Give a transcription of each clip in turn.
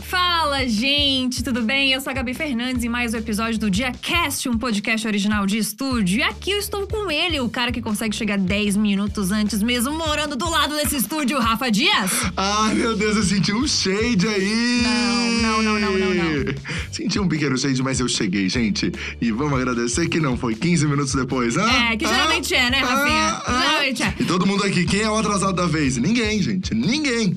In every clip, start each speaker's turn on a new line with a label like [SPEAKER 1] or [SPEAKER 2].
[SPEAKER 1] Fala, gente, tudo bem? Eu sou a Gabi Fernandes e mais um episódio do DiaCast, um podcast original de estúdio. E aqui eu estou com ele, o cara que consegue chegar 10 minutos antes mesmo, morando do lado desse estúdio, Rafa Dias.
[SPEAKER 2] Ai, meu Deus, eu senti um shade aí!
[SPEAKER 1] Não, não, não, não, não, não.
[SPEAKER 2] Senti um pequeno shade, mas eu cheguei, gente. E vamos agradecer que não foi 15 minutos depois, ah,
[SPEAKER 1] É, que geralmente é, né, Rafinha? Geralmente é.
[SPEAKER 2] E todo mundo aqui, quem é o atrasado da vez? Ninguém, gente, ninguém.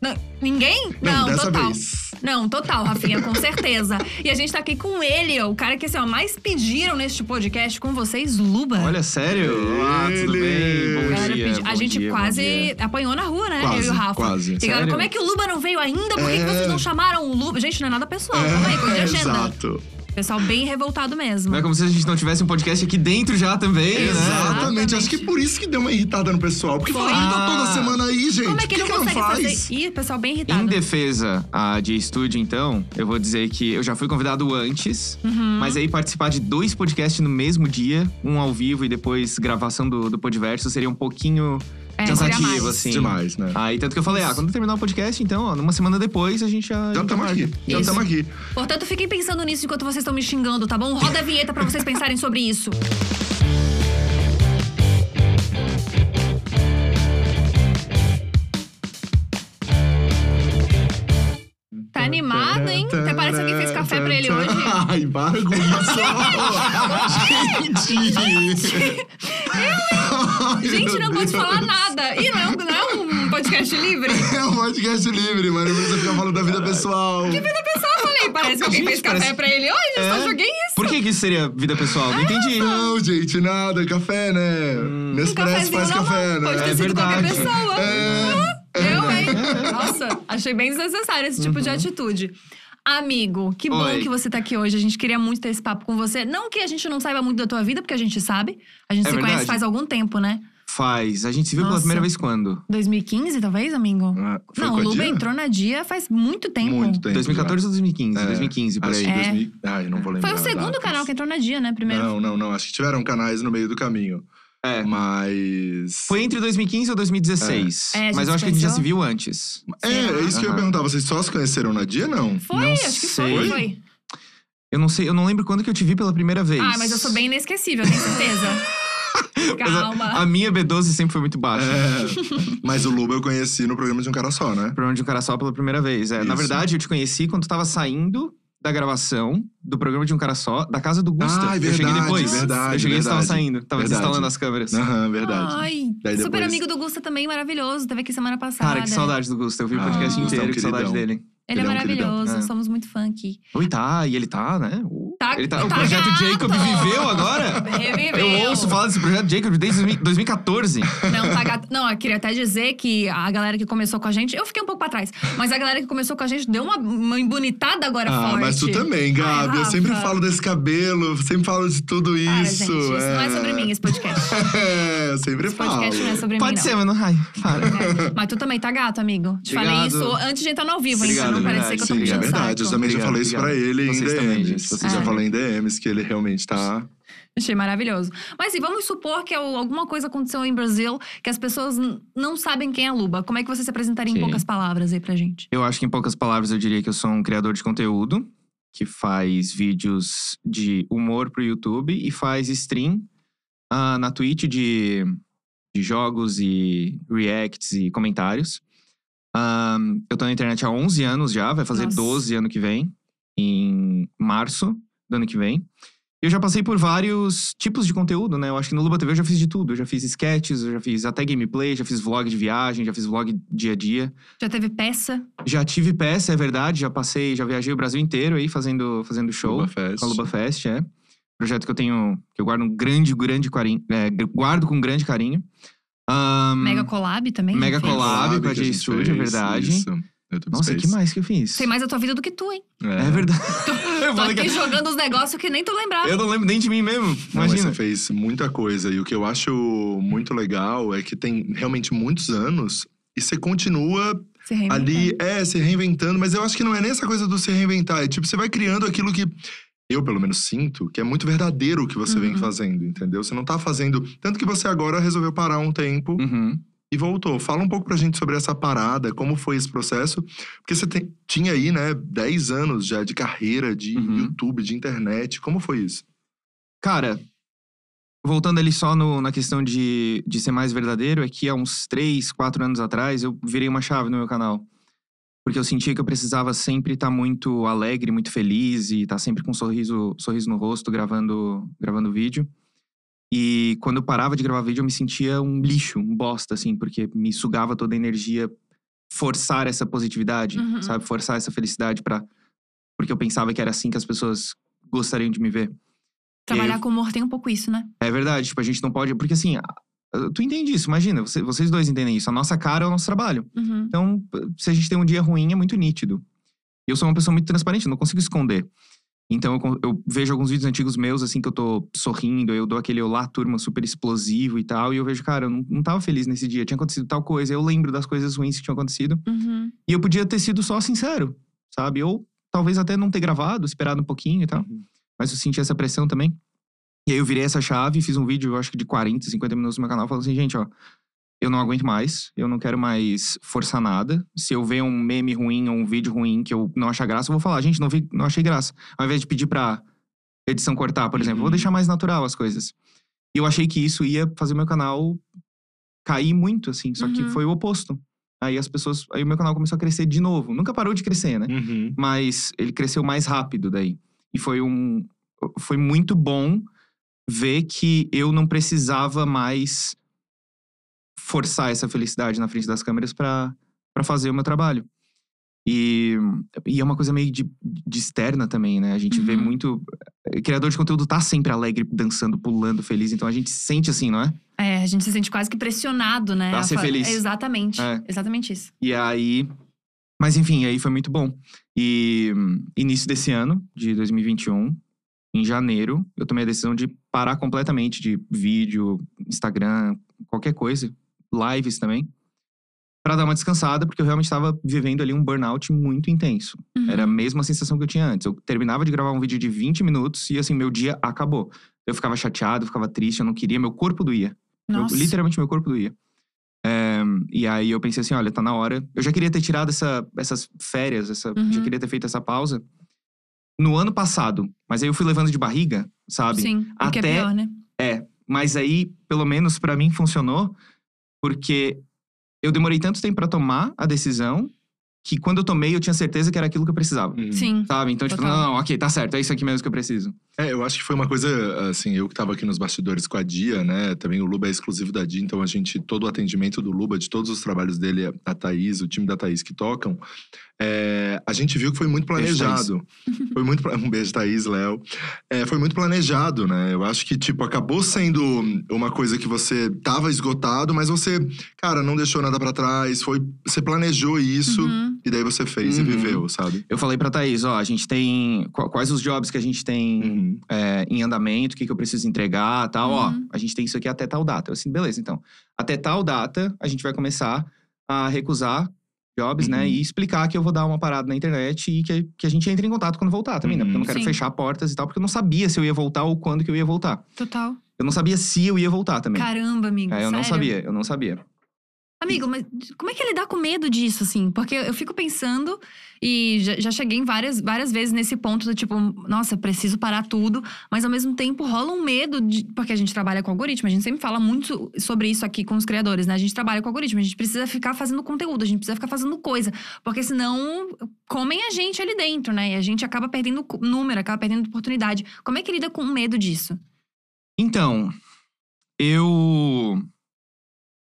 [SPEAKER 1] Não, ninguém?
[SPEAKER 2] Não, dessa
[SPEAKER 1] total.
[SPEAKER 2] vez.
[SPEAKER 1] Não, total, Rafinha, com certeza. E a gente tá aqui com ele, ó, o cara que assim, ó, mais pediram neste podcast com vocês, Luba.
[SPEAKER 3] Olha, sério? Olá, tudo
[SPEAKER 2] Ele.
[SPEAKER 3] bem? Bom
[SPEAKER 1] Galera
[SPEAKER 3] dia.
[SPEAKER 1] pedi- a
[SPEAKER 3] bom
[SPEAKER 1] gente
[SPEAKER 3] dia, bom
[SPEAKER 1] quase
[SPEAKER 3] dia.
[SPEAKER 1] apanhou na rua, né?
[SPEAKER 2] Quase,
[SPEAKER 1] eu e o Rafa.
[SPEAKER 2] quase.
[SPEAKER 1] E galera,
[SPEAKER 3] Sério?
[SPEAKER 1] como é que o Luba não veio ainda? Por que, que
[SPEAKER 2] É.
[SPEAKER 1] vocês não chamaram o Luba? Gente, não é nada pessoal, calma aí, coisa de agenda.
[SPEAKER 2] exato.
[SPEAKER 1] Pessoal bem revoltado mesmo.
[SPEAKER 3] Não é como se a gente não tivesse um podcast aqui dentro já também,
[SPEAKER 1] Exato.
[SPEAKER 3] né?
[SPEAKER 2] Exatamente. Acho que por isso que deu uma irritada no pessoal. Porque
[SPEAKER 1] Foi.
[SPEAKER 2] foi tá toda semana aí, gente.
[SPEAKER 1] Como é que ele
[SPEAKER 2] Por
[SPEAKER 1] não
[SPEAKER 2] que
[SPEAKER 1] consegue
[SPEAKER 2] faz?
[SPEAKER 1] fazer? Ih, pessoal bem irritado.
[SPEAKER 3] Em defesa ah, de estúdio, então, eu vou dizer que eu já fui convidado antes,
[SPEAKER 1] Uhum.
[SPEAKER 3] mas aí participar de dois podcasts no mesmo dia, um ao vivo e depois gravação do, do Podverso, seria um pouquinho
[SPEAKER 1] É, seria mais.
[SPEAKER 3] cansativo, assim.
[SPEAKER 2] Demais, né?
[SPEAKER 3] Aí tanto que eu falei, ah, quando terminar o podcast, então, ó, numa semana depois a gente já.
[SPEAKER 2] Já estamos aqui. Já
[SPEAKER 1] Isso.
[SPEAKER 2] estamos aqui.
[SPEAKER 1] Portanto, fiquem pensando nisso enquanto vocês estão me xingando, tá bom? Roda a vinheta pra vocês pensarem sobre isso. Tá animado, hein? Até parece que alguém fez café pra ele hoje.
[SPEAKER 2] Ai, para com isso! Gente! Ai,
[SPEAKER 1] Gente, não
[SPEAKER 2] meu
[SPEAKER 1] pode
[SPEAKER 2] Deus.
[SPEAKER 1] falar nada. Ih, não é um, não é um podcast livre?
[SPEAKER 2] É um podcast livre, mano. Não precisa ficar falando da vida pessoal.
[SPEAKER 1] Eu pensava, falei, parece que alguém
[SPEAKER 3] Gente,
[SPEAKER 1] fez café
[SPEAKER 3] parece-
[SPEAKER 1] pra ele hoje, eu
[SPEAKER 2] É?
[SPEAKER 1] só joguei isso.
[SPEAKER 3] Por que, que isso seria vida pessoal? Não entendi.
[SPEAKER 2] Não, gente, nada. Café, né?
[SPEAKER 1] Um
[SPEAKER 2] Nespresso
[SPEAKER 1] cafezinho
[SPEAKER 2] faz
[SPEAKER 1] na
[SPEAKER 2] café,
[SPEAKER 1] mão. Pode ter
[SPEAKER 2] né?
[SPEAKER 3] É
[SPEAKER 1] sido qualquer
[SPEAKER 3] verdade.
[SPEAKER 1] pessoa.
[SPEAKER 2] É. Uhum.
[SPEAKER 1] Eu, hein? Nossa, achei bem desnecessário esse tipo de atitude. Amigo, que bom
[SPEAKER 3] Oi.
[SPEAKER 1] que você tá aqui hoje. A gente queria muito ter esse papo com você. Não que a gente não saiba muito da tua vida, porque a gente sabe. A gente
[SPEAKER 3] É
[SPEAKER 1] se conhece
[SPEAKER 3] verdade.
[SPEAKER 1] faz algum tempo, né?
[SPEAKER 3] Faz. A gente se viu
[SPEAKER 1] Nossa.
[SPEAKER 3] pela primeira vez quando?
[SPEAKER 1] 2015, talvez, amigo?
[SPEAKER 2] Ah, foi
[SPEAKER 1] não,
[SPEAKER 2] com
[SPEAKER 1] o
[SPEAKER 2] a
[SPEAKER 1] Luba
[SPEAKER 2] Dia?
[SPEAKER 1] entrou na dia faz muito tempo.
[SPEAKER 2] Muito tempo.
[SPEAKER 3] 2014 ou 2015?
[SPEAKER 2] É.
[SPEAKER 3] 2015, por
[SPEAKER 2] Acho
[SPEAKER 3] aí.
[SPEAKER 2] que
[SPEAKER 1] É.
[SPEAKER 2] 2000 Ai, não vou lembrar.
[SPEAKER 1] Foi o segundo
[SPEAKER 2] datas.
[SPEAKER 1] canal que entrou na dia, né? Primeiro.
[SPEAKER 2] Não, não, não. Acho que tiveram canais no meio do caminho.
[SPEAKER 3] É.
[SPEAKER 2] Mas.
[SPEAKER 3] Foi entre 2015 ou 2016.
[SPEAKER 1] É, a gente
[SPEAKER 3] mas eu acho que a gente já
[SPEAKER 1] pensou.
[SPEAKER 3] se viu antes.
[SPEAKER 2] É,
[SPEAKER 1] né?
[SPEAKER 2] é isso que eu ia
[SPEAKER 3] Aham.
[SPEAKER 2] perguntar. Vocês só se conheceram na dia, não?
[SPEAKER 1] Foi,
[SPEAKER 3] Não
[SPEAKER 1] acho que foi,
[SPEAKER 3] sei.
[SPEAKER 1] foi.
[SPEAKER 3] Eu não sei, eu não lembro quando que eu te vi pela primeira vez.
[SPEAKER 1] Ah, mas eu sou bem inesquecível, tenho certeza.
[SPEAKER 3] Mas a-
[SPEAKER 1] Calma.
[SPEAKER 3] A, minha B12 sempre foi muito baixa.
[SPEAKER 2] É. Mas o Luba eu conheci no programa de um cara só, né?
[SPEAKER 3] Programa de um cara só pela primeira vez. É. Na
[SPEAKER 2] Isso.
[SPEAKER 3] verdade, eu te conheci quando tu tava saindo da gravação do programa de um cara só, da casa do Gusta.
[SPEAKER 2] Ah, é
[SPEAKER 3] eu cheguei
[SPEAKER 2] verdade,
[SPEAKER 3] depois.
[SPEAKER 2] verdade,
[SPEAKER 3] eu cheguei e tu tava
[SPEAKER 2] verdade.
[SPEAKER 3] saindo. Tava
[SPEAKER 2] Verdade.
[SPEAKER 3] desinstalando as câmeras.
[SPEAKER 2] Aham, verdade.
[SPEAKER 1] Ai,
[SPEAKER 2] Daí
[SPEAKER 1] super
[SPEAKER 2] depois-
[SPEAKER 1] amigo do Gusta também, maravilhoso. Teve aqui semana passada.
[SPEAKER 3] Cara, que saudade do Gusta. Eu vi o
[SPEAKER 2] Ah,
[SPEAKER 3] podcast
[SPEAKER 2] Gusta é um
[SPEAKER 3] inteiro, que saudade
[SPEAKER 2] queridão.
[SPEAKER 3] dele.
[SPEAKER 1] Ele, é
[SPEAKER 2] Ele é um
[SPEAKER 1] maravilhoso,
[SPEAKER 3] queridão. É.
[SPEAKER 1] somos muito fã aqui.
[SPEAKER 3] Oi, tá, e ele tá, né? Uh,
[SPEAKER 1] Tá-
[SPEAKER 3] ele
[SPEAKER 1] tá
[SPEAKER 3] o projeto
[SPEAKER 1] gato!
[SPEAKER 3] Jacob viveu agora?
[SPEAKER 1] Reviveu.
[SPEAKER 3] Eu ouço falar desse projeto Jacob desde 2000 2014.
[SPEAKER 1] Não, tá gato. Não, eu queria até dizer que a galera que começou com a gente. Eu fiquei um pouco pra trás, mas a galera que começou com a gente deu uma, uma embonitada agora
[SPEAKER 2] Ah,
[SPEAKER 1] forte.
[SPEAKER 2] mas tu também, Gabi.
[SPEAKER 1] Ai,
[SPEAKER 2] eu sempre
[SPEAKER 1] Rafa.
[SPEAKER 2] falo desse cabelo, sempre falo de tudo isso.
[SPEAKER 1] Para, gente, isso não é sobre mim, esse podcast.
[SPEAKER 2] É, eu sempre
[SPEAKER 1] Esse
[SPEAKER 2] falo.
[SPEAKER 1] podcast não é sobre
[SPEAKER 3] Pode
[SPEAKER 1] mim.
[SPEAKER 3] ser,
[SPEAKER 1] não.
[SPEAKER 3] mas não. Ai, para.
[SPEAKER 1] É. Mas tu também tá gato, amigo. Te falei
[SPEAKER 3] Obrigado.
[SPEAKER 1] isso antes de entrar no ao vivo, hein? Pra
[SPEAKER 3] Obrigado,
[SPEAKER 1] não
[SPEAKER 3] é
[SPEAKER 1] parecer
[SPEAKER 3] verdade,
[SPEAKER 1] que eu tô
[SPEAKER 3] sim,
[SPEAKER 2] É
[SPEAKER 1] puxando
[SPEAKER 2] verdade, eu
[SPEAKER 1] saco.
[SPEAKER 2] também já
[SPEAKER 3] Obrigado,
[SPEAKER 2] falei isso pra
[SPEAKER 3] obrigado.
[SPEAKER 2] ele em
[SPEAKER 3] Vocês também, gente,
[SPEAKER 2] DMs.
[SPEAKER 3] vocês
[SPEAKER 2] já
[SPEAKER 1] também.
[SPEAKER 2] falei em DMs que ele realmente tá.
[SPEAKER 1] Achei maravilhoso. Mas e vamos supor que al- alguma coisa aconteceu em Brasil que as pessoas n- não sabem quem é a Luba. Como é que você se apresentaria em
[SPEAKER 3] Sim.
[SPEAKER 1] poucas palavras aí pra gente?
[SPEAKER 3] Eu acho que, em poucas palavras, eu diria que eu sou um criador de conteúdo que faz vídeos de humor pro YouTube e faz stream ah, na Twitch de, de jogos e reacts e comentários. Ah, eu tô na internet há 11 anos já, vai fazer
[SPEAKER 1] Nossa.
[SPEAKER 3] 12 ano que vem, em março do ano que vem. E eu já passei por vários tipos de conteúdo, né? Eu acho que no Luba TV eu já fiz de tudo. Eu já fiz sketches, eu já fiz até gameplay, já fiz vlog de viagem, já fiz vlog dia a dia.
[SPEAKER 1] Já teve peça?
[SPEAKER 3] Já tive peça, é verdade. Já passei, já viajei o Brasil inteiro aí fazendo, fazendo show.
[SPEAKER 2] Luba Fest.
[SPEAKER 3] Com a Luba Fest, é. Projeto que eu tenho, que eu guardo um grande, grande carinho. é, guardo com grande carinho. Ahn,
[SPEAKER 1] Mega collab também?
[SPEAKER 3] Mega
[SPEAKER 1] Fez?
[SPEAKER 3] um collab. Collab
[SPEAKER 2] que
[SPEAKER 3] com a
[SPEAKER 2] a gente
[SPEAKER 3] J-Studio,
[SPEAKER 2] fez,
[SPEAKER 3] é verdade.
[SPEAKER 2] Isso. YouTube
[SPEAKER 3] Nossa,
[SPEAKER 2] Space.
[SPEAKER 3] que mais que eu fiz?
[SPEAKER 1] Sei mais da tua vida do que tu, hein?
[SPEAKER 3] É verdade. eu,
[SPEAKER 1] Tô
[SPEAKER 3] falei que-
[SPEAKER 1] aqui jogando uns negócios que nem tu lembrava.
[SPEAKER 3] eu não lembro nem de mim mesmo.
[SPEAKER 2] Não, mas
[SPEAKER 3] Imagina.
[SPEAKER 2] você fez muita coisa. E o que eu acho muito legal é que tem realmente muitos anos e você continua
[SPEAKER 1] Se reinventa.
[SPEAKER 2] ali, é, se reinventando. Mas eu acho que não é nem essa coisa do se reinventar. É tipo, você vai criando aquilo que eu, pelo menos, sinto que é muito verdadeiro o que você vem
[SPEAKER 1] Uhum.
[SPEAKER 2] fazendo, entendeu? Você não tá fazendo. Tanto que você agora resolveu parar um tempo
[SPEAKER 3] Uhum.
[SPEAKER 2] e voltou. Fala um pouco pra gente sobre essa parada, como foi esse processo, porque você tem- tinha aí, né, 10 anos já de carreira, de
[SPEAKER 3] Uhum.
[SPEAKER 2] YouTube, de internet, como foi isso?
[SPEAKER 3] Cara, voltando ali só no- na questão de, de ser mais verdadeiro, é que há uns 3, 4 anos atrás eu virei uma chave no meu canal. Porque eu sentia que eu precisava sempre estar muito alegre, muito feliz e estar sempre com um sorriso, sorriso no rosto gravando, gravando vídeo. E quando eu parava de gravar vídeo, eu me sentia um lixo, um bosta, assim, porque me sugava toda a energia forçar essa positividade,
[SPEAKER 1] Uhum.
[SPEAKER 3] sabe? Forçar essa felicidade para Porque eu pensava que era assim que as pessoas gostariam de me ver.
[SPEAKER 1] Trabalhar com humor tem um pouco isso, né?
[SPEAKER 3] É verdade, tipo, a gente não pode. Porque assim, a- a- tu entende isso, imagina, você- vocês dois entendem isso. A nossa cara é o nosso trabalho.
[SPEAKER 1] Uhum.
[SPEAKER 3] Então, p- se a gente tem um dia ruim, é muito nítido. E eu sou uma pessoa muito transparente, eu não consigo esconder. Então, eu, con- eu vejo alguns vídeos antigos meus, assim, que eu tô sorrindo, eu dou aquele olá, turma, super explosivo e tal. E eu vejo, cara, eu não, não tava feliz nesse dia, tinha acontecido tal coisa. Eu lembro das coisas ruins que tinham acontecido.
[SPEAKER 1] Uhum.
[SPEAKER 3] E eu podia ter sido só sincero, sabe? Ou talvez até não ter gravado, esperado um pouquinho e tal. Mas eu senti essa pressão também. E aí eu virei essa chave e fiz um vídeo, eu acho que de 40, 50 minutos no meu canal, falando assim, gente, ó, eu não aguento mais, eu não quero mais forçar nada. Se eu ver um meme ruim ou um vídeo ruim que eu não achar graça, eu vou falar, gente, não, vi, não achei graça. Ao invés de pedir pra edição cortar, por exemplo, eu vou
[SPEAKER 2] Uhum.
[SPEAKER 3] deixar mais natural as coisas. E eu achei que isso ia fazer meu canal cair muito, assim, só que
[SPEAKER 1] Uhum.
[SPEAKER 3] foi o oposto. Aí as pessoas. Aí o meu canal começou a crescer de novo. Nunca parou de crescer, né?
[SPEAKER 2] Uhum.
[SPEAKER 3] Mas ele cresceu mais rápido daí. E foi um. Foi muito bom ver que eu não precisava mais forçar essa felicidade na frente das câmeras pra pra fazer o meu trabalho. E, e é uma coisa meio de, de externa também, né? A gente vê
[SPEAKER 1] Uhum.
[SPEAKER 3] muito. Criador de conteúdo tá sempre alegre, dançando, pulando, feliz. Então a gente sente assim, não é?
[SPEAKER 1] É, a gente se sente quase que pressionado, né?
[SPEAKER 3] Pra
[SPEAKER 1] a
[SPEAKER 3] ser
[SPEAKER 1] fa-
[SPEAKER 3] feliz.
[SPEAKER 1] Exatamente.
[SPEAKER 3] É.
[SPEAKER 1] Exatamente isso.
[SPEAKER 3] E aí. Mas enfim, aí foi muito bom. E hum, início desse ano, de 2021, em janeiro, eu tomei a decisão de parar completamente de vídeo, Instagram, qualquer coisa, lives também, Pra dar uma descansada, porque eu realmente estava vivendo ali um burnout muito intenso.
[SPEAKER 1] Uhum.
[SPEAKER 3] Era a mesma sensação que eu tinha antes. Eu terminava de gravar um vídeo de 20 minutos e assim, meu dia acabou. Eu ficava chateado, eu ficava triste, eu não queria, meu corpo doía. Meu-
[SPEAKER 1] Uhum. Nossa.
[SPEAKER 3] literalmente, meu corpo doía. É, e aí eu pensei assim, olha, tá na hora. Eu já queria ter tirado essa, essas férias, essa,
[SPEAKER 1] Uhum.
[SPEAKER 3] já queria ter feito essa pausa no ano passado. Mas aí eu fui levando de barriga, sabe?
[SPEAKER 1] Sim, o que é
[SPEAKER 3] Até-
[SPEAKER 1] pior,
[SPEAKER 3] Hum.
[SPEAKER 1] né?
[SPEAKER 3] Mas aí, pelo menos pra mim, funcionou. Porque eu demorei tanto tempo pra tomar a decisão que quando eu tomei, eu tinha certeza que era aquilo que eu precisava.
[SPEAKER 2] Uhum.
[SPEAKER 1] Sim.
[SPEAKER 3] Sabe? Então, tipo,
[SPEAKER 1] Total.
[SPEAKER 3] não, não, ok, tá certo, é isso aqui mesmo que eu preciso.
[SPEAKER 2] É, eu acho que foi uma coisa, assim, eu que tava aqui nos bastidores com a Dia, né? Também o Luba é exclusivo da Dia, então a gente, todo o atendimento do Luba, de todos os trabalhos dele, a Thaís, o time da Thaís que tocam, é, a gente viu que foi muito
[SPEAKER 3] Beijo, Thaís.
[SPEAKER 2] planejado. Foi muito. pla- Um beijo, Thaís, Léo. É, foi muito planejado, né? Eu acho que, tipo, acabou sendo uma coisa que você tava esgotado, mas você, cara, não deixou nada pra trás, foi. Você planejou isso
[SPEAKER 1] Uhum.
[SPEAKER 2] e daí você fez e
[SPEAKER 3] Uhum.
[SPEAKER 2] viveu, sabe?
[SPEAKER 3] Eu falei pra Thaís, ó, a gente tem. qu- Quais os jobs que a gente tem
[SPEAKER 2] Uhum.
[SPEAKER 3] é, em andamento, o que, que eu preciso entregar, tal.
[SPEAKER 1] Uhum.
[SPEAKER 3] Ó, a gente tem isso aqui até tal data. Eu assim, beleza, então. Até tal data, a gente vai começar a recusar jobs,
[SPEAKER 2] Uhum.
[SPEAKER 3] né? E explicar que eu vou dar uma parada na internet e que, que a gente entre em contato quando voltar também, né? Porque eu não quero
[SPEAKER 1] Uhum. Sim.
[SPEAKER 3] fechar portas e tal, porque eu não sabia se eu ia voltar ou quando que eu ia voltar.
[SPEAKER 1] Total.
[SPEAKER 3] Eu não sabia se eu ia voltar também.
[SPEAKER 1] Caramba, amigo.
[SPEAKER 3] É, eu não
[SPEAKER 1] sério.
[SPEAKER 3] sabia, eu não sabia.
[SPEAKER 1] Amigo, mas como é que é lidar com medo disso, assim? Porque eu fico pensando, e já, já cheguei em várias, várias vezes nesse ponto do tipo, nossa, preciso parar tudo, mas ao mesmo tempo rola um medo, de, porque a gente trabalha com algoritmo, a gente sempre fala muito sobre isso aqui com os criadores, né? A gente trabalha com algoritmo, a gente precisa ficar fazendo conteúdo, a gente precisa ficar fazendo coisa, porque senão comem a gente ali dentro, né? E a gente acaba perdendo cu- número, acaba perdendo oportunidade. Como é que lida com o medo disso?
[SPEAKER 3] Então, eu.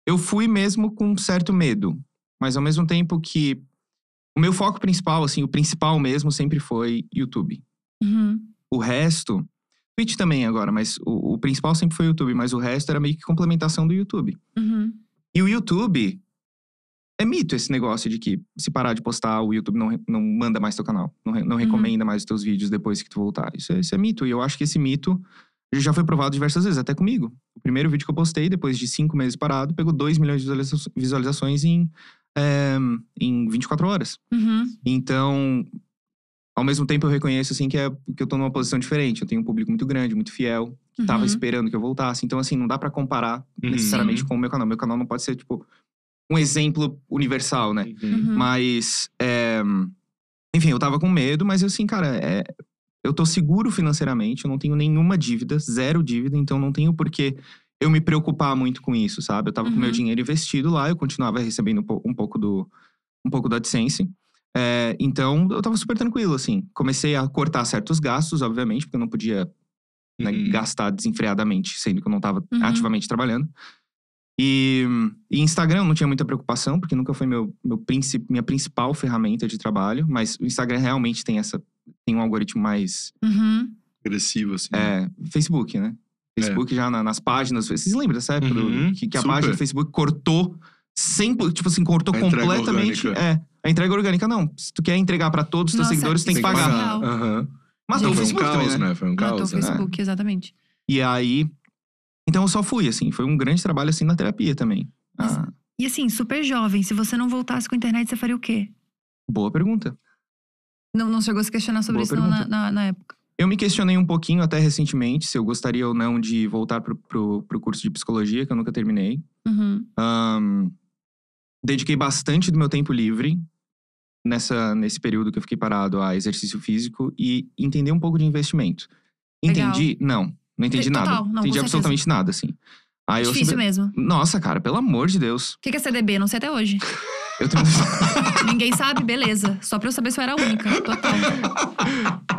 [SPEAKER 3] Eu fui mesmo com um certo medo, mas ao mesmo tempo que. O meu foco principal, assim, o principal mesmo sempre foi YouTube.
[SPEAKER 1] Uhum.
[SPEAKER 3] o resto. Twitch também agora, mas o, o principal sempre foi o YouTube, mas o resto era meio que complementação do YouTube.
[SPEAKER 1] Uhum.
[SPEAKER 3] E o YouTube. É mito esse negócio de que se parar de postar, o YouTube não, re- não manda mais teu canal, não, re- não
[SPEAKER 1] Uhum.
[SPEAKER 3] recomenda mais os teus vídeos depois que tu voltar. Isso é, isso é mito. E eu acho que esse mito já foi provado diversas vezes, até comigo. O primeiro vídeo que eu postei, depois de cinco meses parado, pegou 2 milhões de visualiza- visualizações em, eh, em 24 horas.
[SPEAKER 1] Uhum.
[SPEAKER 3] Então, ao mesmo tempo eu reconheço assim que é que eu tô numa posição diferente, eu tenho um público muito grande, muito fiel, que tava
[SPEAKER 1] Uhum.
[SPEAKER 3] esperando que eu voltasse. Então assim, não dá pra comparar
[SPEAKER 2] Uhum.
[SPEAKER 3] necessariamente com o meu canal. Meu canal não pode ser tipo um exemplo universal, né?
[SPEAKER 2] Uhum.
[SPEAKER 1] Uhum.
[SPEAKER 3] Mas, é, enfim, eu tava com medo, mas eu assim, cara, é, eu tô seguro financeiramente, eu não tenho nenhuma dívida, zero dívida, então não tenho porquê eu me preocupar muito com isso, sabe? Eu tava com meu
[SPEAKER 1] Uhum.
[SPEAKER 3] dinheiro investido lá, eu continuava recebendo um po- um pouco do, um pouco do AdSense. É, então, eu tava super tranquilo, assim. Comecei a cortar certos gastos, obviamente, porque eu não podia né,
[SPEAKER 2] Uhum.
[SPEAKER 3] gastar desenfreadamente, sendo que eu não estava
[SPEAKER 1] Uhum.
[SPEAKER 3] ativamente trabalhando. E, e Instagram eu não tinha muita preocupação, porque nunca foi meu, meu princi- minha principal ferramenta de trabalho, mas o Instagram realmente tem essa tem um algoritmo mais
[SPEAKER 1] Uhum.
[SPEAKER 2] Agressivo, assim.
[SPEAKER 3] é, Facebook, né?
[SPEAKER 2] É.
[SPEAKER 3] Facebook já na- nas páginas, vocês lembram dessa época do-
[SPEAKER 2] Uhum,
[SPEAKER 3] que, que a
[SPEAKER 2] super.
[SPEAKER 3] página do Facebook cortou 100%, tipo assim, cortou
[SPEAKER 2] A entrega
[SPEAKER 3] completamente
[SPEAKER 2] orgânica.
[SPEAKER 3] é, a entrega orgânica não. Se tu quer entregar para todos os teus
[SPEAKER 1] Nossa,
[SPEAKER 3] seguidores, tu tem que
[SPEAKER 1] isso é
[SPEAKER 3] pagar.
[SPEAKER 1] surreal.
[SPEAKER 2] Aham.
[SPEAKER 3] Mas
[SPEAKER 1] Gente,
[SPEAKER 3] o
[SPEAKER 2] Foi um
[SPEAKER 3] Facebook
[SPEAKER 2] caos,
[SPEAKER 3] também, né?
[SPEAKER 2] né? Foi um
[SPEAKER 1] Matou o
[SPEAKER 2] caos, né?
[SPEAKER 1] Facebook, exatamente.
[SPEAKER 3] E aí. Então eu só fui, assim. Foi um grande trabalho, assim, na terapia também.
[SPEAKER 1] Mas-
[SPEAKER 3] Ah,
[SPEAKER 1] E assim, super jovem, se você não voltasse com a internet, você faria o quê?
[SPEAKER 3] boa pergunta.
[SPEAKER 1] Não, não chegou a se questionar sobre
[SPEAKER 3] Boa
[SPEAKER 1] isso não, na,
[SPEAKER 3] pergunta.
[SPEAKER 1] na, na época.
[SPEAKER 3] Eu me questionei um pouquinho até recentemente se eu gostaria ou não de voltar pro, pro, pro curso de psicologia, que eu nunca terminei.
[SPEAKER 1] Uhum.
[SPEAKER 3] Ahn, dediquei bastante do meu tempo livre nessa, nesse período que eu fiquei parado a exercício físico e entender um pouco de investimento.
[SPEAKER 1] Legal.
[SPEAKER 3] Entendi? Não, não entendi
[SPEAKER 1] Total,
[SPEAKER 3] nada.
[SPEAKER 1] não, com
[SPEAKER 3] entendi
[SPEAKER 1] certeza.
[SPEAKER 3] absolutamente nada, assim. Aí eu
[SPEAKER 1] Difícil
[SPEAKER 3] sempre-
[SPEAKER 1] mesmo. O
[SPEAKER 3] Nossa, cara, pelo amor de Deus.
[SPEAKER 1] que que é CDB? Não sei até hoje.
[SPEAKER 3] Eu tenho
[SPEAKER 1] Ninguém sabe, beleza. Só pra eu saber se eu era a única. Total.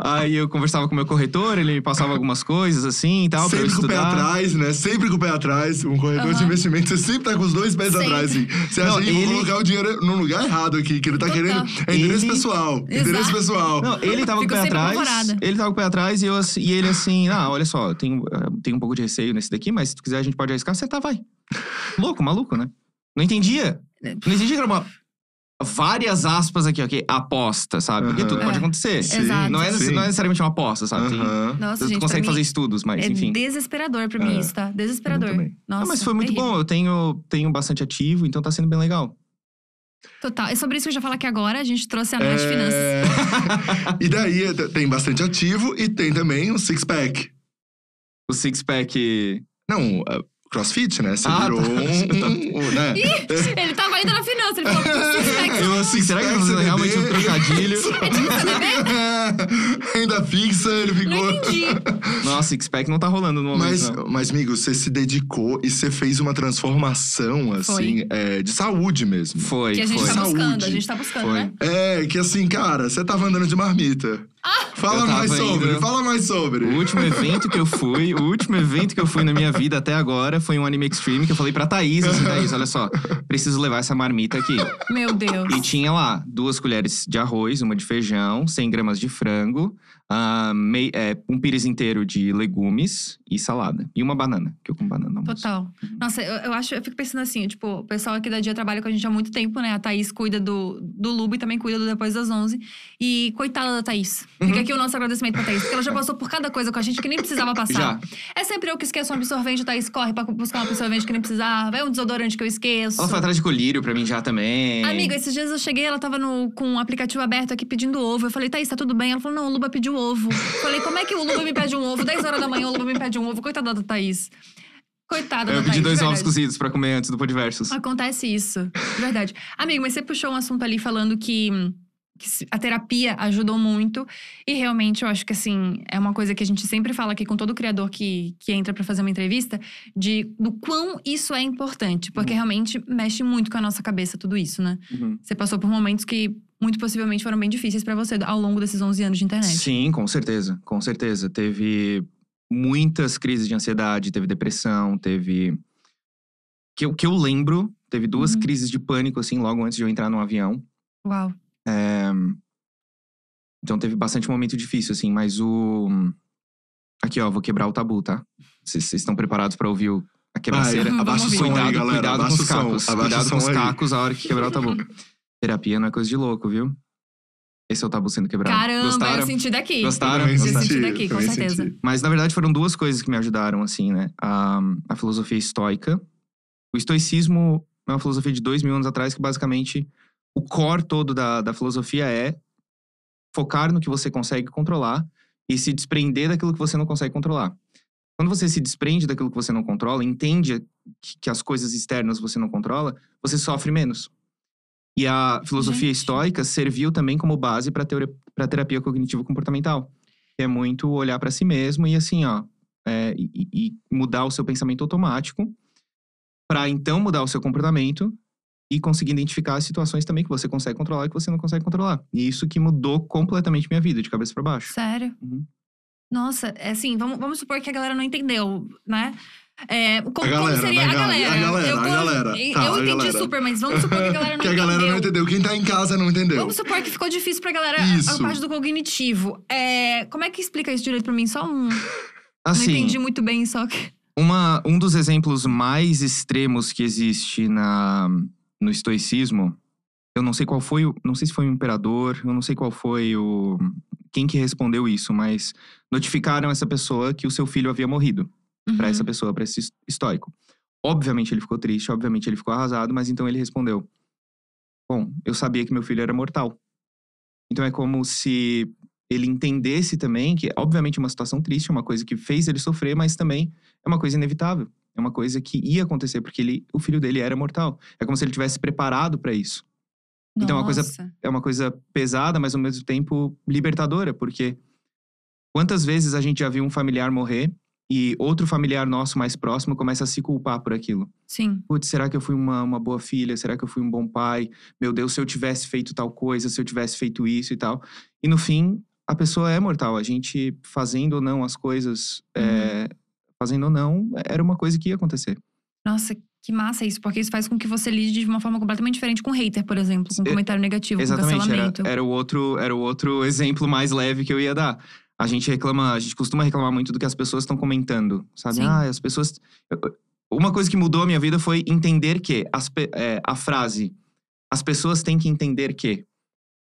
[SPEAKER 3] Aí eu conversava com o meu corretor, ele me passava algumas coisas assim e tal, pra eu
[SPEAKER 2] Sempre com o pé
[SPEAKER 3] estudar.
[SPEAKER 2] atrás, né? Sempre com o pé atrás. Um corretor de
[SPEAKER 1] Aham.
[SPEAKER 2] investimento, você sempre tá com os dois pés
[SPEAKER 1] Sempre.
[SPEAKER 2] atrás. Assim. Você acha
[SPEAKER 3] Não,
[SPEAKER 2] que eu
[SPEAKER 3] ele-
[SPEAKER 2] vou colocar o dinheiro num lugar errado aqui, que ele tá
[SPEAKER 1] Total.
[SPEAKER 2] querendo. É interesse
[SPEAKER 3] Ele-
[SPEAKER 2] pessoal. Interesse
[SPEAKER 1] Exato.
[SPEAKER 2] pessoal.
[SPEAKER 3] Não, ele tava com o
[SPEAKER 1] Fico
[SPEAKER 3] pé
[SPEAKER 1] sempre
[SPEAKER 3] atrás.
[SPEAKER 1] apavorada.
[SPEAKER 3] Ele tava com o pé atrás e, eu, assim- e ele assim, ah, olha só, eu tenho, eh, tenho um pouco de receio nesse daqui, mas se tu quiser a gente pode arriscar, você tá, vai. Louco, maluco, né? Não entendia.
[SPEAKER 1] É.
[SPEAKER 3] Não entendia que era uma. Várias aspas aqui, ok? Aposta, sabe? Porque tudo
[SPEAKER 2] Aham.
[SPEAKER 3] pode
[SPEAKER 1] É.
[SPEAKER 3] acontecer.
[SPEAKER 1] Sim, Exato.
[SPEAKER 3] Não, é,
[SPEAKER 2] sim.
[SPEAKER 3] não é necessariamente uma aposta, sabe? Tem-
[SPEAKER 2] Aham.
[SPEAKER 1] Nossa,
[SPEAKER 3] tu
[SPEAKER 1] gente, pra
[SPEAKER 3] consegue
[SPEAKER 1] mim
[SPEAKER 3] fazer estudos, mas
[SPEAKER 1] é
[SPEAKER 3] enfim.
[SPEAKER 1] desesperador pra mim
[SPEAKER 2] É.
[SPEAKER 1] isso, tá? Desesperador.
[SPEAKER 2] Eu também.
[SPEAKER 1] Nossa,
[SPEAKER 3] Ah, mas foi muito
[SPEAKER 1] terrível.
[SPEAKER 3] bom, eu tenho, tenho bastante ativo, então tá sendo bem legal.
[SPEAKER 1] Total. É sobre isso que eu já falo aqui agora. A gente trouxe a Nath é
[SPEAKER 3] É.
[SPEAKER 1] de Finanças.
[SPEAKER 2] É. e daí eh, t- tem bastante ativo e tem também um six-pack.
[SPEAKER 3] O six-pack
[SPEAKER 2] Não, uh, crossfit, né? Você
[SPEAKER 3] Ah,
[SPEAKER 2] virou
[SPEAKER 3] tá.
[SPEAKER 2] um. um- um, né?
[SPEAKER 1] Ele tava indo na finança. Ele falou, "Pô, six packs."
[SPEAKER 3] Eu assim, será que eu tô fazendo realmente um trocadilho?
[SPEAKER 2] Ainda fixa, ele ficou.
[SPEAKER 1] não entendi.
[SPEAKER 3] Nossa, six-pack não tá rolando no momento,
[SPEAKER 2] Mas,
[SPEAKER 1] né?
[SPEAKER 3] não.
[SPEAKER 2] mas, amigo, você se dedicou e você fez uma transformação, assim, é, de saúde mesmo.
[SPEAKER 3] Foi,
[SPEAKER 1] Que a gente
[SPEAKER 3] foi.
[SPEAKER 1] tá buscando. A
[SPEAKER 2] Saúde.
[SPEAKER 1] gente tá buscando,
[SPEAKER 3] Foi.
[SPEAKER 1] né?
[SPEAKER 2] É, que assim, cara, você tava andando de marmita.
[SPEAKER 3] Eu
[SPEAKER 1] Ah!
[SPEAKER 2] Fala
[SPEAKER 3] tava
[SPEAKER 2] mais sobre,
[SPEAKER 3] indo-
[SPEAKER 2] fala mais sobre.
[SPEAKER 3] O último evento que eu fui, o último evento que eu fui na minha vida até agora foi um anime extreme que eu falei pra Thaís, assim, Thaís, olha só, preciso levar essa marmita aqui.
[SPEAKER 1] Meu Deus.
[SPEAKER 3] E tinha lá duas colheres de arroz, uma de feijão, 100 gramas de frango, ah, mei- é, um pires inteiro de legumes e salada. E uma banana, que eu como banana no almoço.
[SPEAKER 1] Total. Nossa, eu, eu acho, eu fico pensando assim, tipo, o pessoal aqui da Dia trabalha com a gente há muito tempo, né? A Thaís cuida do, do Lubo e também cuida do Depois das 11. E coitada da Thaís.
[SPEAKER 3] Uhum.
[SPEAKER 1] Fica aqui o nosso agradecimento pra Thaís, porque ela já passou por cada coisa com a gente que nem precisava passar.
[SPEAKER 3] Já.
[SPEAKER 1] É sempre eu que esqueço um absorvente, a Thaís corre pra buscar um absorvente que nem precisava, é um desodorante que eu esqueço.
[SPEAKER 3] Ela foi atrás de colírio pra mim já também.
[SPEAKER 1] Amiga, esses dias eu cheguei, ela tava no- com um aplicativo aberto aqui pedindo ovo. Eu falei, Thaís, tá tudo bem? Ela falou, não, o Luba pediu ovo. Eu falei, como é que o Luba me pede um ovo? 10 horas da manhã o Luba me pede um ovo. Coitada da Thaís. Coitada da
[SPEAKER 3] Eu
[SPEAKER 1] é Thaís.
[SPEAKER 3] pedi dois
[SPEAKER 1] de
[SPEAKER 3] ovos
[SPEAKER 1] verdade.
[SPEAKER 3] cozidos pra comer antes do Podversus.
[SPEAKER 1] Acontece isso, de verdade. Amigo, mas você puxou um assunto ali falando que, que se- a terapia ajudou muito. E realmente eu acho que, assim, é uma coisa que a gente sempre fala aqui com todo criador que, que entra pra fazer uma entrevista, de do quão isso é importante. Porque realmente mexe muito com a nossa cabeça tudo isso, né?
[SPEAKER 3] Uhum.
[SPEAKER 1] Você passou por momentos que muito possivelmente foram bem difíceis pra você ao longo desses 11 anos de
[SPEAKER 2] Né?
[SPEAKER 1] internet.
[SPEAKER 3] Sim, com certeza, com certeza. Teve muitas crises de ansiedade, teve depressão, teve. Que eu, que eu lembro, teve duas
[SPEAKER 1] Uhum.
[SPEAKER 3] crises de pânico, assim, logo antes de eu entrar no avião.
[SPEAKER 1] Uau.
[SPEAKER 3] Então teve bastante momento difícil, assim, mas o. Aqui, ó, vou quebrar o tabu, tá? Vocês vocês estão preparados pra ouvir o- a
[SPEAKER 2] Vai,
[SPEAKER 3] quebraceira?
[SPEAKER 1] Vamos
[SPEAKER 2] abaixa o
[SPEAKER 1] ouvir.
[SPEAKER 2] som
[SPEAKER 3] Cuidado,
[SPEAKER 2] aí, galera.
[SPEAKER 3] cuidado com
[SPEAKER 2] abaixa
[SPEAKER 3] os
[SPEAKER 2] o som.
[SPEAKER 3] cacos.
[SPEAKER 2] Abaixa
[SPEAKER 3] Cuidado
[SPEAKER 2] o
[SPEAKER 3] com os
[SPEAKER 2] som aí.
[SPEAKER 3] cacos a hora que quebrar o tabu. Terapia não é coisa de louco, viu? Esse é o tabu sendo quebrado.
[SPEAKER 1] Caramba, eu
[SPEAKER 3] Gostaram?
[SPEAKER 1] senti daqui.
[SPEAKER 3] Gostaram?
[SPEAKER 2] Também
[SPEAKER 1] Gostaram.
[SPEAKER 2] senti,
[SPEAKER 1] Senti daqui, com
[SPEAKER 2] também
[SPEAKER 1] certeza.
[SPEAKER 2] senti.
[SPEAKER 3] Mas na verdade foram duas coisas que me ajudaram, assim, né? A, a filosofia estoica. O estoicismo é uma filosofia de dois mil anos atrás que basicamente o core todo da, da filosofia é focar no que você consegue controlar e se desprender daquilo que você não consegue controlar. Quando você se desprende daquilo que você não controla, entende que, que as coisas externas você não controla, você sofre menos. E a filosofia
[SPEAKER 1] Gente.
[SPEAKER 3] estoica serviu também como base para a terapia cognitivo comportamental, que é muito olhar para si mesmo e assim, ó, é, e, e mudar o seu pensamento automático para então mudar o seu comportamento e conseguir identificar as situações também que você consegue controlar e que você não consegue controlar. E isso que mudou completamente minha vida, de cabeça para baixo.
[SPEAKER 1] Sério?
[SPEAKER 3] Uhum.
[SPEAKER 1] Nossa, é assim, vamos, vamos supor que a galera não entendeu, né? É, como, como
[SPEAKER 2] galera,
[SPEAKER 1] seria
[SPEAKER 2] né,
[SPEAKER 1] a
[SPEAKER 2] Gabi? A
[SPEAKER 1] galera?
[SPEAKER 2] galera,
[SPEAKER 1] eu,
[SPEAKER 2] a
[SPEAKER 1] tô-
[SPEAKER 2] galera.
[SPEAKER 1] eu
[SPEAKER 2] Tá, a
[SPEAKER 1] entendi
[SPEAKER 2] galera.
[SPEAKER 1] super, mas vamos supor que a galera não
[SPEAKER 2] que a galera não entendeu. Quem tá em casa não entendeu.
[SPEAKER 1] Vamos supor que ficou difícil pra galera a, a
[SPEAKER 2] Isso.
[SPEAKER 1] parte do cognitivo. É, como é que explica isso direito pra mim? Só um. não
[SPEAKER 3] Assim,
[SPEAKER 1] entendi muito bem, só que.
[SPEAKER 3] Uma, um dos exemplos mais extremos que existe na, no estoicismo, eu não sei qual foi, o- não sei se foi um imperador, eu não sei qual foi o quem que respondeu isso, mas notificaram essa pessoa que o seu filho havia morrido
[SPEAKER 1] Uhum.
[SPEAKER 3] para essa pessoa, para esse his- estoico. Obviamente ele ficou triste, obviamente ele ficou arrasado, mas então ele respondeu: "Bom, eu sabia que meu filho era mortal". Então é como se ele entendesse também que obviamente é uma situação triste, é uma coisa que fez ele sofrer, mas também é uma coisa inevitável, é uma coisa que ia acontecer porque ele, o filho dele era mortal. É como se ele tivesse preparado para isso Então, uma coisa-
[SPEAKER 1] Uhum. Nossa.
[SPEAKER 3] é uma coisa pesada, mas ao mesmo tempo libertadora, porque quantas vezes a gente já viu um familiar morrer e outro familiar nosso mais próximo começa a se culpar por aquilo?
[SPEAKER 1] Sim.
[SPEAKER 3] Putz, será que eu fui uma, uma boa filha? Será que eu fui um bom pai? Meu Deus, se eu tivesse feito tal coisa, se eu tivesse feito isso e tal. E no fim, a pessoa é mortal. A gente fazendo ou não as coisas, é, fazendo ou não, era uma coisa que ia acontecer.
[SPEAKER 1] Nossa, que massa isso, porque isso faz com que você lide de uma forma completamente diferente com hater, por exemplo, com
[SPEAKER 3] É,
[SPEAKER 1] comentário negativo, com
[SPEAKER 3] Exatamente, era, é.
[SPEAKER 1] cancelamento.
[SPEAKER 3] era, o outro, era o outro exemplo mais leve que eu ia dar. A gente reclama, a gente costuma reclamar muito do que as pessoas estão comentando, sabe?
[SPEAKER 1] Sim.
[SPEAKER 3] Ah, as pessoas. eu- eu- Uma coisa que mudou a minha vida foi entender que as pe- é, a frase as pessoas têm que entender que.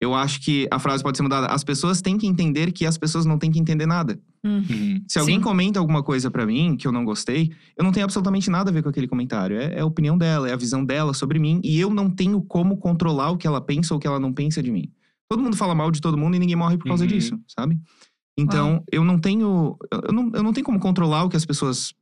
[SPEAKER 3] Eu acho que a frase pode ser mudada. As pessoas têm que entender que as pessoas não têm que entender nada.
[SPEAKER 1] Hum.
[SPEAKER 2] Uhum.
[SPEAKER 3] Se alguém
[SPEAKER 1] Sim.
[SPEAKER 3] comenta alguma coisa pra mim que eu não gostei, eu não tenho absolutamente nada a ver com aquele comentário. É, é a opinião dela, é a visão dela sobre mim. E eu não tenho como controlar o que ela pensa ou o que ela não pensa de mim. Todo mundo fala mal de todo mundo e ninguém morre por causa
[SPEAKER 2] Uhum.
[SPEAKER 3] disso, sabe? Então, eu não tenho. eu- Eu não, eu não tenho como controlar o que as pessoas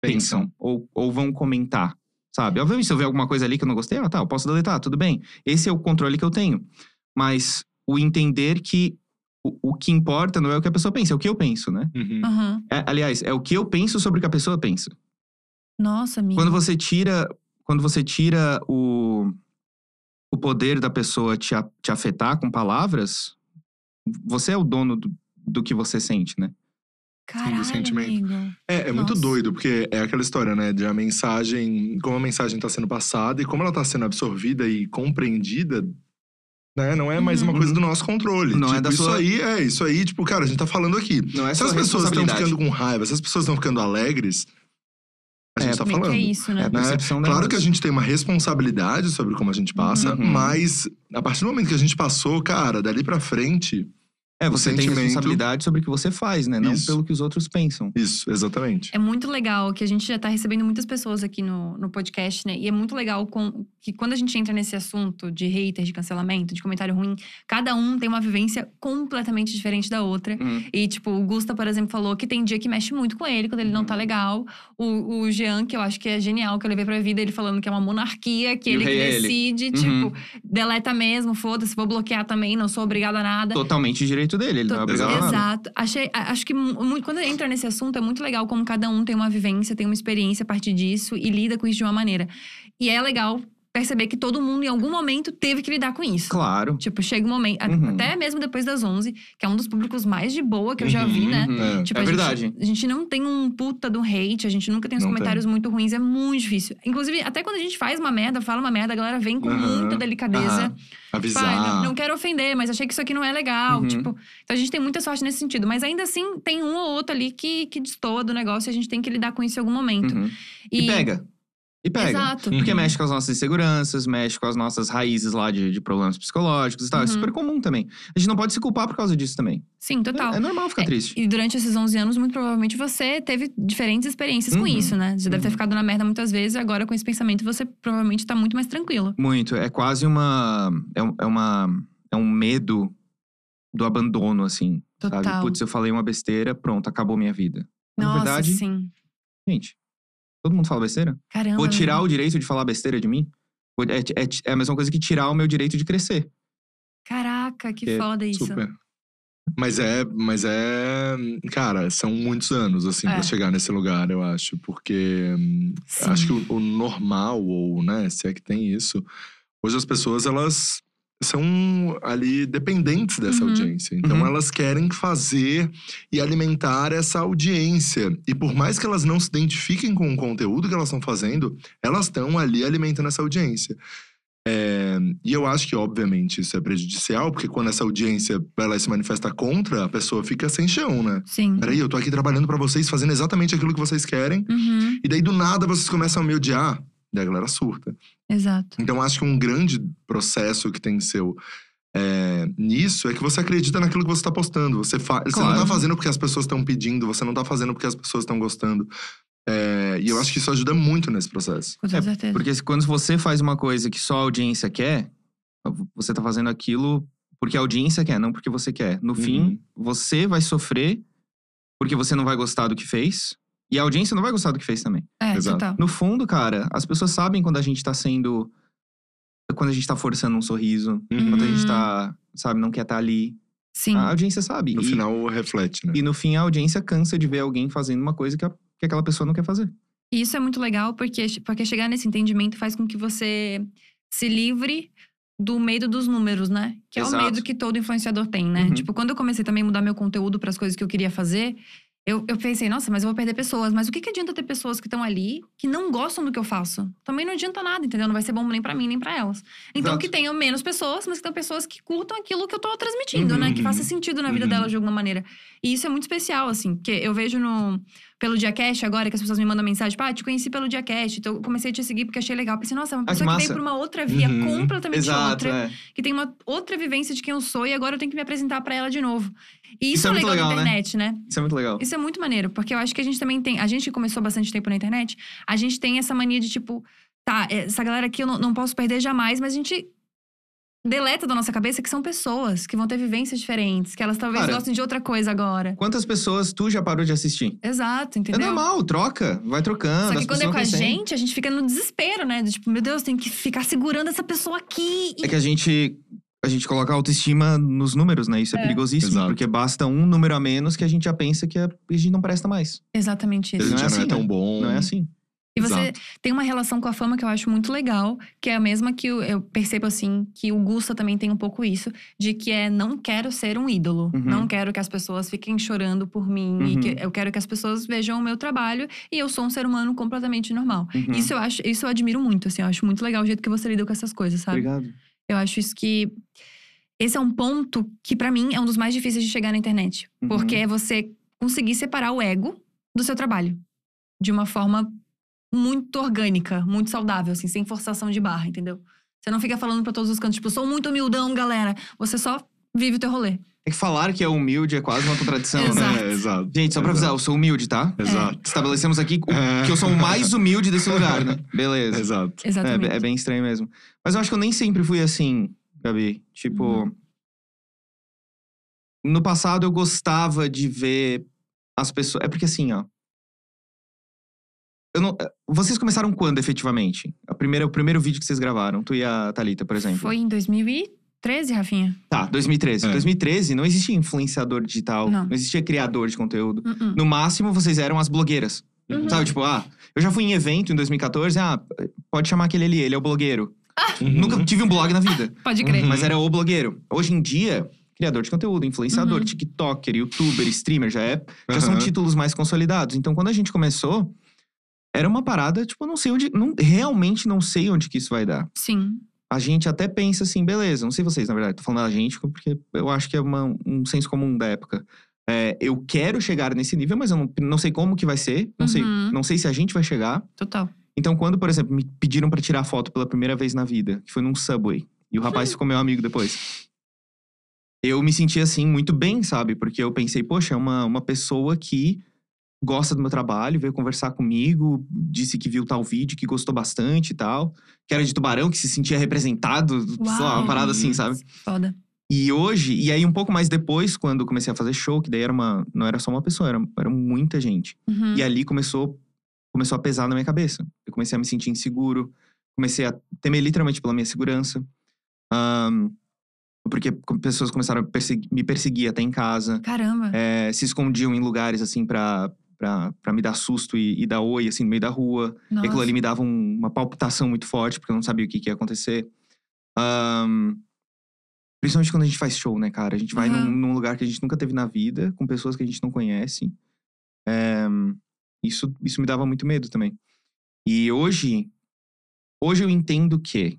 [SPEAKER 3] pensam, ou, ou vão comentar, sabe? Obviamente, se eu ver alguma coisa ali que eu não gostei, ah, tá, eu posso deletar, tudo bem. Esse é o controle que eu tenho. Mas o entender que o, o que importa não é o que a pessoa pensa, é o que eu penso, né?
[SPEAKER 2] Uhum.
[SPEAKER 1] Aham.
[SPEAKER 3] É, aliás, é o que eu penso sobre o que a pessoa pensa.
[SPEAKER 1] Nossa, amigo.
[SPEAKER 3] Quando você tira, quando você tira o, o poder da pessoa te, a- te afetar com palavras, você é o dono do, do que você sente, né?
[SPEAKER 1] Caralho,
[SPEAKER 2] sentimento.
[SPEAKER 1] amigo.
[SPEAKER 2] É, é muito
[SPEAKER 1] Nossa.
[SPEAKER 2] doido, porque é aquela história, né? De a mensagem, como a mensagem tá sendo passada e como ela tá sendo absorvida e compreendida, né? Não é mais uma
[SPEAKER 1] Uhum.
[SPEAKER 2] coisa do nosso controle.
[SPEAKER 3] Não é
[SPEAKER 2] Tipo,
[SPEAKER 3] da
[SPEAKER 2] isso
[SPEAKER 3] sua-
[SPEAKER 2] aí, é, isso aí, tipo, cara, a gente tá falando aqui.
[SPEAKER 3] Não é
[SPEAKER 2] se
[SPEAKER 3] só
[SPEAKER 2] as pessoas estão
[SPEAKER 3] responsabilidade.
[SPEAKER 2] ficando com raiva, se as pessoas estão ficando alegres, a gente
[SPEAKER 3] É,
[SPEAKER 2] tá
[SPEAKER 1] Como é
[SPEAKER 2] falando.
[SPEAKER 1] que é isso,
[SPEAKER 3] É
[SPEAKER 1] né?
[SPEAKER 3] a percepção
[SPEAKER 2] Claro
[SPEAKER 3] delas.
[SPEAKER 2] que a gente tem uma responsabilidade sobre como a gente passa,
[SPEAKER 3] Uhum.
[SPEAKER 2] mas a partir do momento que a gente passou, cara, dali pra frente.
[SPEAKER 3] É,
[SPEAKER 2] o
[SPEAKER 3] você tem
[SPEAKER 2] sentimento-
[SPEAKER 3] responsabilidade sobre o que você faz, né? Não
[SPEAKER 2] Isso.
[SPEAKER 3] pelo que os outros pensam.
[SPEAKER 2] Isso, exatamente.
[SPEAKER 1] É muito legal que a gente já tá recebendo muitas pessoas aqui no, no podcast, né? E é muito legal com- que quando a gente entra nesse assunto de hater, de cancelamento, de comentário ruim, cada um tem uma vivência completamente diferente da outra. E, tipo, o Gusta, por exemplo, falou que tem dia que mexe muito com ele, quando ele não tá
[SPEAKER 3] Uhum.
[SPEAKER 1] legal. O, o Jean, que eu acho que é genial, que eu levei pra vida, ele falando que é uma monarquia, que
[SPEAKER 3] E o
[SPEAKER 1] ele que
[SPEAKER 3] rei é ele.
[SPEAKER 1] decide,
[SPEAKER 3] Uhum.
[SPEAKER 1] tipo, deleta mesmo, foda-se, vou bloquear também, não sou obrigada a nada.
[SPEAKER 3] Totalmente direito dele, ele não é
[SPEAKER 2] Tô-
[SPEAKER 3] obrigado a nada.
[SPEAKER 1] Exato. Achei, a- acho que mu- mu- quando entra nesse assunto, é muito legal como cada um tem uma vivência, tem uma experiência a partir disso e lida com isso de uma maneira. E é legal perceber que todo mundo, em algum momento, teve que lidar com isso.
[SPEAKER 3] Claro.
[SPEAKER 1] Tipo, chega um momento, a-
[SPEAKER 3] Uhum.
[SPEAKER 1] até mesmo depois das 11, que é um dos públicos mais de boa que eu já vi, né?
[SPEAKER 3] Uhum.
[SPEAKER 1] Tipo,
[SPEAKER 3] é
[SPEAKER 1] a gente-
[SPEAKER 3] verdade.
[SPEAKER 1] a gente não tem um puta do hate, a gente nunca tem uns
[SPEAKER 2] Não
[SPEAKER 1] comentários muito ruins, é muito difícil. Inclusive, até quando a gente faz uma merda, fala uma merda, a galera vem com
[SPEAKER 2] Aham.
[SPEAKER 1] muita delicadeza.
[SPEAKER 3] Aham.
[SPEAKER 2] Avisar.
[SPEAKER 1] Pai, não, não quero ofender, mas achei que isso aqui não é legal.
[SPEAKER 3] Uhum.
[SPEAKER 1] Tipo, então a gente tem muita sorte nesse sentido. Mas ainda assim, tem um ou outro ali que, que destoa do negócio e a gente tem que lidar com isso em algum momento.
[SPEAKER 3] Uhum. E pega. E pega.
[SPEAKER 1] Exato.
[SPEAKER 2] Uhum.
[SPEAKER 3] Porque mexe com as nossas inseguranças, mexe com as nossas raízes lá de, de problemas psicológicos e tal. É
[SPEAKER 1] Uhum.
[SPEAKER 3] super comum também. A gente não pode se culpar por causa disso também.
[SPEAKER 1] Sim,
[SPEAKER 3] É-
[SPEAKER 1] total.
[SPEAKER 3] É, normal ficar triste.
[SPEAKER 1] E durante esses 11 anos, muito provavelmente você teve diferentes experiências com
[SPEAKER 3] Uhum.
[SPEAKER 1] isso, né? Você deve ter
[SPEAKER 3] Uhum.
[SPEAKER 1] ficado na merda muitas vezes e agora com esse pensamento você provavelmente tá muito mais tranquilo.
[SPEAKER 3] Muito. É quase uma. É, um- é uma. É um medo do abandono, assim.
[SPEAKER 1] Total.
[SPEAKER 3] Sabe? Putz, eu falei uma besteira, pronto, acabou minha vida. Na
[SPEAKER 1] Nossa,
[SPEAKER 3] verdade,
[SPEAKER 1] sim.
[SPEAKER 3] Gente, todo mundo fala besteira?
[SPEAKER 1] Caramba.
[SPEAKER 3] Vou tirar
[SPEAKER 1] né?
[SPEAKER 3] o direito de falar besteira de mim? Vou- É, é- é a mesma coisa que tirar o meu direito de crescer.
[SPEAKER 1] Caraca, que
[SPEAKER 3] É,
[SPEAKER 1] foda isso.
[SPEAKER 2] Super. Mas é, mas é. Cara, são muitos anos, assim,
[SPEAKER 1] É.
[SPEAKER 2] pra chegar nesse lugar, eu acho. Porque hum,
[SPEAKER 1] Sim.
[SPEAKER 2] acho que o, o normal, ou, né, se é que tem isso, hoje as pessoas, elas são ali dependentes dessa
[SPEAKER 1] Uhum.
[SPEAKER 2] audiência. Então
[SPEAKER 3] Uhum.
[SPEAKER 2] elas querem fazer e alimentar essa audiência. E por mais que elas não se identifiquem com o conteúdo que elas estão fazendo, elas estão ali alimentando essa audiência. É, e eu acho que, obviamente, isso é prejudicial, porque quando essa audiência ela se manifesta contra, a pessoa fica sem chão, né?
[SPEAKER 1] Sim.
[SPEAKER 2] Peraí, eu tô aqui trabalhando pra vocês, fazendo exatamente aquilo que vocês querem,
[SPEAKER 1] Uhum,
[SPEAKER 2] e daí do nada vocês começam a me odiar. Daí a galera surta.
[SPEAKER 1] Exato.
[SPEAKER 2] Então acho que um grande processo que tem seu é, nisso é que você acredita naquilo que você tá postando. Você, fa- você não
[SPEAKER 3] Claro.
[SPEAKER 2] tá fazendo porque as pessoas estão pedindo, você não tá fazendo porque as pessoas estão gostando. É, e eu acho que isso ajuda muito nesse processo.
[SPEAKER 1] Com toda certeza.
[SPEAKER 3] Porque se- quando você faz uma coisa que só a audiência quer, você tá fazendo aquilo porque a audiência quer, não porque você quer. No fim, você vai sofrer porque você não vai gostar do que fez. E a audiência não vai gostar do que fez também.
[SPEAKER 1] é,
[SPEAKER 2] Exato.
[SPEAKER 1] total.
[SPEAKER 3] No fundo, cara, as pessoas sabem quando a gente tá sendo. Quando a gente tá forçando um sorriso. Quando a gente tá, sabe, não quer estar ali.
[SPEAKER 1] Sim.
[SPEAKER 2] Ah,
[SPEAKER 3] A audiência sabe.
[SPEAKER 2] No
[SPEAKER 3] e,
[SPEAKER 2] final, reflete, né?
[SPEAKER 3] e no fim, a audiência cansa de ver alguém fazendo uma coisa que, a- que aquela pessoa não quer fazer.
[SPEAKER 1] E isso é muito legal, porque, porque chegar nesse entendimento faz com que você se livre do medo dos números, né? Que é
[SPEAKER 3] Exato.
[SPEAKER 1] o medo que todo influenciador tem, né?
[SPEAKER 3] Uhum.
[SPEAKER 1] Tipo, quando eu comecei também a mudar meu conteúdo para as coisas que eu queria fazer, eu, eu pensei, nossa, mas eu vou perder pessoas. Mas o que, que adianta ter pessoas que estão ali que não gostam do que eu faço? Também não adianta nada, entendeu? Não vai ser bom nem para mim, nem para elas. Então,
[SPEAKER 3] Exato.
[SPEAKER 1] que tenham menos pessoas, mas que tenham pessoas que curtam aquilo que eu tô transmitindo,
[SPEAKER 2] Uhum,
[SPEAKER 1] né? Que
[SPEAKER 2] uhum.
[SPEAKER 1] faça sentido na vida
[SPEAKER 2] Uhum.
[SPEAKER 1] delas de alguma maneira. E isso é muito especial, assim, porque eu vejo no pelo Diacast agora, que as pessoas me mandam mensagem, pá, te conheci pelo Diacast, então eu comecei a te seguir porque achei legal. Pensei, nossa, é uma
[SPEAKER 3] Ah, que
[SPEAKER 1] pessoa que, veio
[SPEAKER 3] massa.
[SPEAKER 1] por uma outra via
[SPEAKER 2] Uhum,
[SPEAKER 1] completamente outra,
[SPEAKER 3] é.
[SPEAKER 1] que tem uma outra vivência de quem eu sou e agora eu tenho que me apresentar pra ela de novo. E
[SPEAKER 3] Isso
[SPEAKER 1] isso,
[SPEAKER 3] é
[SPEAKER 1] é,
[SPEAKER 3] muito
[SPEAKER 1] legal, da
[SPEAKER 3] legal, né?
[SPEAKER 1] internet, né?
[SPEAKER 3] Isso é muito legal.
[SPEAKER 1] Isso é muito maneiro, porque eu acho que a gente também tem. A gente que começou bastante tempo na internet, a gente tem essa mania de tipo, tá, essa galera aqui eu não, não posso perder jamais, mas a gente deleta da nossa cabeça que são pessoas que vão ter vivências diferentes, que elas talvez
[SPEAKER 3] Cara,
[SPEAKER 1] gostem de outra coisa agora.
[SPEAKER 3] Quantas pessoas tu já parou de assistir?
[SPEAKER 1] Exato, entendeu?
[SPEAKER 3] É normal, troca, vai trocando.
[SPEAKER 1] Só que
[SPEAKER 3] as
[SPEAKER 1] quando é
[SPEAKER 3] pessoas
[SPEAKER 1] com a
[SPEAKER 3] vão crescendo.
[SPEAKER 1] gente, a gente fica no desespero, né? Do Tipo, meu Deus, tem que ficar segurando essa pessoa aqui. e-
[SPEAKER 3] É que a gente. A gente coloca a autoestima nos números, né? Isso é,
[SPEAKER 1] É.
[SPEAKER 3] perigosíssimo,
[SPEAKER 2] Exato.
[SPEAKER 3] porque basta um número a menos que a gente já pensa que a, que a gente não presta mais.
[SPEAKER 1] Exatamente
[SPEAKER 2] Ele
[SPEAKER 1] isso.
[SPEAKER 3] Não é
[SPEAKER 2] já não é
[SPEAKER 3] assim,
[SPEAKER 2] tão
[SPEAKER 3] né?
[SPEAKER 2] bom.
[SPEAKER 3] Não é assim.
[SPEAKER 1] E você
[SPEAKER 2] Exato.
[SPEAKER 1] tem uma relação com a fama que eu acho muito legal, que é a mesma que eu, eu percebo assim, que o Gusta também tem um pouco isso, de que é não quero ser um ídolo.
[SPEAKER 3] Uhum.
[SPEAKER 1] Não quero que as pessoas fiquem chorando por mim. E
[SPEAKER 3] Uhum.
[SPEAKER 1] que eu quero que as pessoas vejam o meu trabalho e eu sou um ser humano completamente normal.
[SPEAKER 3] Uhum.
[SPEAKER 1] Isso é eu acho, isso eu admiro muito, assim, eu acho muito legal o jeito que você lida com essas coisas, sabe?
[SPEAKER 3] Obrigado.
[SPEAKER 1] Eu acho isso que. Esse é um ponto que, pra mim, é um dos mais difíceis de chegar na internet.
[SPEAKER 3] Uhum.
[SPEAKER 1] Porque é você conseguir separar o ego do seu trabalho. De uma forma muito orgânica, muito saudável, assim, sem forçação de barra, entendeu? Você não fica falando pra todos os cantos, tipo, sou muito humildão, galera. Você só vive o teu rolê.
[SPEAKER 3] É que falar que é humilde é quase uma contradição, né?
[SPEAKER 1] Exato.
[SPEAKER 2] É, exato.
[SPEAKER 3] Gente, só pra avisar, eu sou humilde, tá?
[SPEAKER 2] Exato.
[SPEAKER 3] Estabelecemos aqui o-
[SPEAKER 2] É.
[SPEAKER 3] que eu sou o mais humilde desse lugar, né? Beleza.
[SPEAKER 2] Exato.
[SPEAKER 3] É,
[SPEAKER 1] Exatamente.
[SPEAKER 3] be- é bem estranho mesmo. Mas eu acho que eu nem sempre fui assim, Gabi. Tipo.
[SPEAKER 1] Uhum.
[SPEAKER 3] No passado eu gostava de ver as pessoas. É porque assim, ó. Eu não... eh, Vocês começaram quando, efetivamente? A primeira, o primeiro vídeo que vocês gravaram, tu e a Thalita, por exemplo.
[SPEAKER 1] Foi em 2013, Rafinha?
[SPEAKER 3] Tá, 2013.
[SPEAKER 2] É.
[SPEAKER 3] 2013 não existia influenciador digital,
[SPEAKER 1] Não.
[SPEAKER 3] não existia criador de conteúdo.
[SPEAKER 1] Uh-uh.
[SPEAKER 3] No máximo, vocês eram as blogueiras.
[SPEAKER 1] Uhum.
[SPEAKER 3] Sabe, tipo, ah, eu já fui em evento em 2014, ah, pode chamar aquele ali, ele é o blogueiro.
[SPEAKER 2] tipo,
[SPEAKER 1] Uhum.
[SPEAKER 3] Nunca tive um blog na vida,
[SPEAKER 1] Pode crer.
[SPEAKER 3] mas era o blogueiro. Hoje em dia, criador de conteúdo, influenciador,
[SPEAKER 1] Uhum.
[SPEAKER 3] tiktoker, youtuber, streamer, já é, já são
[SPEAKER 2] Aham.
[SPEAKER 3] títulos mais consolidados. Então, quando a gente começou, era uma parada, tipo, eu não sei onde, não, realmente não sei onde que isso vai dar
[SPEAKER 1] Sim.
[SPEAKER 3] a gente até pensa assim, beleza, não sei vocês, na verdade, tô falando da gente, porque eu acho que é uma- um senso comum da época. É, eu quero chegar nesse nível, mas eu não, não sei como que vai ser, não, sei,
[SPEAKER 1] Uhum.
[SPEAKER 3] não sei se a gente vai chegar.
[SPEAKER 1] Total.
[SPEAKER 3] Então, quando, por exemplo, me pediram pra tirar foto pela primeira vez na vida, que foi num subway, e o rapaz ficou meu amigo depois. Eu me senti assim muito bem, sabe? Porque eu pensei, poxa, é uma, uma pessoa que gosta do meu trabalho, veio conversar comigo, disse que viu tal vídeo, que gostou bastante e tal. Que era de tubarão, que se sentia representado, sei lá,
[SPEAKER 1] Uau.
[SPEAKER 3] uma parada assim, sabe?
[SPEAKER 1] Foda.
[SPEAKER 3] E hoje, e aí um pouco mais depois, quando eu comecei a fazer show, que daí era uma. Não era só uma pessoa, era, era muita gente.
[SPEAKER 1] Uhum.
[SPEAKER 3] E ali começou começou a pesar na minha cabeça. Eu comecei a me sentir inseguro, comecei a temer literalmente pela minha segurança. Ahn, porque com- pessoas começaram a persegui- me perseguir até em casa,
[SPEAKER 1] Caramba.
[SPEAKER 3] eh, se escondiam em lugares assim pra, pra, pra me dar susto e, e dar oi assim no meio da rua. E aquilo
[SPEAKER 1] Nossa.
[SPEAKER 3] ali me dava um- uma palpitação muito forte, porque eu não sabia o que, que ia acontecer. Ahn, principalmente quando a gente faz show, né, cara? A gente vai
[SPEAKER 1] Aham.
[SPEAKER 3] num, num lugar que a gente nunca teve na vida, com pessoas que a gente não conhece. É, isso, isso me dava muito medo também. E hoje, hoje eu entendo que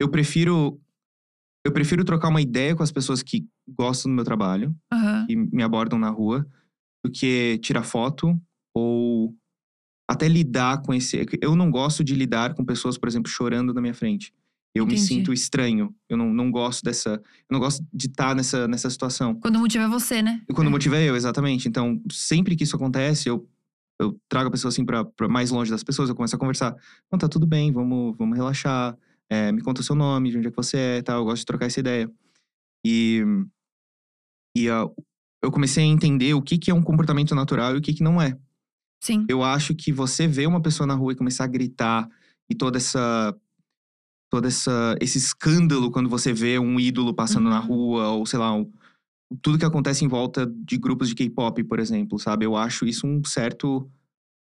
[SPEAKER 3] eu prefiro eu prefiro trocar uma ideia com as pessoas que gostam do meu trabalho
[SPEAKER 1] Aham.
[SPEAKER 3] e me abordam na rua do que tirar foto ou até lidar com esse. é Eu não gosto de lidar com pessoas, por exemplo, chorando na minha frente. Eu
[SPEAKER 1] Entendi.
[SPEAKER 3] me sinto estranho. Eu não, não gosto dessa. Eu não gosto de estar nessa, nessa situação.
[SPEAKER 1] Quando o motivo é você, né?
[SPEAKER 3] E quando o motivo é eu, exatamente. Então, sempre que isso acontece, eu, eu trago a pessoa assim pra, pra mais longe das pessoas, eu começo a conversar. Não, tá tudo bem, vamos, vamos relaxar. É, me conta o seu nome, de onde é que você é e tal. Eu gosto de trocar essa ideia. E, e ah, eu comecei a entender o que, que é um comportamento natural e o que, que não é.
[SPEAKER 1] Sim.
[SPEAKER 3] Eu acho que você vê uma pessoa na rua e começar a gritar e toda essa todo essa esse escândalo quando você vê um ídolo passando na
[SPEAKER 1] Uhum.
[SPEAKER 3] rua ou sei lá, um- tudo que acontece em volta de grupos de K-pop, por exemplo, sabe? Eu acho isso um certo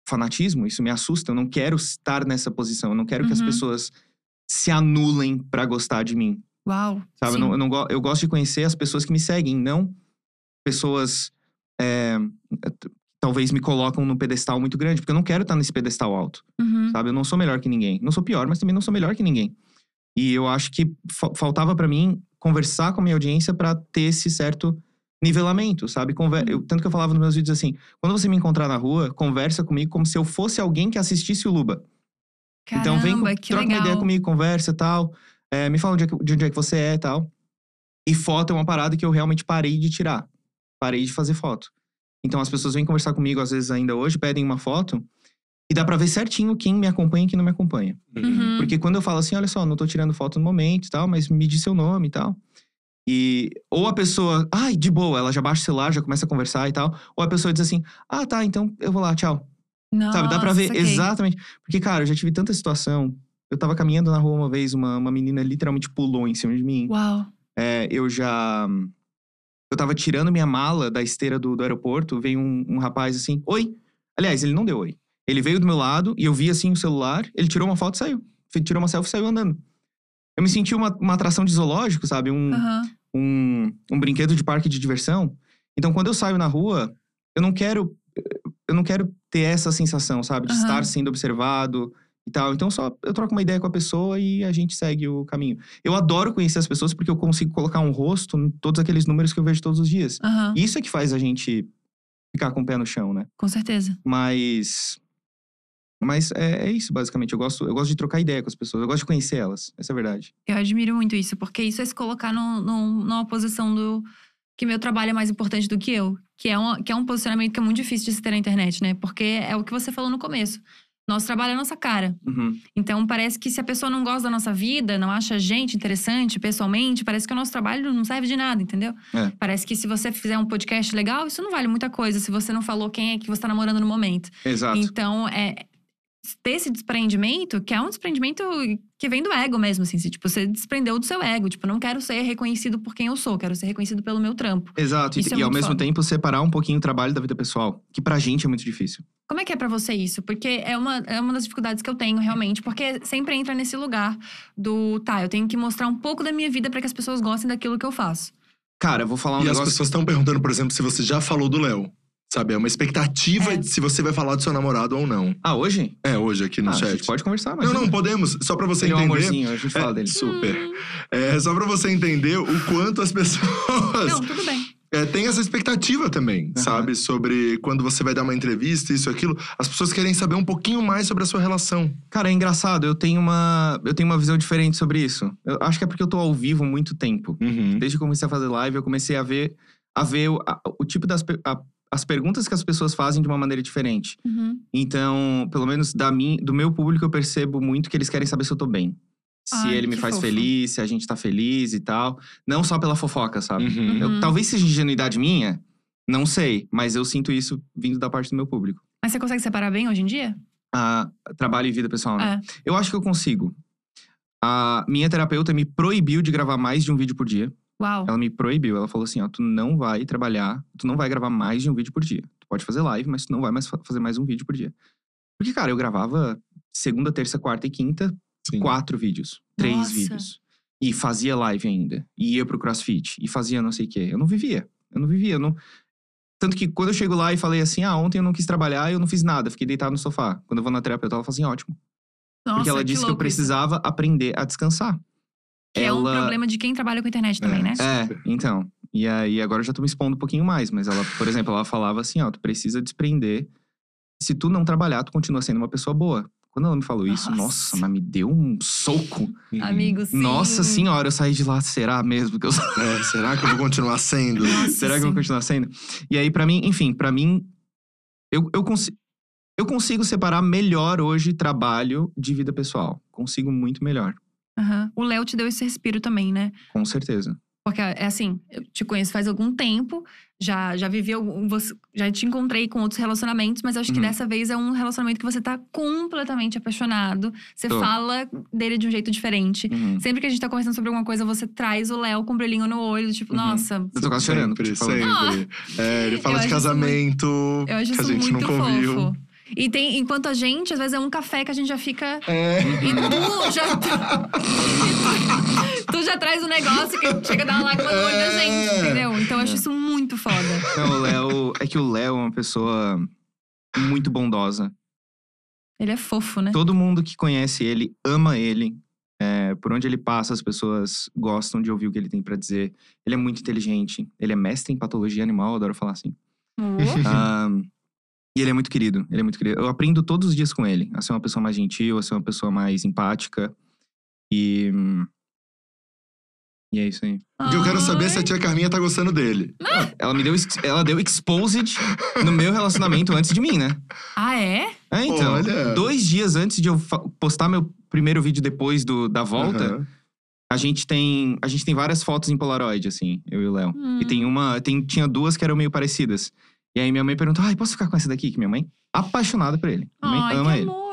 [SPEAKER 3] fanatismo, isso me assusta, eu não quero estar nessa posição, eu não quero que as
[SPEAKER 1] Uhum.
[SPEAKER 3] pessoas se anulem pra gostar de mim.
[SPEAKER 1] Uau.
[SPEAKER 3] Sabe? Eu,
[SPEAKER 1] Sim.
[SPEAKER 3] não, eu, não go- eu gosto de conhecer as pessoas que me seguem, não pessoas é, t- talvez me colocam num pedestal muito grande, porque eu não quero estar nesse pedestal alto,
[SPEAKER 1] Uhum.
[SPEAKER 3] sabe? Eu não sou melhor que ninguém. Não sou pior, mas também não sou melhor que ninguém. E eu acho que fa- faltava pra mim conversar com a minha audiência pra ter esse certo nivelamento, sabe? Conver eu, tanto que eu falava nos meus vídeos assim: quando você me encontrar na rua, conversa comigo como se eu fosse alguém que assistisse o Luba.
[SPEAKER 1] Caramba,
[SPEAKER 3] Então vem, com-
[SPEAKER 1] que
[SPEAKER 3] troca
[SPEAKER 1] legal.
[SPEAKER 3] uma ideia comigo, conversa e tal. É, me fala onde é que- de onde é que você é e tal. E foto é uma parada que eu realmente parei de tirar. Parei de fazer foto. Então as pessoas vêm conversar comigo, às vezes ainda hoje, pedem uma foto. E dá pra ver certinho quem me acompanha e quem não me acompanha.
[SPEAKER 1] Uhum.
[SPEAKER 3] Porque quando eu falo assim, olha só, não tô tirando foto no momento e tal, mas me diz seu nome e tal. E, ou a pessoa, ai, de boa, ela já baixa o celular, já começa a conversar e tal. Ou a pessoa diz assim, ah, tá, então eu vou lá, tchau. Sabe, dá pra
[SPEAKER 1] Nossa,
[SPEAKER 3] ver
[SPEAKER 1] saquei.
[SPEAKER 3] exatamente. Porque, cara, eu já tive tanta situação. Eu tava caminhando na rua uma vez, uma, uma menina literalmente pulou em cima de mim.
[SPEAKER 1] Uau.
[SPEAKER 3] É, eu já. Eu tava tirando minha mala da esteira do, do aeroporto, veio um, um rapaz assim, oi. Aliás, ele não deu oi. Ele veio do meu lado e eu vi assim o celular, ele tirou uma foto e saiu. Fe- Tirou uma selfie e saiu andando. Eu me senti uma, uma atração de zoológico, sabe? Um,
[SPEAKER 1] Aham.
[SPEAKER 3] um, um brinquedo de parque de diversão. Então, quando eu saio na rua, eu não quero eu não quero ter essa sensação, sabe, de
[SPEAKER 1] Aham.
[SPEAKER 3] estar sendo observado e tal. Então, só eu troco uma ideia com a pessoa e a gente segue o caminho. Eu adoro conhecer as pessoas porque eu consigo colocar um rosto em todos aqueles números que eu vejo todos os dias.
[SPEAKER 1] Aham.
[SPEAKER 3] Isso é que faz a gente ficar com o pé no chão, né?
[SPEAKER 1] Com certeza.
[SPEAKER 3] Mas mas é, é isso basicamente. Eu gosto eu gosto de trocar ideia com as pessoas. Eu gosto de conhecer elas. Essa é a verdade.
[SPEAKER 1] Eu admiro muito isso, porque isso é se colocar num- num- numa posição do que meu trabalho é mais importante do que eu, que é, um, que é um posicionamento que é muito difícil de se ter na internet, né? Porque é o que você falou no começo. Nosso trabalho é a nossa cara.
[SPEAKER 3] Uhum.
[SPEAKER 1] Então, parece que se a pessoa não gosta da nossa vida, não acha a gente interessante pessoalmente, parece que o nosso trabalho não serve de nada, entendeu?
[SPEAKER 3] É.
[SPEAKER 1] Parece que se você fizer um podcast legal, isso não vale muita coisa se você não falou quem é que você tá namorando no momento.
[SPEAKER 3] Exato.
[SPEAKER 1] Então, é ter esse desprendimento, que é um desprendimento que vem do ego mesmo, assim. se, tipo, você desprendeu do seu ego. Tipo, não quero ser reconhecido por quem eu sou, quero ser reconhecido pelo meu trampo.
[SPEAKER 3] Exato, e-
[SPEAKER 1] Isso é
[SPEAKER 3] e ao
[SPEAKER 1] muito
[SPEAKER 3] mesmo
[SPEAKER 1] foda.
[SPEAKER 3] tempo separar um pouquinho o trabalho da vida pessoal, que pra gente é muito difícil.
[SPEAKER 1] Como é que é pra você isso? Porque é uma, é uma das dificuldades que eu tenho, realmente. Porque sempre entra nesse lugar do, tá, eu tenho que mostrar um pouco da minha vida pra que as pessoas gostem daquilo que eu faço.
[SPEAKER 3] Cara, eu vou falar um
[SPEAKER 2] E as
[SPEAKER 3] negócio.
[SPEAKER 2] pessoas estão perguntando, por exemplo, se você já falou do Léo. Sabe, é uma expectativa
[SPEAKER 1] É.
[SPEAKER 2] de se você vai falar do seu namorado ou não.
[SPEAKER 3] Ah, hoje?
[SPEAKER 2] É, hoje aqui no
[SPEAKER 3] Ah, a
[SPEAKER 2] chat.
[SPEAKER 3] gente pode conversar, mas.
[SPEAKER 2] Não, não, podemos. Só pra você
[SPEAKER 3] Ele é um
[SPEAKER 2] entender.
[SPEAKER 3] amorzinho, a gente fala
[SPEAKER 2] É,
[SPEAKER 3] dele.
[SPEAKER 2] Super.
[SPEAKER 1] Hum,
[SPEAKER 2] É, só pra você entender o quanto as pessoas
[SPEAKER 1] não, tudo bem.
[SPEAKER 2] é, têm essa expectativa também,
[SPEAKER 3] Aham.
[SPEAKER 2] sabe? Sobre quando você vai dar uma entrevista, isso, aquilo. As pessoas querem saber um pouquinho mais sobre a sua relação.
[SPEAKER 3] Cara, é engraçado, eu tenho uma. Eu tenho uma visão diferente sobre isso. Eu acho que é porque eu tô ao vivo há muito tempo.
[SPEAKER 2] Uhum.
[SPEAKER 3] Desde que eu comecei a fazer live, eu comecei a ver, a ver o, a- o tipo das. pe- a- as perguntas que as pessoas fazem de uma maneira diferente.
[SPEAKER 1] Uhum.
[SPEAKER 3] Então, pelo menos da mim, do meu público, eu percebo muito que eles querem saber se eu tô bem. Se
[SPEAKER 1] Ai,
[SPEAKER 3] ele me
[SPEAKER 1] que
[SPEAKER 3] faz
[SPEAKER 1] fofo.
[SPEAKER 3] feliz, se a gente tá feliz e tal. Não só pela fofoca, sabe?
[SPEAKER 2] Uhum.
[SPEAKER 3] Eu-
[SPEAKER 1] Uhum.
[SPEAKER 3] talvez seja ingenuidade minha, não sei. Mas eu sinto isso vindo da parte do meu público.
[SPEAKER 1] Mas você consegue separar bem hoje em dia?
[SPEAKER 3] Ah, trabalho e vida pessoal, né?
[SPEAKER 1] É.
[SPEAKER 3] Eu acho que eu consigo. A minha terapeuta me proibiu de gravar mais de um vídeo por dia.
[SPEAKER 1] Uau.
[SPEAKER 3] Ela me proibiu. Ela falou assim: ó, tu não vai trabalhar, tu não vai gravar mais de um vídeo por dia. Tu pode fazer live, mas tu não vai mais fa- fazer mais um vídeo por dia. Porque, cara, eu gravava segunda, terça, quarta e quinta,
[SPEAKER 2] Sim.
[SPEAKER 3] quatro vídeos, três
[SPEAKER 1] Nossa.
[SPEAKER 3] vídeos. E fazia live ainda. E ia pro crossfit. E fazia não sei o quê. Eu não vivia. Eu não vivia. eu não... Tanto que quando eu chego lá e falei assim: ah, ontem eu não quis trabalhar, eu não fiz nada, fiquei deitado no sofá. Quando eu vou na terapeuta, ela fala assim: ótimo.
[SPEAKER 1] Nossa,
[SPEAKER 3] Porque ela disse que, eu
[SPEAKER 1] louco isso.
[SPEAKER 3] precisava aprender a descansar.
[SPEAKER 1] Que é um problema de quem trabalha com internet também,
[SPEAKER 2] É.
[SPEAKER 1] né?
[SPEAKER 3] É, então. E aí, agora eu já tô me expondo um pouquinho mais, mas ela, por exemplo, ela falava assim: ó, tu precisa desprender. Se tu não trabalhar, tu continua sendo uma pessoa boa. Quando ela me falou isso,
[SPEAKER 1] Nossa.
[SPEAKER 3] nossa, mas me deu um soco.
[SPEAKER 1] Amigo, sim.
[SPEAKER 3] Nossa senhora, eu saí de lá, será mesmo que eu
[SPEAKER 2] É, será que eu vou continuar sendo?
[SPEAKER 1] Nossa,
[SPEAKER 3] Será que eu vou
[SPEAKER 1] sim.
[SPEAKER 3] continuar sendo? E aí, pra mim, enfim, pra mim, eu, eu, consi- eu consigo separar melhor hoje trabalho de vida pessoal. Consigo muito melhor,
[SPEAKER 1] Aham. O Léo te deu esse respiro também, né?
[SPEAKER 3] com certeza.
[SPEAKER 1] Porque é assim, eu te conheço faz algum tempo, já já vivi algum, você- já te encontrei com outros relacionamentos, mas acho que
[SPEAKER 3] Uhum.
[SPEAKER 1] dessa vez é um relacionamento que você tá completamente apaixonado. Você
[SPEAKER 3] Tô.
[SPEAKER 1] fala dele de um jeito diferente.
[SPEAKER 3] Uhum.
[SPEAKER 1] Sempre que a gente tá conversando sobre alguma coisa, você traz o Léo com um brilhinho no olho, tipo,
[SPEAKER 3] Uhum.
[SPEAKER 1] nossa,
[SPEAKER 3] Eu tô quase chorando.
[SPEAKER 2] Sempre,
[SPEAKER 3] te falando.
[SPEAKER 2] sempre. É, ele
[SPEAKER 1] Eu
[SPEAKER 2] fala
[SPEAKER 1] acho
[SPEAKER 2] de
[SPEAKER 1] isso
[SPEAKER 2] casamento,
[SPEAKER 1] eu acho
[SPEAKER 2] que a
[SPEAKER 1] isso
[SPEAKER 2] gente
[SPEAKER 1] muito
[SPEAKER 2] nunca ouviu.
[SPEAKER 1] fofo. E tem, enquanto a gente, às vezes é um café que a gente já fica
[SPEAKER 2] É.
[SPEAKER 3] Uhum.
[SPEAKER 1] E tu já. E tu- tu já traz um negócio que chega a dar uma lágrima no olho da gente,
[SPEAKER 2] É.
[SPEAKER 1] entendeu? Então eu acho isso muito foda.
[SPEAKER 3] Não, o Léo. É que o Léo é uma pessoa muito bondosa.
[SPEAKER 1] Ele é fofo, né?
[SPEAKER 3] Todo mundo que conhece ele ama ele. É, por onde ele passa, as pessoas gostam de ouvir o que ele tem pra dizer. Ele é muito inteligente. Ele é mestre em patologia animal, eu adoro falar assim.
[SPEAKER 1] Uou.
[SPEAKER 3] Ahn, e ele é muito querido, ele é muito querido. Eu aprendo todos os dias com ele a ser uma pessoa mais gentil, a ser uma pessoa mais empática. E. hum, E é isso aí.
[SPEAKER 2] O que eu quero saber é se a
[SPEAKER 1] Ai.
[SPEAKER 2] tia Carminha tá gostando dele.
[SPEAKER 3] Ela me deu. ex- Ela deu exposed no meu relacionamento antes de mim, né?
[SPEAKER 1] Ah, é?
[SPEAKER 3] É, então.
[SPEAKER 2] Olha.
[SPEAKER 3] Dois dias antes de eu fa- postar meu primeiro vídeo depois do, da volta,
[SPEAKER 2] Aham.
[SPEAKER 3] a gente tem. A gente tem várias fotos em Polaroid, assim, eu e o Léo. E tem uma. Tem, tinha duas que eram meio parecidas. E aí minha mãe perguntou: Ai, posso ficar com essa daqui? Que minha mãe, é apaixonada por ele. Minha
[SPEAKER 1] Hum.
[SPEAKER 3] mãe
[SPEAKER 1] Ai,
[SPEAKER 3] ama
[SPEAKER 1] que
[SPEAKER 3] ele.
[SPEAKER 1] amor.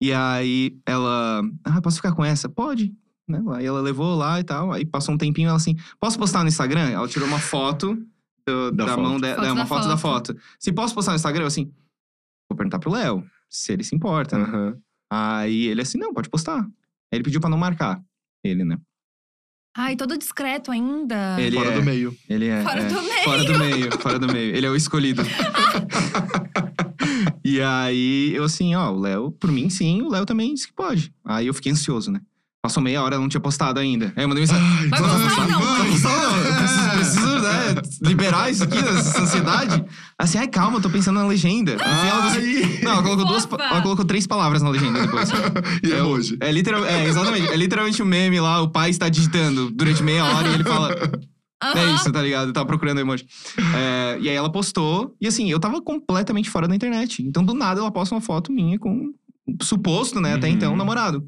[SPEAKER 3] E aí ela, ah, posso ficar com essa? Pode. Né? Aí ela levou lá e tal. Aí passou um tempinho, ela assim, posso postar no Instagram? Ela tirou uma foto do- da,
[SPEAKER 2] Da foto.
[SPEAKER 3] mão dela,
[SPEAKER 1] Foto
[SPEAKER 3] é, uma
[SPEAKER 1] da
[SPEAKER 3] foto, da foto. Se posso postar no Instagram, eu assim, vou perguntar pro Léo, se ele se importa, né?
[SPEAKER 2] Aham.
[SPEAKER 3] Aí ele assim, não, pode postar. Aí ele pediu pra não marcar. Ele, né?
[SPEAKER 1] Ai, todo discreto ainda.
[SPEAKER 3] Ele
[SPEAKER 2] Fora
[SPEAKER 3] é,
[SPEAKER 2] do meio.
[SPEAKER 3] Ele é,
[SPEAKER 1] Ah. Fora
[SPEAKER 3] é.
[SPEAKER 1] do meio.
[SPEAKER 3] Fora do meio, fora do meio. Ele é o escolhido. e aí, eu assim, ó, o Léo, por mim sim, o Léo também disse que pode. Aí eu fiquei ansioso, né? Passou meia hora, eu não tinha postado ainda. Aí eu mandei mensagem.
[SPEAKER 2] Ai,
[SPEAKER 1] Vai
[SPEAKER 2] mãe,
[SPEAKER 1] gostar ou não,
[SPEAKER 2] mãe?
[SPEAKER 1] mãe?
[SPEAKER 3] Só, eu preciso,
[SPEAKER 2] É.
[SPEAKER 3] preciso, né, liberar isso aqui, essa ansiedade. Assim, ai, calma, eu tô pensando na legenda. No fim, ela disse-
[SPEAKER 2] Ai.
[SPEAKER 3] Não, ela colocou, duas,
[SPEAKER 1] Opa!
[SPEAKER 3] pa- ela colocou três palavras na legenda depois.
[SPEAKER 2] E é
[SPEAKER 3] o-
[SPEAKER 2] hoje.
[SPEAKER 3] É, literal, é, exatamente. É literalmente o meme lá, o pai está digitando durante meia hora e ele fala,
[SPEAKER 1] Aham.
[SPEAKER 3] é isso, tá ligado? Eu tava procurando emoji. É, e aí ela postou, e assim, eu tava completamente fora da internet. Então, do nada, ela posta uma foto minha com um suposto, né, até
[SPEAKER 2] Uhum.
[SPEAKER 3] então, namorado.